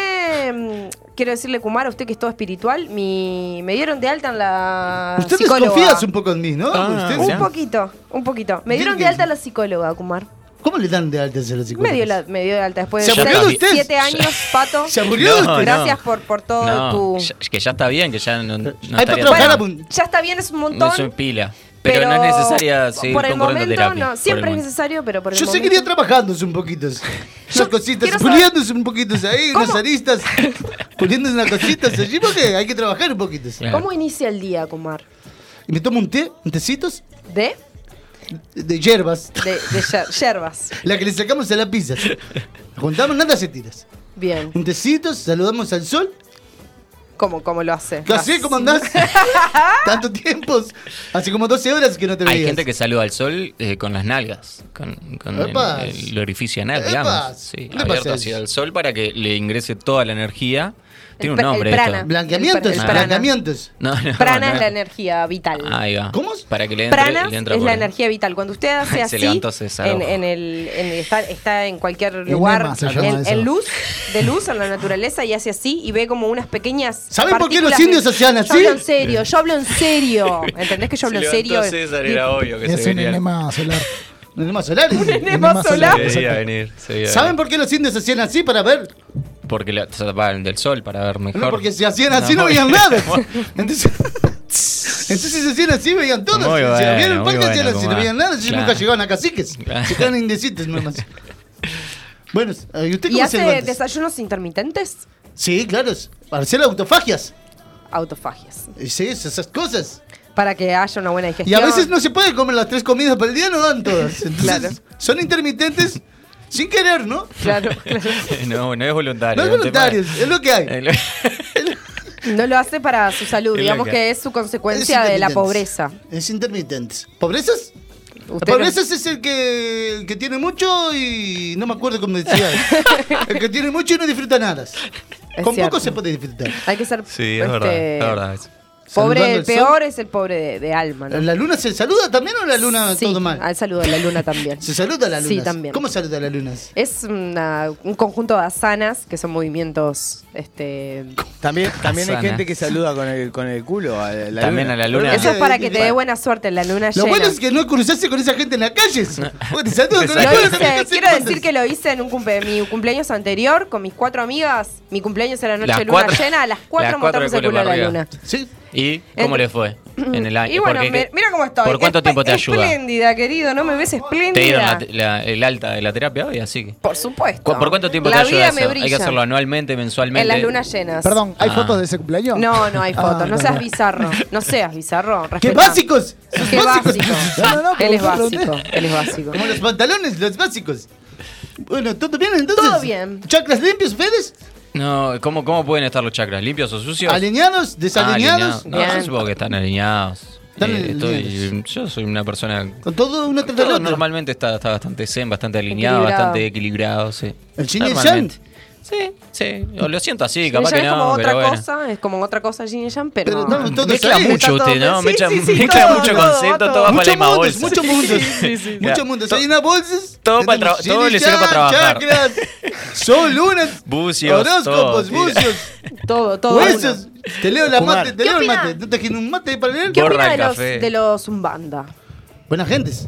mm, quiero decirle, Kumar, a usted que es todo espiritual, mi, me dieron de alta en la
Usted
psicóloga.
desconfía un poco en mí, ¿no?
Ah,
Usted-
un poquito, un poquito. Me dieron
Tiene que-
de alta en la psicóloga, Kumar.
¿Cómo le dan de alta a los
Me dio,
psicólogos?
la- me dio de alta después de
¿Se aburrió
seis-
usted?
siete años, Pato.
¿Se aburrió
No,
usted?
Gracias por, por todo
No,
tu...
ya- que ya está bien, que ya no, no
para
estaría-
trabajar a
no,
Ya está bien, es un montón.
no soy pila. Pero, no es necesaria seguir
Por el
concurriendo
momento,
a terapia.
no.
por
Siempre
el
es
momento.
necesario, pero por el
Yo
momento...
seguiría trabajándose un poquito. Unas
quiero
cositas,
saber-
puliéndose un poquito ahí, unas aristas, puliéndose unas cositas allí, porque hay que trabajar un poquito.
¿Cómo inicia el día, Kumar?
Y me tomo un té, un tecitos
¿De?
de hierbas,
De, de yer- yerbas.
la que le sacamos a la pizza. Juntamos nada se tiras.
Bien.
Un tecito, saludamos al sol.
¿Cómo, cómo lo hace?
¿Qué así cómo andás? Tanto tiempo. Hace como 12 horas que no te
Hay
veías.
gente que saluda al sol eh, con las nalgas, con, con el,
Epas.
el orificio anal,
Epas.
digamos. Sí,
¿Qué le
abierto
pasa
hacia
eso?
el sol para que le ingrese toda la energía. Tiene
pra-
un nombre
el
esto.
prana.
Blanqueamientos,
El prana.
blanqueamientos.
No, no,
Prana
no.
es la energía vital.
Ahí va.
¿Cómo?
Para que Ah, le entre,
Prana
le entra
es
por
la
ahí.
energía vital. Cuando usted hace
Se
así,
levantó César,
en,
ojo.
en el, en el- está, está en cualquier lugar,
más, se llama
en,
eso.
en luz, de luz a la naturaleza y hace así y ve como unas pequeñas.
¿Saben por qué
partículas
los indios
de-
hacían así?
Yo hablo en serio, yo hablo en serio. ¿Entendés que yo hablo en serio?
eh.
César, era obvio que
Es
se
un
venía.
enema solar.
Un enema solar. Un
enema solar.
Se veía
exacto.
venir. se veía
¿Saben por qué los indios hacían así para ver?
venir. Porque la, se tapaban del sol para ver mejor.
No, porque si hacían así no,
No,
veían
muy-
nada. Entonces, entonces si hacían así veían todo.
Muy
si
bueno,
no vieron el
muy
parque, hacían
bueno,
así, no
Kumar.
veían nada. Ellos
Claro.
nunca llegaban a caciques.
Claro.
Se quedan indecites nomás. Bueno, ¿y usted
¿Y
cómo se
hace
levanta?
desayunos intermitentes?
Sí, claro. Para hacer autofagias.
Autofagias.
Eh, Sí, esas cosas.
Para que haya una buena
Y
digestión.
a veces no se puede comer las tres comidas por el día, no dan todas. Entonces, son intermitentes sin querer, ¿no?
Claro,
no, no es voluntario.
No es
un tema de-
voluntarios, es lo que hay.
Es lo-
No lo hace para su salud,
Es la
digamos
que-
que es su consecuencia
Es
de la
intermitente.
pobreza.
Es intermitente. ¿Pobrezas?
Usted
Pobrezas es el que, el que tiene mucho y no me acuerdo cómo decía. el que tiene mucho y no disfruta nada.
Es
Con
cierto.
poco se puede disfrutar.
Hay que ser
Sí, es verdad,
este,
es verdad.
Pobre,
Saludando
el
al sol.
peor es el pobre de, de alma. ¿no?
¿La luna se saluda también o la luna
Sí,
todo mal?
al saludo de la luna también.
¿Se saluda la luna?
Sí, también.
¿Cómo saluda la luna?
Es una- un conjunto de asanas, que son movimientos... Este,
También, también hay
Sana.
gente que saluda con el, con el culo a la
También a la luna.
eso es para que te dé buena suerte en la luna llena.
Lo bueno es que no cruzaste con esa gente en la calle. Vos te saludas con la
Lo
luna,
hice,
también, no sé
quiero
cuántas.
decir que lo hice en un cumple- mi cumpleaños anterior con mis cuatro amigas. Mi cumpleaños era noche
Las
de luna
cuatro-
llena, a las cuatro
las cuatro
montamos el culo a la
arriba.
luna.
¿Y cómo le fue en el año?
Y bueno,
Porque-
me- mira cómo estoy.
¿Por cuánto
Espe-
tiempo te ayuda?
Espléndida, querido, no me ves
Te dieron
espléndida.
la- la- el alta de la terapia hoy, así que.
Por supuesto.
¿Cu- ¿Por cuánto tiempo
La
te ayuda
vida
eso?
me brilla.
Hay que hacerlo anualmente, mensualmente.
En las lunas llenas.
Perdón, ¿hay
Ah.
fotos de ese cumpleaños?
No, no hay fotos.
Ah,
no seas bizarro. No seas bizarro.
¡Qué
respetá.
básicos! ¡Sos
Qué
básicos!
básico.
No, no, no,
Él es
pero pregunté.
básico. Él es básico.
Como los pantalones, los básicos. Bueno, ¿todo bien entonces?
Todo bien.
¿Chakras limpios ustedes?
No, ¿cómo, ¿cómo pueden estar los chakras? ¿Limpios o sucios?
¿Alineados? ¿Desalineados?
Ah, alineados. No, yo supongo que están alineados. Eh, estoy- yo soy una persona.
Con todo uno tras del
Todo
otro.
normalmente está, está bastante zen, bastante alineado,
Equilibrado.
bastante equilibrado, sí.
¿El yin y el
Normalmente. Sí, sí. Yo Lo siento así,
Jin
capaz
Yang
que
es como
no,
otra
pero bueno.
cosa, es como otra cosa Jin y Yang, pero.
Pero estamos todos
Mezcla
ahí.
mucho
Está
usted,
todo-
¿no?
sí,
Mezcla,
sí, sí,
mezcla
todo,
mucho
todo,
concepto, todo,
todo.
bajo la
Mucho
misma
mundos,
bolsa.
mucho mundos. Mucho mundo. Hay una bolsa.
Todo para
tenemos
tra- todo
yin y
le sirve para
yang,
trabajar.
Chakras, sol, lunas,
Bucios,
horóscopos,
todo, tira.
bucios,
Todo, todo.
huesos. Te leo la
Fumar.
mate, te
¿Qué
leo el
opina?
mate. ¿No te quiero un mate para leer?
¿Qué
Borra
opina de
el
los,
café.
de los Umbanda?
Buenas gentes.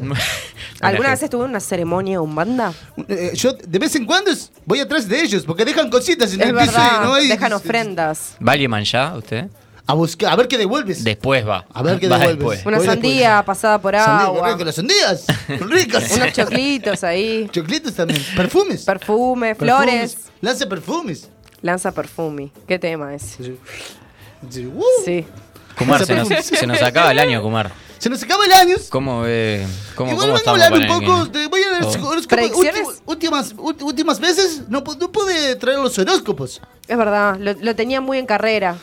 ¿Alguna vez estuvo en una ceremonia Umbanda?
Eh, yo de vez en cuando es- voy atrás de ellos porque dejan cositas en
Es
el piso
verdad,
y no hay.
dejan ofrendas.
¿Vale manchá usted?
A buscar, a ver qué devuelves.
Después va.
A ver qué
Va
devuelves.
después.
Una
Voy después.
sandía pasada por
Sandía,
agua.
correcto, las sandías. Ricas.
Unos choclitos ahí.
Choclitos también. Perfumes.
Perfume, flores.
Lanza perfumes.
Lanza perfumi. ¿Qué tema es?
Sí, uh.
Sí.
Kumar, se nos, se nos acaba el año, Kumar.
Se nos acaba el año.
¿Cómo ve? ¿Cómo,
Igual
cómo
vengo a
estamos
hablar un
para el
poco.
año?
de- voy a leer los
Oh.
horóscopos.
¿Predicciones?
Últim- Últimas, ulti- últimas veces no, pu- no pude traer los horóscopos.
Es verdad, lo, lo tenía muy en carrera.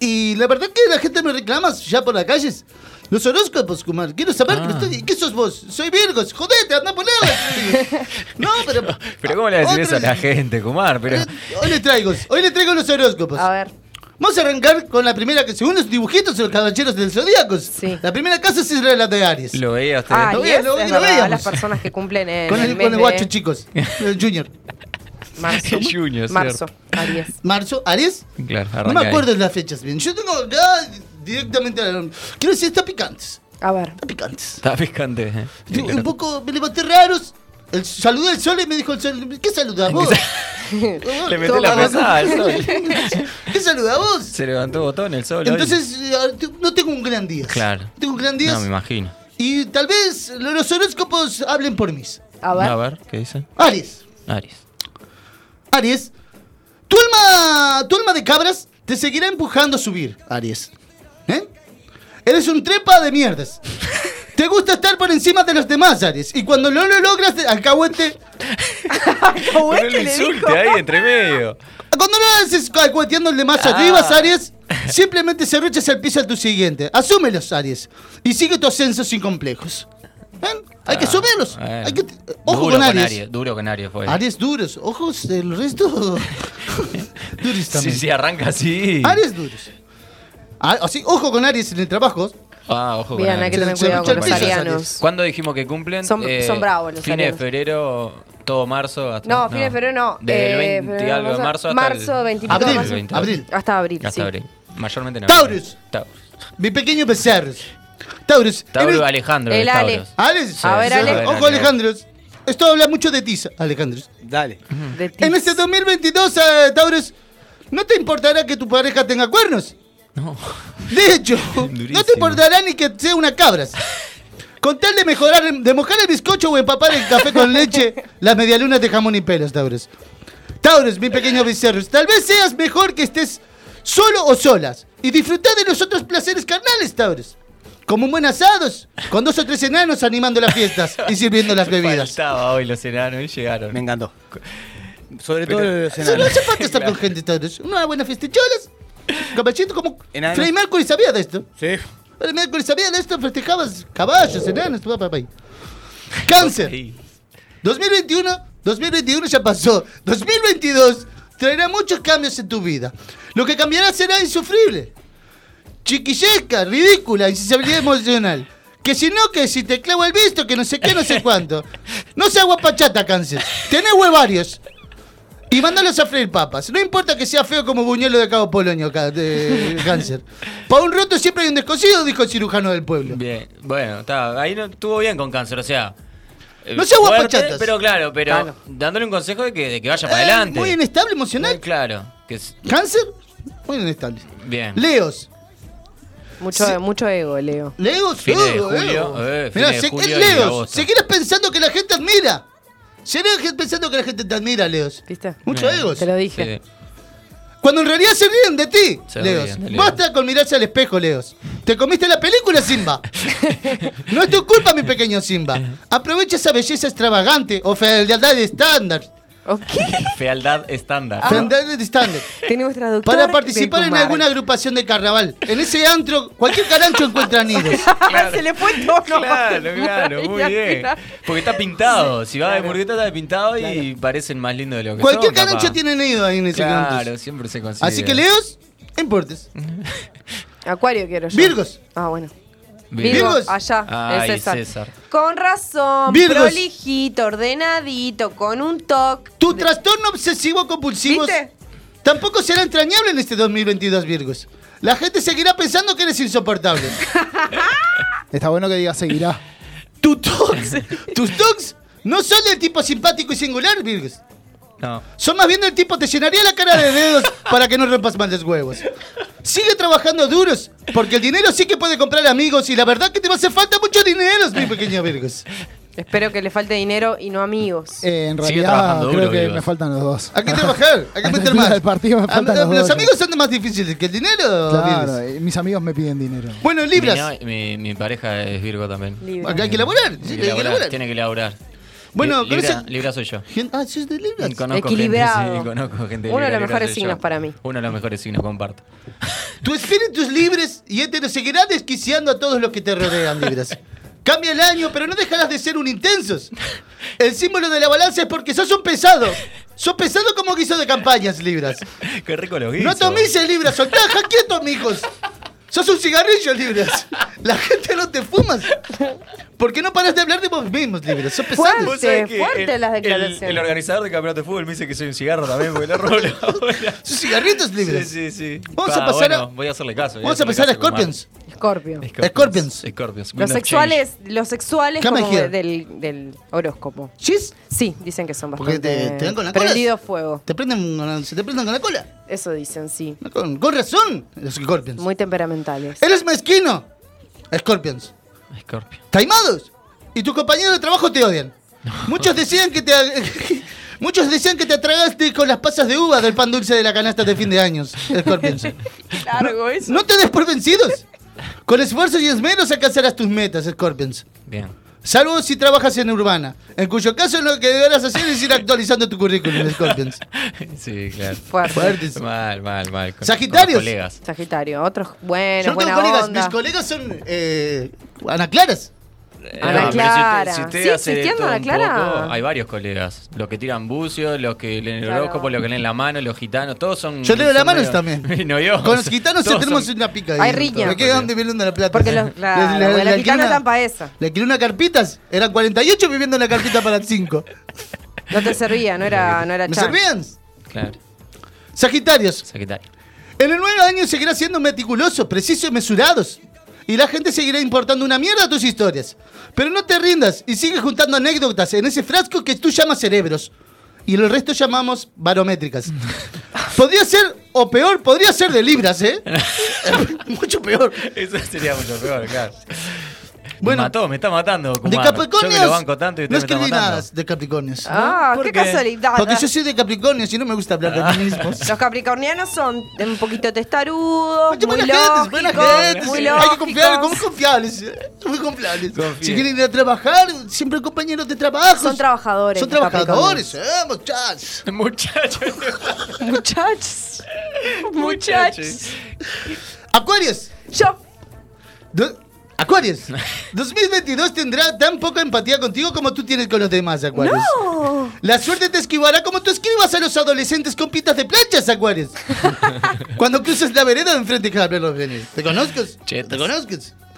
Y la verdad que la gente me reclama ya por las calles. Los horóscopos, Kumar. Quiero saber
Ah.
que estoy- qué sos vos. Soy Virgos. Jodete, anda por nada. no, pero.
Pero ¿cómo le decís
Otro-
eso a la gente, Kumar? Pero,
Hoy le traigo, hoy le traigo los horóscopos.
A ver,
Vamos a arrancar con la primera que según los dibujitos de los caballeros del Zodíacos.
Sí.
La primera casa es la de Aries.
¿lo veía usted?
ah,
Lo
y
veía,
es,
lo veía,
es
lo
verdad,
veíamos.
las personas que cumplen en
con
el
el,
mes
con el guacho,
de
chicos. El Junior.
marzo.
El Junior,
marzo,
cierto.
Aries.
Marzo, Aries.
Claro,
No
arranca
me
ahí.
acuerdo las fechas bien. Yo tengo acá directamente. la- Quiero decir, está picantes.
A ver,
Está picantes.
Está picante. ¿eh?
Yo un poco me levanté raros. El, saludé al sol y me dijo el sol, ¿qué saludás vos?
Le metí la pesada al sol.
¿Qué saludás vos?
Se levantó botón el sol. hoy.
Entonces, eh, no tengo un gran día.
Claro.
Tengo un gran día.
No, me imagino.
Y tal vez los horóscopos hablen por mí.
a ver.
A ver, ¿qué dice?
Aries,
Aries.
Aries, tu alma, tu alma de cabras te seguirá empujando a subir, Aries. ¿Eh? Eres un trepa de mierdas. Te gusta estar por encima de los demás, Aries. Y cuando no lo logras, te- alcahuete.
¿Cómo es
Pero
que
el
le
insulte
dijo?
ahí entre medio.
Cuando no haces alcahueteando el demás arriba,
Ah.
Aries, simplemente se ruchas al piso a tu siguiente. Asúmelos, Aries. Y sigue tu ascenso sin complejos. ¿Ven? Hay que subirlos.
Ah. Bueno.
Hay que- Ojo
Duro
con Aries.
Duro con Aries fue.
Aries duros, ojos el resto. duros
Si
también.
sí, arranca así.
Aries duros. Ah, así, ojo con Aries en el trabajo.
Ah, ojo con
Bien, hay
Aries.
que tener
Se-
cuidado
se-
con los
se- se-
arianos.
¿Cuándo dijimos que cumplen?
Son- son bravos los
Fines
arianos.
de febrero, todo marzo. Hasta,
No, fines de febrero no.
Desde
eh,
el 20
febrero,
algo de
marzo,
marzo hasta
marzo,
el-
20 y pico de
Abril,
marzo.
veinte.
abril.
Hasta abril,
Hasta
sí.
abril. Mayormente en
Taurus.
abril. Taurus.
Mi pequeño Pecerros. Taurus.
Taurus,
eres-
Alejandro.
El
de
Ale.
Taurus.
Aries.
A ver,
Sí,
Ale.
Ojo, Alejandro. Esto habla mucho de ti, Alejandro.
Dale.
De ti.
En este 2022, eh, Taurus, no te importará que tu pareja tenga cuernos.
No.
De hecho, no te
Durísimo.
importará ni que sea una cabras. Con tal de mejorar, de mojar el bizcocho o empapar el café con leche, las medialunas de jamón y pelos, Taurus. Taurus, mi pequeño Vicerus, tal vez seas mejor que estés solo o solas y disfrutar de los otros placeres carnales, Taurus. Como un buen asados, con dos o tres enanos animando las fiestas y sirviendo las bebidas.
Faltaba hoy los enanos y llegaron.
Me encantó. Sobre todo
Pero-
los
Solo
enanos.
hace falta estar con gente, Taurus. Una buena festicholas. Caballito como...
Enanos.
Freddie Mercury sabía de esto.
Sí.
El miércoles sabía de esto, festejabas caballos, enanos, papá, papá. Cáncer.
Sí.
2021, 2021 ya pasó. 2022 traerá muchos cambios en tu vida. Lo que cambiará será insufrible. chiquillesca, ridícula, insensibilidad emocional. Que si no, que si te clavo el visto, que no sé qué, no sé cuánto. No sea guapachata, cáncer. Tenés huevarios. Y mandalos a freír papas. No importa que sea feo como Buñuelo de Cabo Polonio, ca- de- cáncer. Para un roto siempre hay un descosido, dijo el cirujano del pueblo.
Bien, bueno, está, ahí no, estuvo bien con cáncer, o sea. eh,
No sea
fuerte,
guapachatas.
Pero claro, pero
Claro.
dándole un consejo de que, de que vaya para
Eh,
adelante.
Muy inestable emocional.
Claro, que es
Cáncer, muy inestable.
bien.
Leos.
Mucho,
Sí.
mucho ego, Leo.
Leos,
Fines de
oh,
julio,
Leo.
eh,
Mirá,
fines de
se-
julio
es
y
Leos.
agosto.
Seguirás pensando que la gente admira. Seguirás pensando que la gente te admira, Leos.
¿Viste?
Mucho
Bien,
egos.
te lo dije.
Cuando en realidad se ríen de ti,
Se
Leos.
ríen de Leo.
Basta con mirarse al espejo, Leos. Te comiste la película, Simba. no es tu culpa, mi pequeño Simba. Aprovecha esa belleza extravagante o fealdad de estándar.
Fealdad estándar.
Ah,
Fealdad de estándar.
Tenemos traductor.
Para participar
de
en
Kumar.
alguna agrupación de carnaval. En ese antro, cualquier carancho encuentra nidos.
Ah, Se le fue todo.
Claro, claro, muy bien. Porque está pintado. Si va de hamburgueta está pintado y parecen más lindos de lo que son,
Cualquier
capaz.
carancho tiene nido ahí en ese
Claro,
carancho.
siempre se consigue.
Así que Leos, no importes.
Acuario quiero yo.
Virgos.
Ah, bueno.
Virgos.
Virgo,
Virgos.
allá,
Ay,
el César.
César.
Con razón,
Virgos.
prolijito, ordenadito, con un toque.
Tu trastorno obsesivo compulsivo tampoco será entrañable en este 2022, Virgos. La gente seguirá pensando que eres insoportable.
Está bueno que diga seguirá.
Tu tox, tus tox no son del tipo simpático y singular, Virgos.
No.
Son más bien del tipo te llenaría la cara de dedos para que no rompas mal los huevos. Sigue trabajando duros, porque el dinero sí que puede comprar amigos y la verdad que te va a hacer falta mucho dinero, mi pequeño Virgos.
Espero que le falte dinero y no amigos.
En
Sigue
realidad,
trabajando
creo
duro,
que
digo.
me faltan los dos.
Hay que trabajar, hay que meter más.
Al partido me
Am-
faltan los
am- Ah, los
dos.
amigos son más difíciles que el dinero, Virgos.
Claro, y mis amigos me piden dinero.
Bueno,
eh.
Libras.
Mi, mi- mi pareja es Virgo también.
Acá hay que elaborar.
Tiene que
hay que
laburar,
elaborar.
tiene que laburar.
Bueno,
Li-
con
Libra,
ese-
Libra soy yo.
Gen- Ah, sos de Libras.
Conozco
Equilibrado.
Gente, sí, conozco gente
Uno de
Libra,
los
Libra
mejores
soy
signos
yo.
para mí.
Uno de los mejores signos, comparto.
Tu espíritus libres y hétero seguirá desquiciando a todos los que te rodean, Libras. Cambia el año, pero no dejarás de ser un intensos. El símbolo de la balanza es porque sos un pesado. Sos pesado como guiso de campañas, Libras.
Qué rico los guisos.
No tomices, Libras. Soltá, ja, quieto, mijos. Sos un cigarrillo, Libras. La gente no te fumas. Porque no paras de hablar de vos mismos, Libras. Sos pesado.
Fuerte,
Vos sabés que
fuerte las
el-
declaraciones.
El, organizador del campeonato de fútbol me dice que soy un cigarro también, porque le rolo.
Sos cigarritos, Libras.
Sí, sí, sí.
Vamos
Pa,
a pasar a-
bueno, Voy a hacerle caso. voy
Vamos a
hacerle
pasar a
caso con
Scorpions.
Scorpio.
Mar. Scorpions. Scorpions.
Los
Windows
sexuales, los sexuales
Come
como
here.
del, del horóscopo.
¿Chis?
Sí, dicen que son
Porque
bastante
te, te dan con la cola.
prendido fuego.
Te prenden, con- se te prenden con la cola.
Eso dicen, sí.
Con, con razón, los Scorpions.
Muy temperamentales.
Eres mezquino. Scorpions.
Change. Scorpio.
Taimados. Y tus compañeros de trabajo te odian. Muchos decían que te... Muchos decían que te atragaste con las pasas de uva del pan dulce de la canasta de fin de años, Scorpions.
Largo eso.
No te des por vencidos. Con esfuerzo y esmeros alcanzarás tus metas, Scorpions.
Bien.
Salvo si trabajas en Urbana, en cuyo caso lo que deberás hacer es ir actualizando tu currículum, Scorpions.
Sí, claro.
Fuerte.
Fuertes.
Mal, mal, mal. Con-
Sagitarios.
con colegas.
Sagitario, otros buenos,
Yo no tengo
buena
colegas,
onda.
mis colegas son eh, Ana Claras.
Ana
pero
Clara. ¿Sigue
de
existiendo
todo
Ana
un
Clara?
poco, hay varios colegas. Los que tiran bucios, los que leen el
Claro.
horóscopo, los que leen la mano, los gitanos. Todos son.
Yo leo la
son
mano
medio-
también.
no yo.
Con los gitanos
Todos
tenemos
son-
una pica.
Hay
ahí.
riña.
Me quedan de viviendo en la plata.
Porque los, claro,
Le- le-
porque
le
los gitanos
alquilé una-
están para eso.
Le alquilé unas carpitas, eran 48 viviendo en la carpita para 5.
No te servía, no era, no era
¿Me
chan.
servían?
Claro,
Sagitarios,
Sagitario.
en el nuevo año seguirás siendo meticuloso, preciso y mesurados. Y la gente seguirá importando una mierda a tus historias. Pero no te rindas y sigue juntando anécdotas en ese frasco que tú llamas cerebros. Y el resto llamamos barométricas. podría ser, o peor, podría ser de libras, ¿eh? Mucho peor.
Eso sería mucho peor, claro.
Bueno.
me mató, me está matando.
De
Kumar.
Capricornios.
Yo que lo banco tanto y usted
no
me está
escribí
matando.
nada de Capricornios.
Ah,
¿Por
qué,
qué?
casualidad.
Porque yo soy de Capricornio y no me gusta hablar
Ah.
de mí mismo.
Los capricornianos son un poquito testarudos,
Mucho
muy
buena gente, buena gente,
lógicos, muy
sí. Hay que confiar,
lógicos.
¿cómo confiables? Muy confiables.
Confíe.
Si quieren ir a trabajar, siempre compañeros de trabajo.
Son trabajadores,
Son
los
trabajadores, eh, muchachos.
Muchachos.
Muchachos. Muchachos.
Acuarios.
Yo.
¿dó- Acuarios, 2022 tendrá tan poca empatía contigo como tú tienes con los demás, Acuarios.
¡No!
La suerte te esquivará como tú esquivas a los adolescentes con pintas de planchas, Acuarios. Cuando cruces la vereda de enfrente, Gabriel venir. ¿Te conozco? ¿Te conozco?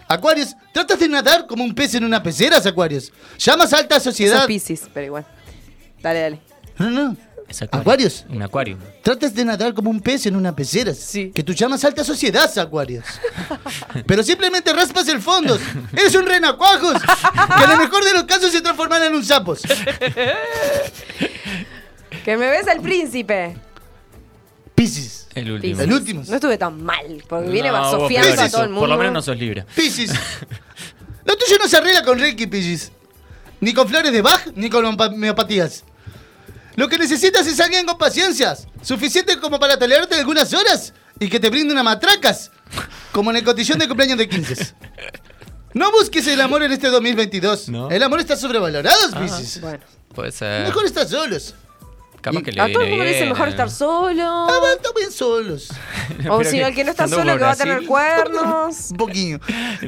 Acuarios, tratas de nadar como un pez en una pecera, Acuarios. Llamas a alta sociedad.
Son Pisces, pero igual. Dale, dale.
No, no. Acuarios. Un acuario. Tratas de nadar como un pez en una pecera. Sí. Que tú llamas alta sociedad, Acuarios. Pero simplemente raspas el fondo. Eres un renacuajos. Que en el mejor de los casos se transformará en un sapos.
Que me ves al príncipe.
Piscis.
El último.
Piscis. No estuve tan mal, porque viene
No, vos
basofiando
peor
a
que
todo el
sos-
mundo.
Por lo menos no sos libre.
Piscis. Lo tuyo no se arregla con Reiki, Piscis. Ni con flores de Bach, ni con hompa- homeopatías. Lo que necesitas es alguien con paciencias, suficiente como para tolerarte algunas horas y que te brinde una matracas, como en el cotillón de cumpleaños de 15. No busques el amor en este 2022. El amor está sobrevalorado,
Ah,
Piscis.
Puede ser.
Mejor estar solos.
Capaz que le
A todo el
viene
mundo le dice
bien,
mejor
eh.
estar solo.
Ah, bueno, está bien solos.
O
Pero
si no,
que
el que no está
anduvo
solo
por
que va a tener
Brasil.
cuernos.
Un poquillo.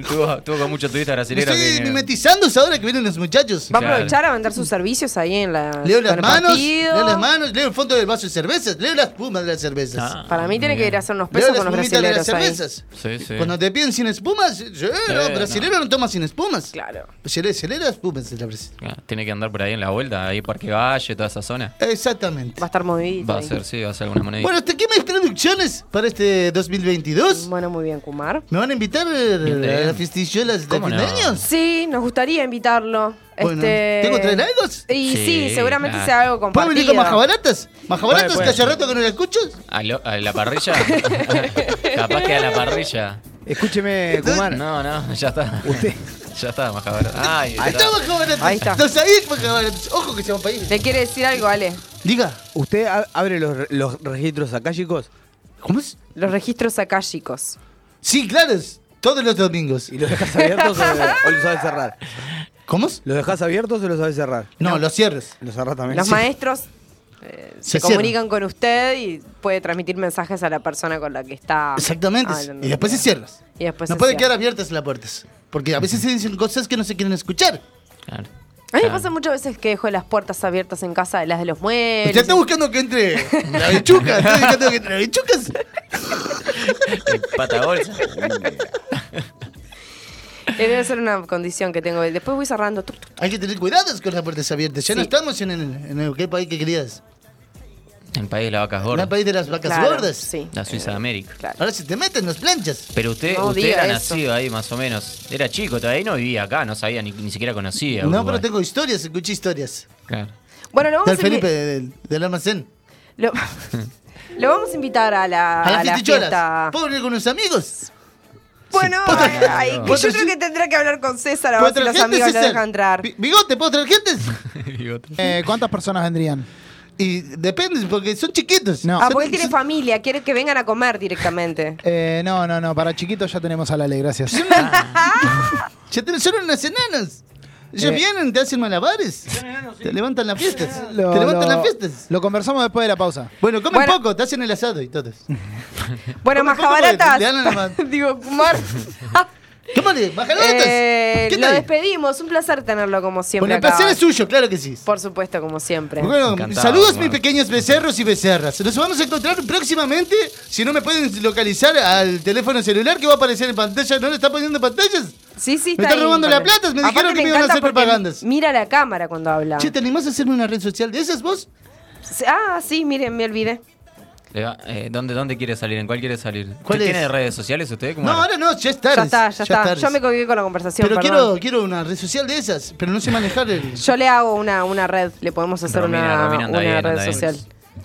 Tuvo, tuvo con mucho turista
Me
brasileño.
estoy
que-
mimetizándose ahora que vienen los muchachos.
Va a aprovechar a vender sus servicios ahí en la.
Leo las
con el
manos,
partido.
leo las manos, leo el fondo del vaso de cervezas, leo las espumas de las cervezas.
Ah,
Para mí tiene que ir a hacer unos
Leo
pesos
las
con los
espumitas de las
brasileños ahí.
cervezas.
Sí, sí.
Cuando te piden sin espumas, yo, no, brasilero no. toma sin espumas.
Claro.
Se lee, se lee las espumas de Uh, la Brasil.
Ah, Tiene que andar por ahí en la vuelta, ahí Parque Valle, toda esa zona.
Exactamente.
Va a estar movido.
Va a ser, sí, va a ser alguna moneda.
Bueno, hasta aquí mis traducciones para este 2022.
Bueno, muy bien, Kumar.
¿Me van a invitar eh, a
bien.
las festillolas de
¿Cómo
fin
no?
de año?
Sí, nos gustaría invitarlo.
Bueno,
este...
¿tengo traer lagos?
Y sí,
Sí,
seguramente
claro.
sea algo
¿Puedo
compartido.
venir con majabaratas? ¿Majabaratas
Puede,
que
puede.
hace rato que no la escucho?
¿A, lo- a la parrilla? Capaz que a la parrilla.
Escúcheme, Kumar.
No, no, ya está. Ya está, majabra. Ay,
Ahí está
está.
majabaratas.
Ahí está.
Los ahí majabaratas. Ojo que se van para ahí.
¿Le quiere decir algo, Ale?
Diga.
¿Usted a- abre los, re- los registros acá, chicos?
¿Cómo es?
Los registros akáshicos.
Sí, claro, es todos los domingos.
¿Y los dejas abiertos o, o los sabes cerrar?
¿Cómo? es?
¿Los dejas abiertos o los sabes cerrar?
No, los cierres.
Los cerrás también.
Los
Sí.
maestros eh, se,
Se cierran.
comunican con usted y puede transmitir mensajes a la persona con la que está.
Exactamente.
hablando.
y después se cierras.
Y después
no
se
puede
cierra.
quedar abiertas las puertas. Porque a veces se dicen cosas que no se quieren escuchar.
A mí me
Claro.
pasa muchas veces que dejo las puertas abiertas en casa, las de los muebles.
Usted está buscando que entre la bichuca. está buscando que entre la bichuca.
Patagonia.
Eh, Debe ser una condición que tengo. Después voy cerrando. Tuc, tuc.
Hay que tener cuidados con las puertas abiertas. Ya no
Sí.
estamos en el, en el que país que querías.
El país de las vacas
En
gordas.
el país de las vacas
Claro,
gordas.
Sí.
La Suiza de América.
Ahora se te meten las planchas.
Pero usted,
No
usted
diga
era
eso.
nacido ahí más o menos. Era chico, todavía no vivía acá, no sabía ni, ni siquiera conocía.
No,
Uruguay.
pero tengo historias, escuché historias.
Claro.
Bueno, lo
Del
vamos, a
Felipe
invi-
del, del almacén.
lo... lo vamos a invitar a la,
A
a la
las
fiesta.
fiesticholas. ¿Puedo venir con unos amigos?
Bueno, ay, ay, que
Vos
yo
traes-
creo que tendrá que hablar con César a
¿Puedo
ver si los
traer gente,
amigos lo
César?
dejan entrar.
Bi- ¿Bigote? ¿Puedo traer gente?
Eh, ¿Cuántas personas vendrían?
Y depende, porque son chiquitos.
No.
Ah,
Son-
porque él tiene
son-
familia, quiere que vengan a comer directamente.
Eh, no, no, no. Para chiquitos ya tenemos a Lale, gracias.
ya tienen- son unas enanas. Ellos
Eh.
vienen, te hacen malabares. Te levantan las fiestas.
Lo-
te levantan
lo-
las fiestas.
Lo conversamos después de la pausa.
Bueno, comen
Bueno.
poco, te hacen el asado y todo.
Bueno,
Come poco, pues,
majabaratas.
le dan a la ma-
Digo, Kumar.
Tómale, majalotas.
Eh,
¿Qué
lo
tal?
despedimos. Un placer tenerlo como siempre.
Bueno, el
acá.
placer es suyo, claro que sí.
Por supuesto, como siempre.
Bueno,
Encantado,
saludos
bueno.
mis pequeños becerros y becerras. Nos vamos a encontrar próximamente. Si no me pueden localizar al teléfono celular que va a aparecer en pantalla, ¿no le está poniendo pantallas?
Sí, sí, está
Me están robando la plata, me dijeron que me iban a
encanta
hacer
porque
propagandas.
Mira la cámara cuando habla.
Che, ¿te animás a hacerme una red social de esas vos?
Ah, sí, miren, me olvidé.
Le va- eh, ¿dónde, ¿Dónde quiere salir? ¿En cuál quiere salir?
¿Cuál
¿Qué
es?
¿Tiene de redes sociales usted? ¿Cómo
No,
era?
ahora no, ya es tarde.
ya está, ya, está.
tarde.
Yo me colgué con la conversación.
Pero
perdón.
quiero, quiero una red social de esas, pero no sé manejar el...
Yo le hago una, una red, le podemos hacer
Romina,
una,
Romina anda
una
bien,
red
anda bien.
social.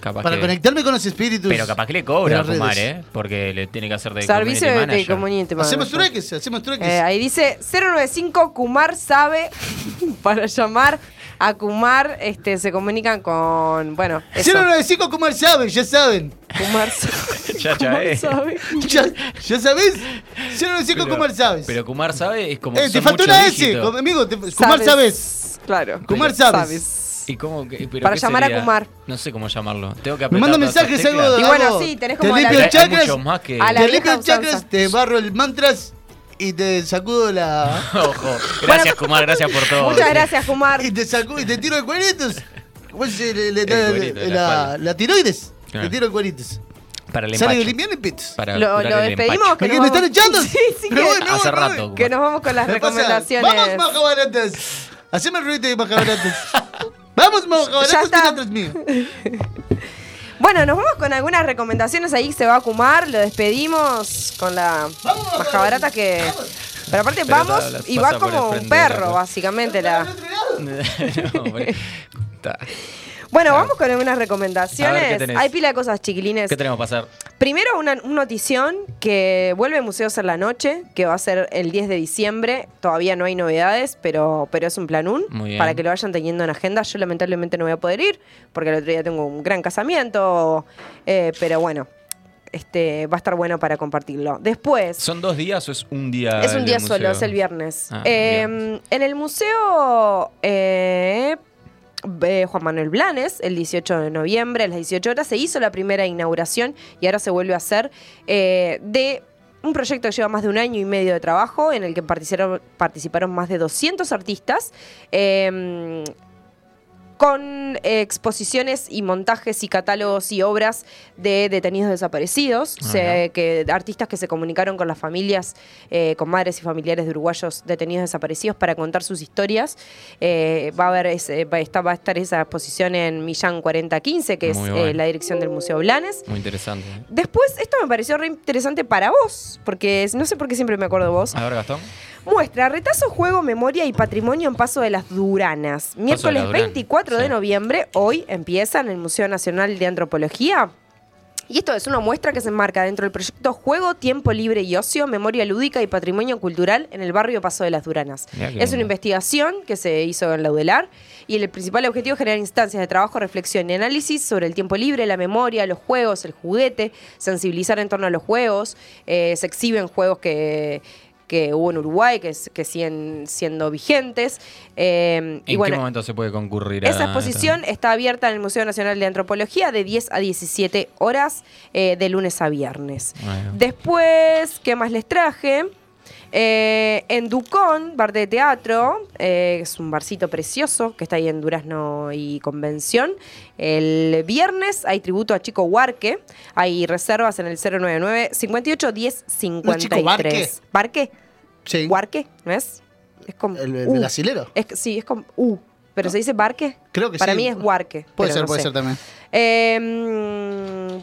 Capaz
Para
que-
conectarme con los espíritus.
Pero capaz que le
de
cobra
las
a Kumar,
redes.
¿eh? Porque le tiene que hacer de
Servicio
community
de
manager.
comunidad.
Hacemos trueques, hacemos trueques.
Eh, ahí dice 095 Kumar sabe para llamar a Kumar este se comunican con bueno eso.
095 Kumar sabe, ya saben.
Kumar sabe.
Ya, ya,
Kumar
eh.
sabe.
Ya, ya sabés. 095 Kumar sabes.
Pero Kumar sabe es como.
eh, te
son
faltó
muchos
una S,
dígitos.
com- amigo. te- Kumar sabes.
Claro.
Kumar
Pero
sabes.
¿Y cómo que- pero
Para
qué
llamar a
sería?
Kumar.
No sé cómo llamarlo. Tengo que
Me
apretar
manda
todas esas
mensajes
teclas.
algo.
Y bueno,
algo-
sí, tenés
Te
como la-
limpio el
Eh, Hay- hay
chakras.
muchos más
A
que-
la
Te
vieja
limpio el
usanza.
chakras, te barro el mantras y te sacudo la.
Ojo. Gracias, Kumar, gracias por todo.
Muchas gracias, Kumar.
Y te sacudo y te tiro el cuerito. ¿Cómo se le- le-
El
la,
cuerito de la
la-
espalda.
la tiroides?
Claro.
Te tiro el cuerito.
Para el
Sale
empacho.
limpiando el pito.
Para
Lo,
curar
lo
el
despedimos.
empacho.
Que
¿Me
nos
están
vamos-
echando?
Sí, sí,
Me voy,
que,
me voy,
Hace
me voy.
rato.
que nos vamos con las
Me pasa-
recomendaciones.
Vamos, majabaratas. Haceme el ruido de majabaratas. Vamos,
Ya
majabaratas,
está.
mientras mío.
Bueno, nos vamos con algunas recomendaciones ahí se va a Kumar, lo despedimos con la majabarata que. Pero aparte
Pero
vamos
está- las
y
pasa
va
por el
como un
frente de la
perro,
cosa.
básicamente la.
No, hombre. Ta.
Bueno, vamos con algunas
A ver, ¿qué
recomendaciones.
tenés?
Hay pila de cosas, chiquilines.
¿Qué tenemos que pasar?
Primero, una, un notición que vuelve Museos en la Noche, que va a ser el 10 de diciembre. Todavía no hay novedades, pero, pero es un planún
Muy bien.
para que lo vayan teniendo en agenda. Yo lamentablemente no voy a poder ir, porque el otro día tengo un gran casamiento, eh, pero bueno, este va a estar bueno para compartirlo. Después,
¿Son dos días o es un día?
es
el
un día
del
solo,
museo?
es el viernes.
Ah,
Eh,
bien.
en el museo eh, eh, Juan Manuel Blanes, el 18 de noviembre, a las 18 horas, se hizo la primera inauguración y ahora se vuelve a hacer eh, de un proyecto que lleva más de un año y medio de trabajo, en el que participaron, participaron más de 200 artistas. eh, con eh, exposiciones y montajes y catálogos y obras de detenidos desaparecidos,
Ah,
se-
mirá.
que, artistas que se comunicaron con las familias, eh, con madres y familiares de uruguayos detenidos desaparecidos para contar sus historias. Eh, va, a haber ese- va, a estar- va a estar esa exposición en Millán 4015, que es
Muy
eh,
bueno.
la dirección del Museo Blanes.
Muy interesante. ¿eh?
Después, esto me pareció re interesante para vos, porque es- no sé por qué siempre me acuerdo de vos.
A ver, Gastón.
Muestra retazo, juego, memoria y patrimonio en Paso de las Duranas. Miércoles
Durán,
24 de noviembre, hoy empieza en el Museo Nacional de Antropología. Y esto es una muestra que se enmarca dentro del proyecto Juego, Tiempo Libre y Ocio, Memoria Lúdica y Patrimonio Cultural en el barrio Paso de las Duranas.
Mirá qué
Es una
lindo.
investigación que se hizo en la UDELAR y el principal objetivo es generar instancias de trabajo, reflexión y análisis sobre el tiempo libre, la memoria, los juegos, el juguete, sensibilizar en torno a los juegos. Eh, se exhiben juegos que, que hubo en Uruguay, que, s- que siguen siendo vigentes. Eh, y
¿En
bueno,
qué momento se puede concurrir a
esa exposición está abierta en el Museo Nacional de Antropología de 10 a 17 horas eh, de lunes a viernes.
Bueno.
Después, ¿qué más les traje? Eh, en Ducón, bar de teatro, eh, es un barcito precioso que está ahí en Durazno y Convención. El viernes hay tributo a Chico Huarque, hay reservas en el 099 58 10 53.
Chico Huarque?
¿Barque?
Sí.
¿Huarque? ¿No es? Es como
El, el
U.
brasilero.
Es que- sí, es como U. Pero se dice barque.
Creo que
Para
sí.
mí es huarque.
Puede
pero
ser,
no
puede
sé.
ser también.
Eh,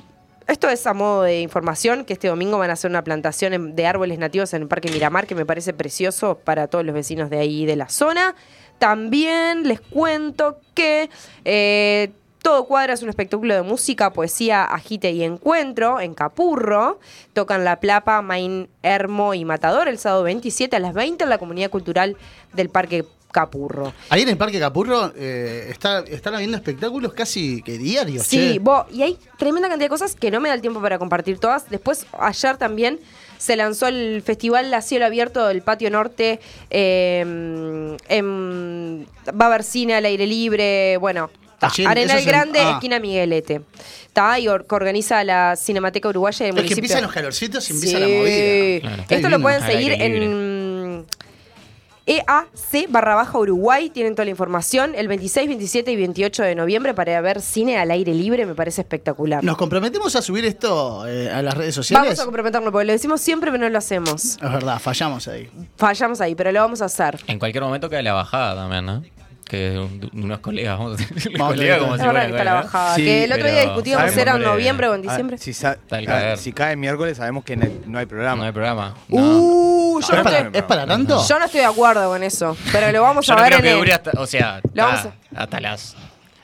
mm, esto es a modo de información, que este domingo van a hacer una plantación en- de árboles nativos en el Parque Miramar, que me parece precioso para todos los vecinos de ahí de la zona. También les cuento que eh, Todo Cuadra es un espectáculo de música, poesía, agite y encuentro en Capurro. Tocan La Plapa, Main Hermo y Matador el sábado 27 a las 20 en la comunidad cultural del Parque Capurro.
Ahí en el Parque Capurro eh, está, están habiendo espectáculos casi que diarios.
Sí,
che.
vos, y hay tremenda cantidad de cosas que no me da el tiempo para compartir todas. Después, ayer también se lanzó el festival a cielo abierto del Patio Norte. eh, en, va a haber cine al aire libre, bueno. ta,
Ayer,
Arenal
eso es en-
Grande,
ah.
esquina Miguelete. Está y or- que organiza la Cinemateca Uruguaya de
Es que
municipio.
empiezan los calorcitos y empieza
Sí.
la movida. Claro. Está
Esto lo
divino.
pueden
Al aire
seguir
libre.
en EAC barra baja Uruguay. Tienen toda la información el 26, 27 y 28 de noviembre para ver cine al aire libre. Me parece espectacular.
Nos comprometemos a subir esto eh, a las redes sociales.
Vamos a comprometernos porque lo decimos siempre, pero no lo hacemos.
es verdad, fallamos ahí.
Fallamos ahí, pero lo vamos a hacer.
En cualquier momento cae la bajada también, ¿no? Que de un- de unos colegas, vamos a decir
Vamos a
colegas
tener-
como
Es
si
verdad
fuera
que está la
colega.
bajada. que el otro día
pero
discutíamos si
sabemos
era en
cuál es.
noviendoviembre o en
Ah,
diciembre.
si, sa-
Tal
ah,
caer.
si cae miércoles sabemos que no hay, no hay programa. No hay
programa.
Uh, yo
¿Es
no,
para,
estoy,
¿es para tanto?
yo no estoy de acuerdo con eso, pero lo vamos
Yo
a
no
ver
creo
en
que
el-
dure hasta, o sea,
Lo vamos
ta- hasta las...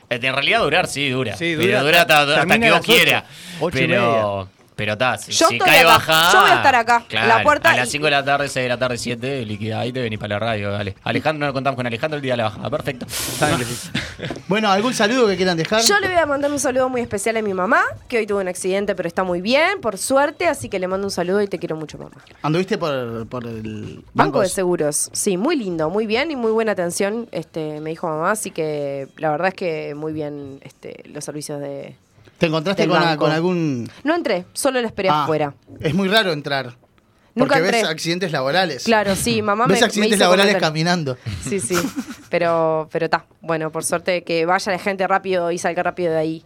En realidad durar sí dura.
Sí,
pero
dura,
dura hasta, hasta
termina
que
a
vos
las ocho,
quiera.
ocho y
pero... Pero está, si,
Yo
si
estoy
cae
acá,
bajada...
yo voy a estar acá, en la
claro,
puerta
A las
y-
5 de la tarde, 6 de la tarde, 7, liquidá y te venís para la radio. Dale. Alejandro, no lo contamos con Alejandro el día de la bajada. Perfecto.
Bueno, ¿algún saludo que quieran dejar?
Yo le voy a mandar un saludo muy especial a mi mamá, que hoy tuvo un accidente, pero está muy bien, por suerte, así que le mando un saludo y te quiero mucho, mamá.
¿Anduviste por, por el
Banco de Seguros, sí, muy lindo, muy bien y muy buena atención, este, me dijo mamá, así que la verdad es que muy bien este, los servicios de...
¿Te encontraste
del
con, a-
banco.
con algún...?
No entré, solo la esperé
Ah,
afuera.
Es muy raro entrar.
Nunca
Porque ves
entré.
accidentes laborales.
Claro, sí, mamá
ves
me, me
accidentes
hizo
laborales
comentar.
caminando.
Sí, sí. Pero, pero está. Bueno, por suerte que vaya la gente rápido y salga rápido de ahí.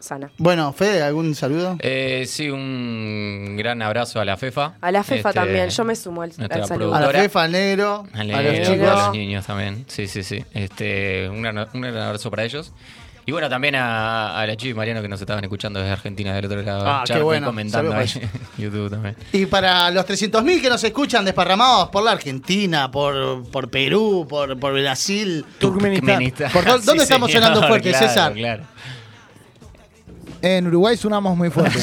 Sana.
Bueno, Fede, ¿algún saludo?
Eh, sí, un gran abrazo a la FEFA.
A la FEFA
Este,
también, yo me sumo al,
nuestra
al saludo.
A la
Ahora-
jefa, al negro,
A,
a los
los
chicos.
a los niños también. Sí, sí, sí. Este, un, gran, un gran abrazo para ellos. Y bueno, también a, a la Chivi y Mariano que nos estaban escuchando desde Argentina, del otro lado.
Ah,
Ya
qué
fui
bueno.
Comentando
Saludos
ahí. YouTube también.
Y para los 300.000 que nos escuchan desparramados por la Argentina, por, por Perú, por, por Brasil,
Turkmenistán.
Por todo-
Sí,
¿Dónde estamos
señor,
llenando fuerte,
claro,
César?
Claro.
En Uruguay sonamos muy fuerte.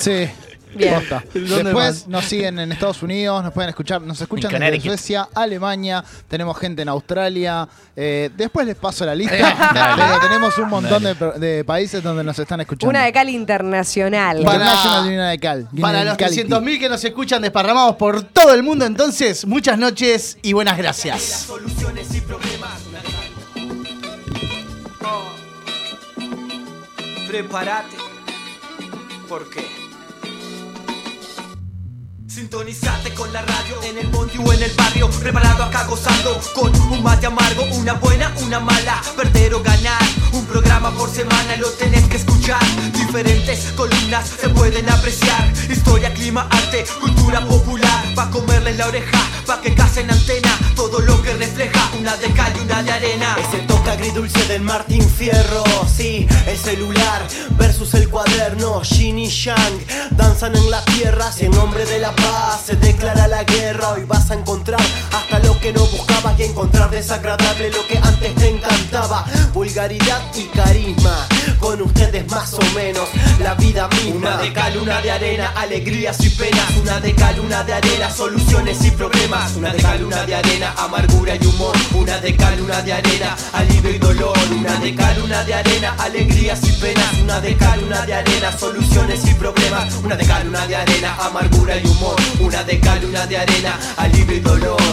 sí.
Bien.
Posta.
¿Dónde
Después
más?
nos siguen en Estados Unidos, nos pueden escuchar, nos escuchan
En
desde
Connecticut.
Suecia, Alemania, tenemos gente en Australia. eh, después les paso la lista,
dale.
pero tenemos un montón de, pro- de países donde nos están escuchando.
Una de cal internacional.
International Guinea de Cal. Guinea
Para
de
los
Cality.
300.000 que nos escuchan desparramados por todo el mundo, entonces, muchas noches y buenas gracias.
Soluciones y problemas. Prepárate. ¿Por qué? Sintonizate con la radio en el monte o en el barrio, preparado acá gozando con un mate amargo, una buena, una mala, perder o ganar. Un programa por semana lo tenés que escuchar. Diferentes columnas se pueden apreciar. Historia, clima, arte, cultura popular. Pa comerles la oreja, pa que casen antena. Todo lo que refleja una de cal y una de arena. Ese toque agridulce del Martín Fierro, sí, el celular versus el cuaderno. Shin y Yang danzan en la tierra, si en nombre de la paz se declara la guerra. Hoy vas a encontrar hasta lo que no buscabas y encontrar desagradable lo que antes te encantaba. Vulgaridad y carisma, con ustedes más o menos la vida misma. Una de cal, una de arena, alegrías y penas. Una de cal, una de arena, soluciones y problemas. Una de cal, una de arena, amargura y humor. Una de cal, una de arena, alivio y dolor. Una de cal, una de arena, alegrías y penas. Una de cal, una de arena, soluciones y problemas. Una de cal, una de arena, amargura y humor. Una de cal, una de arena, alivio y dolor.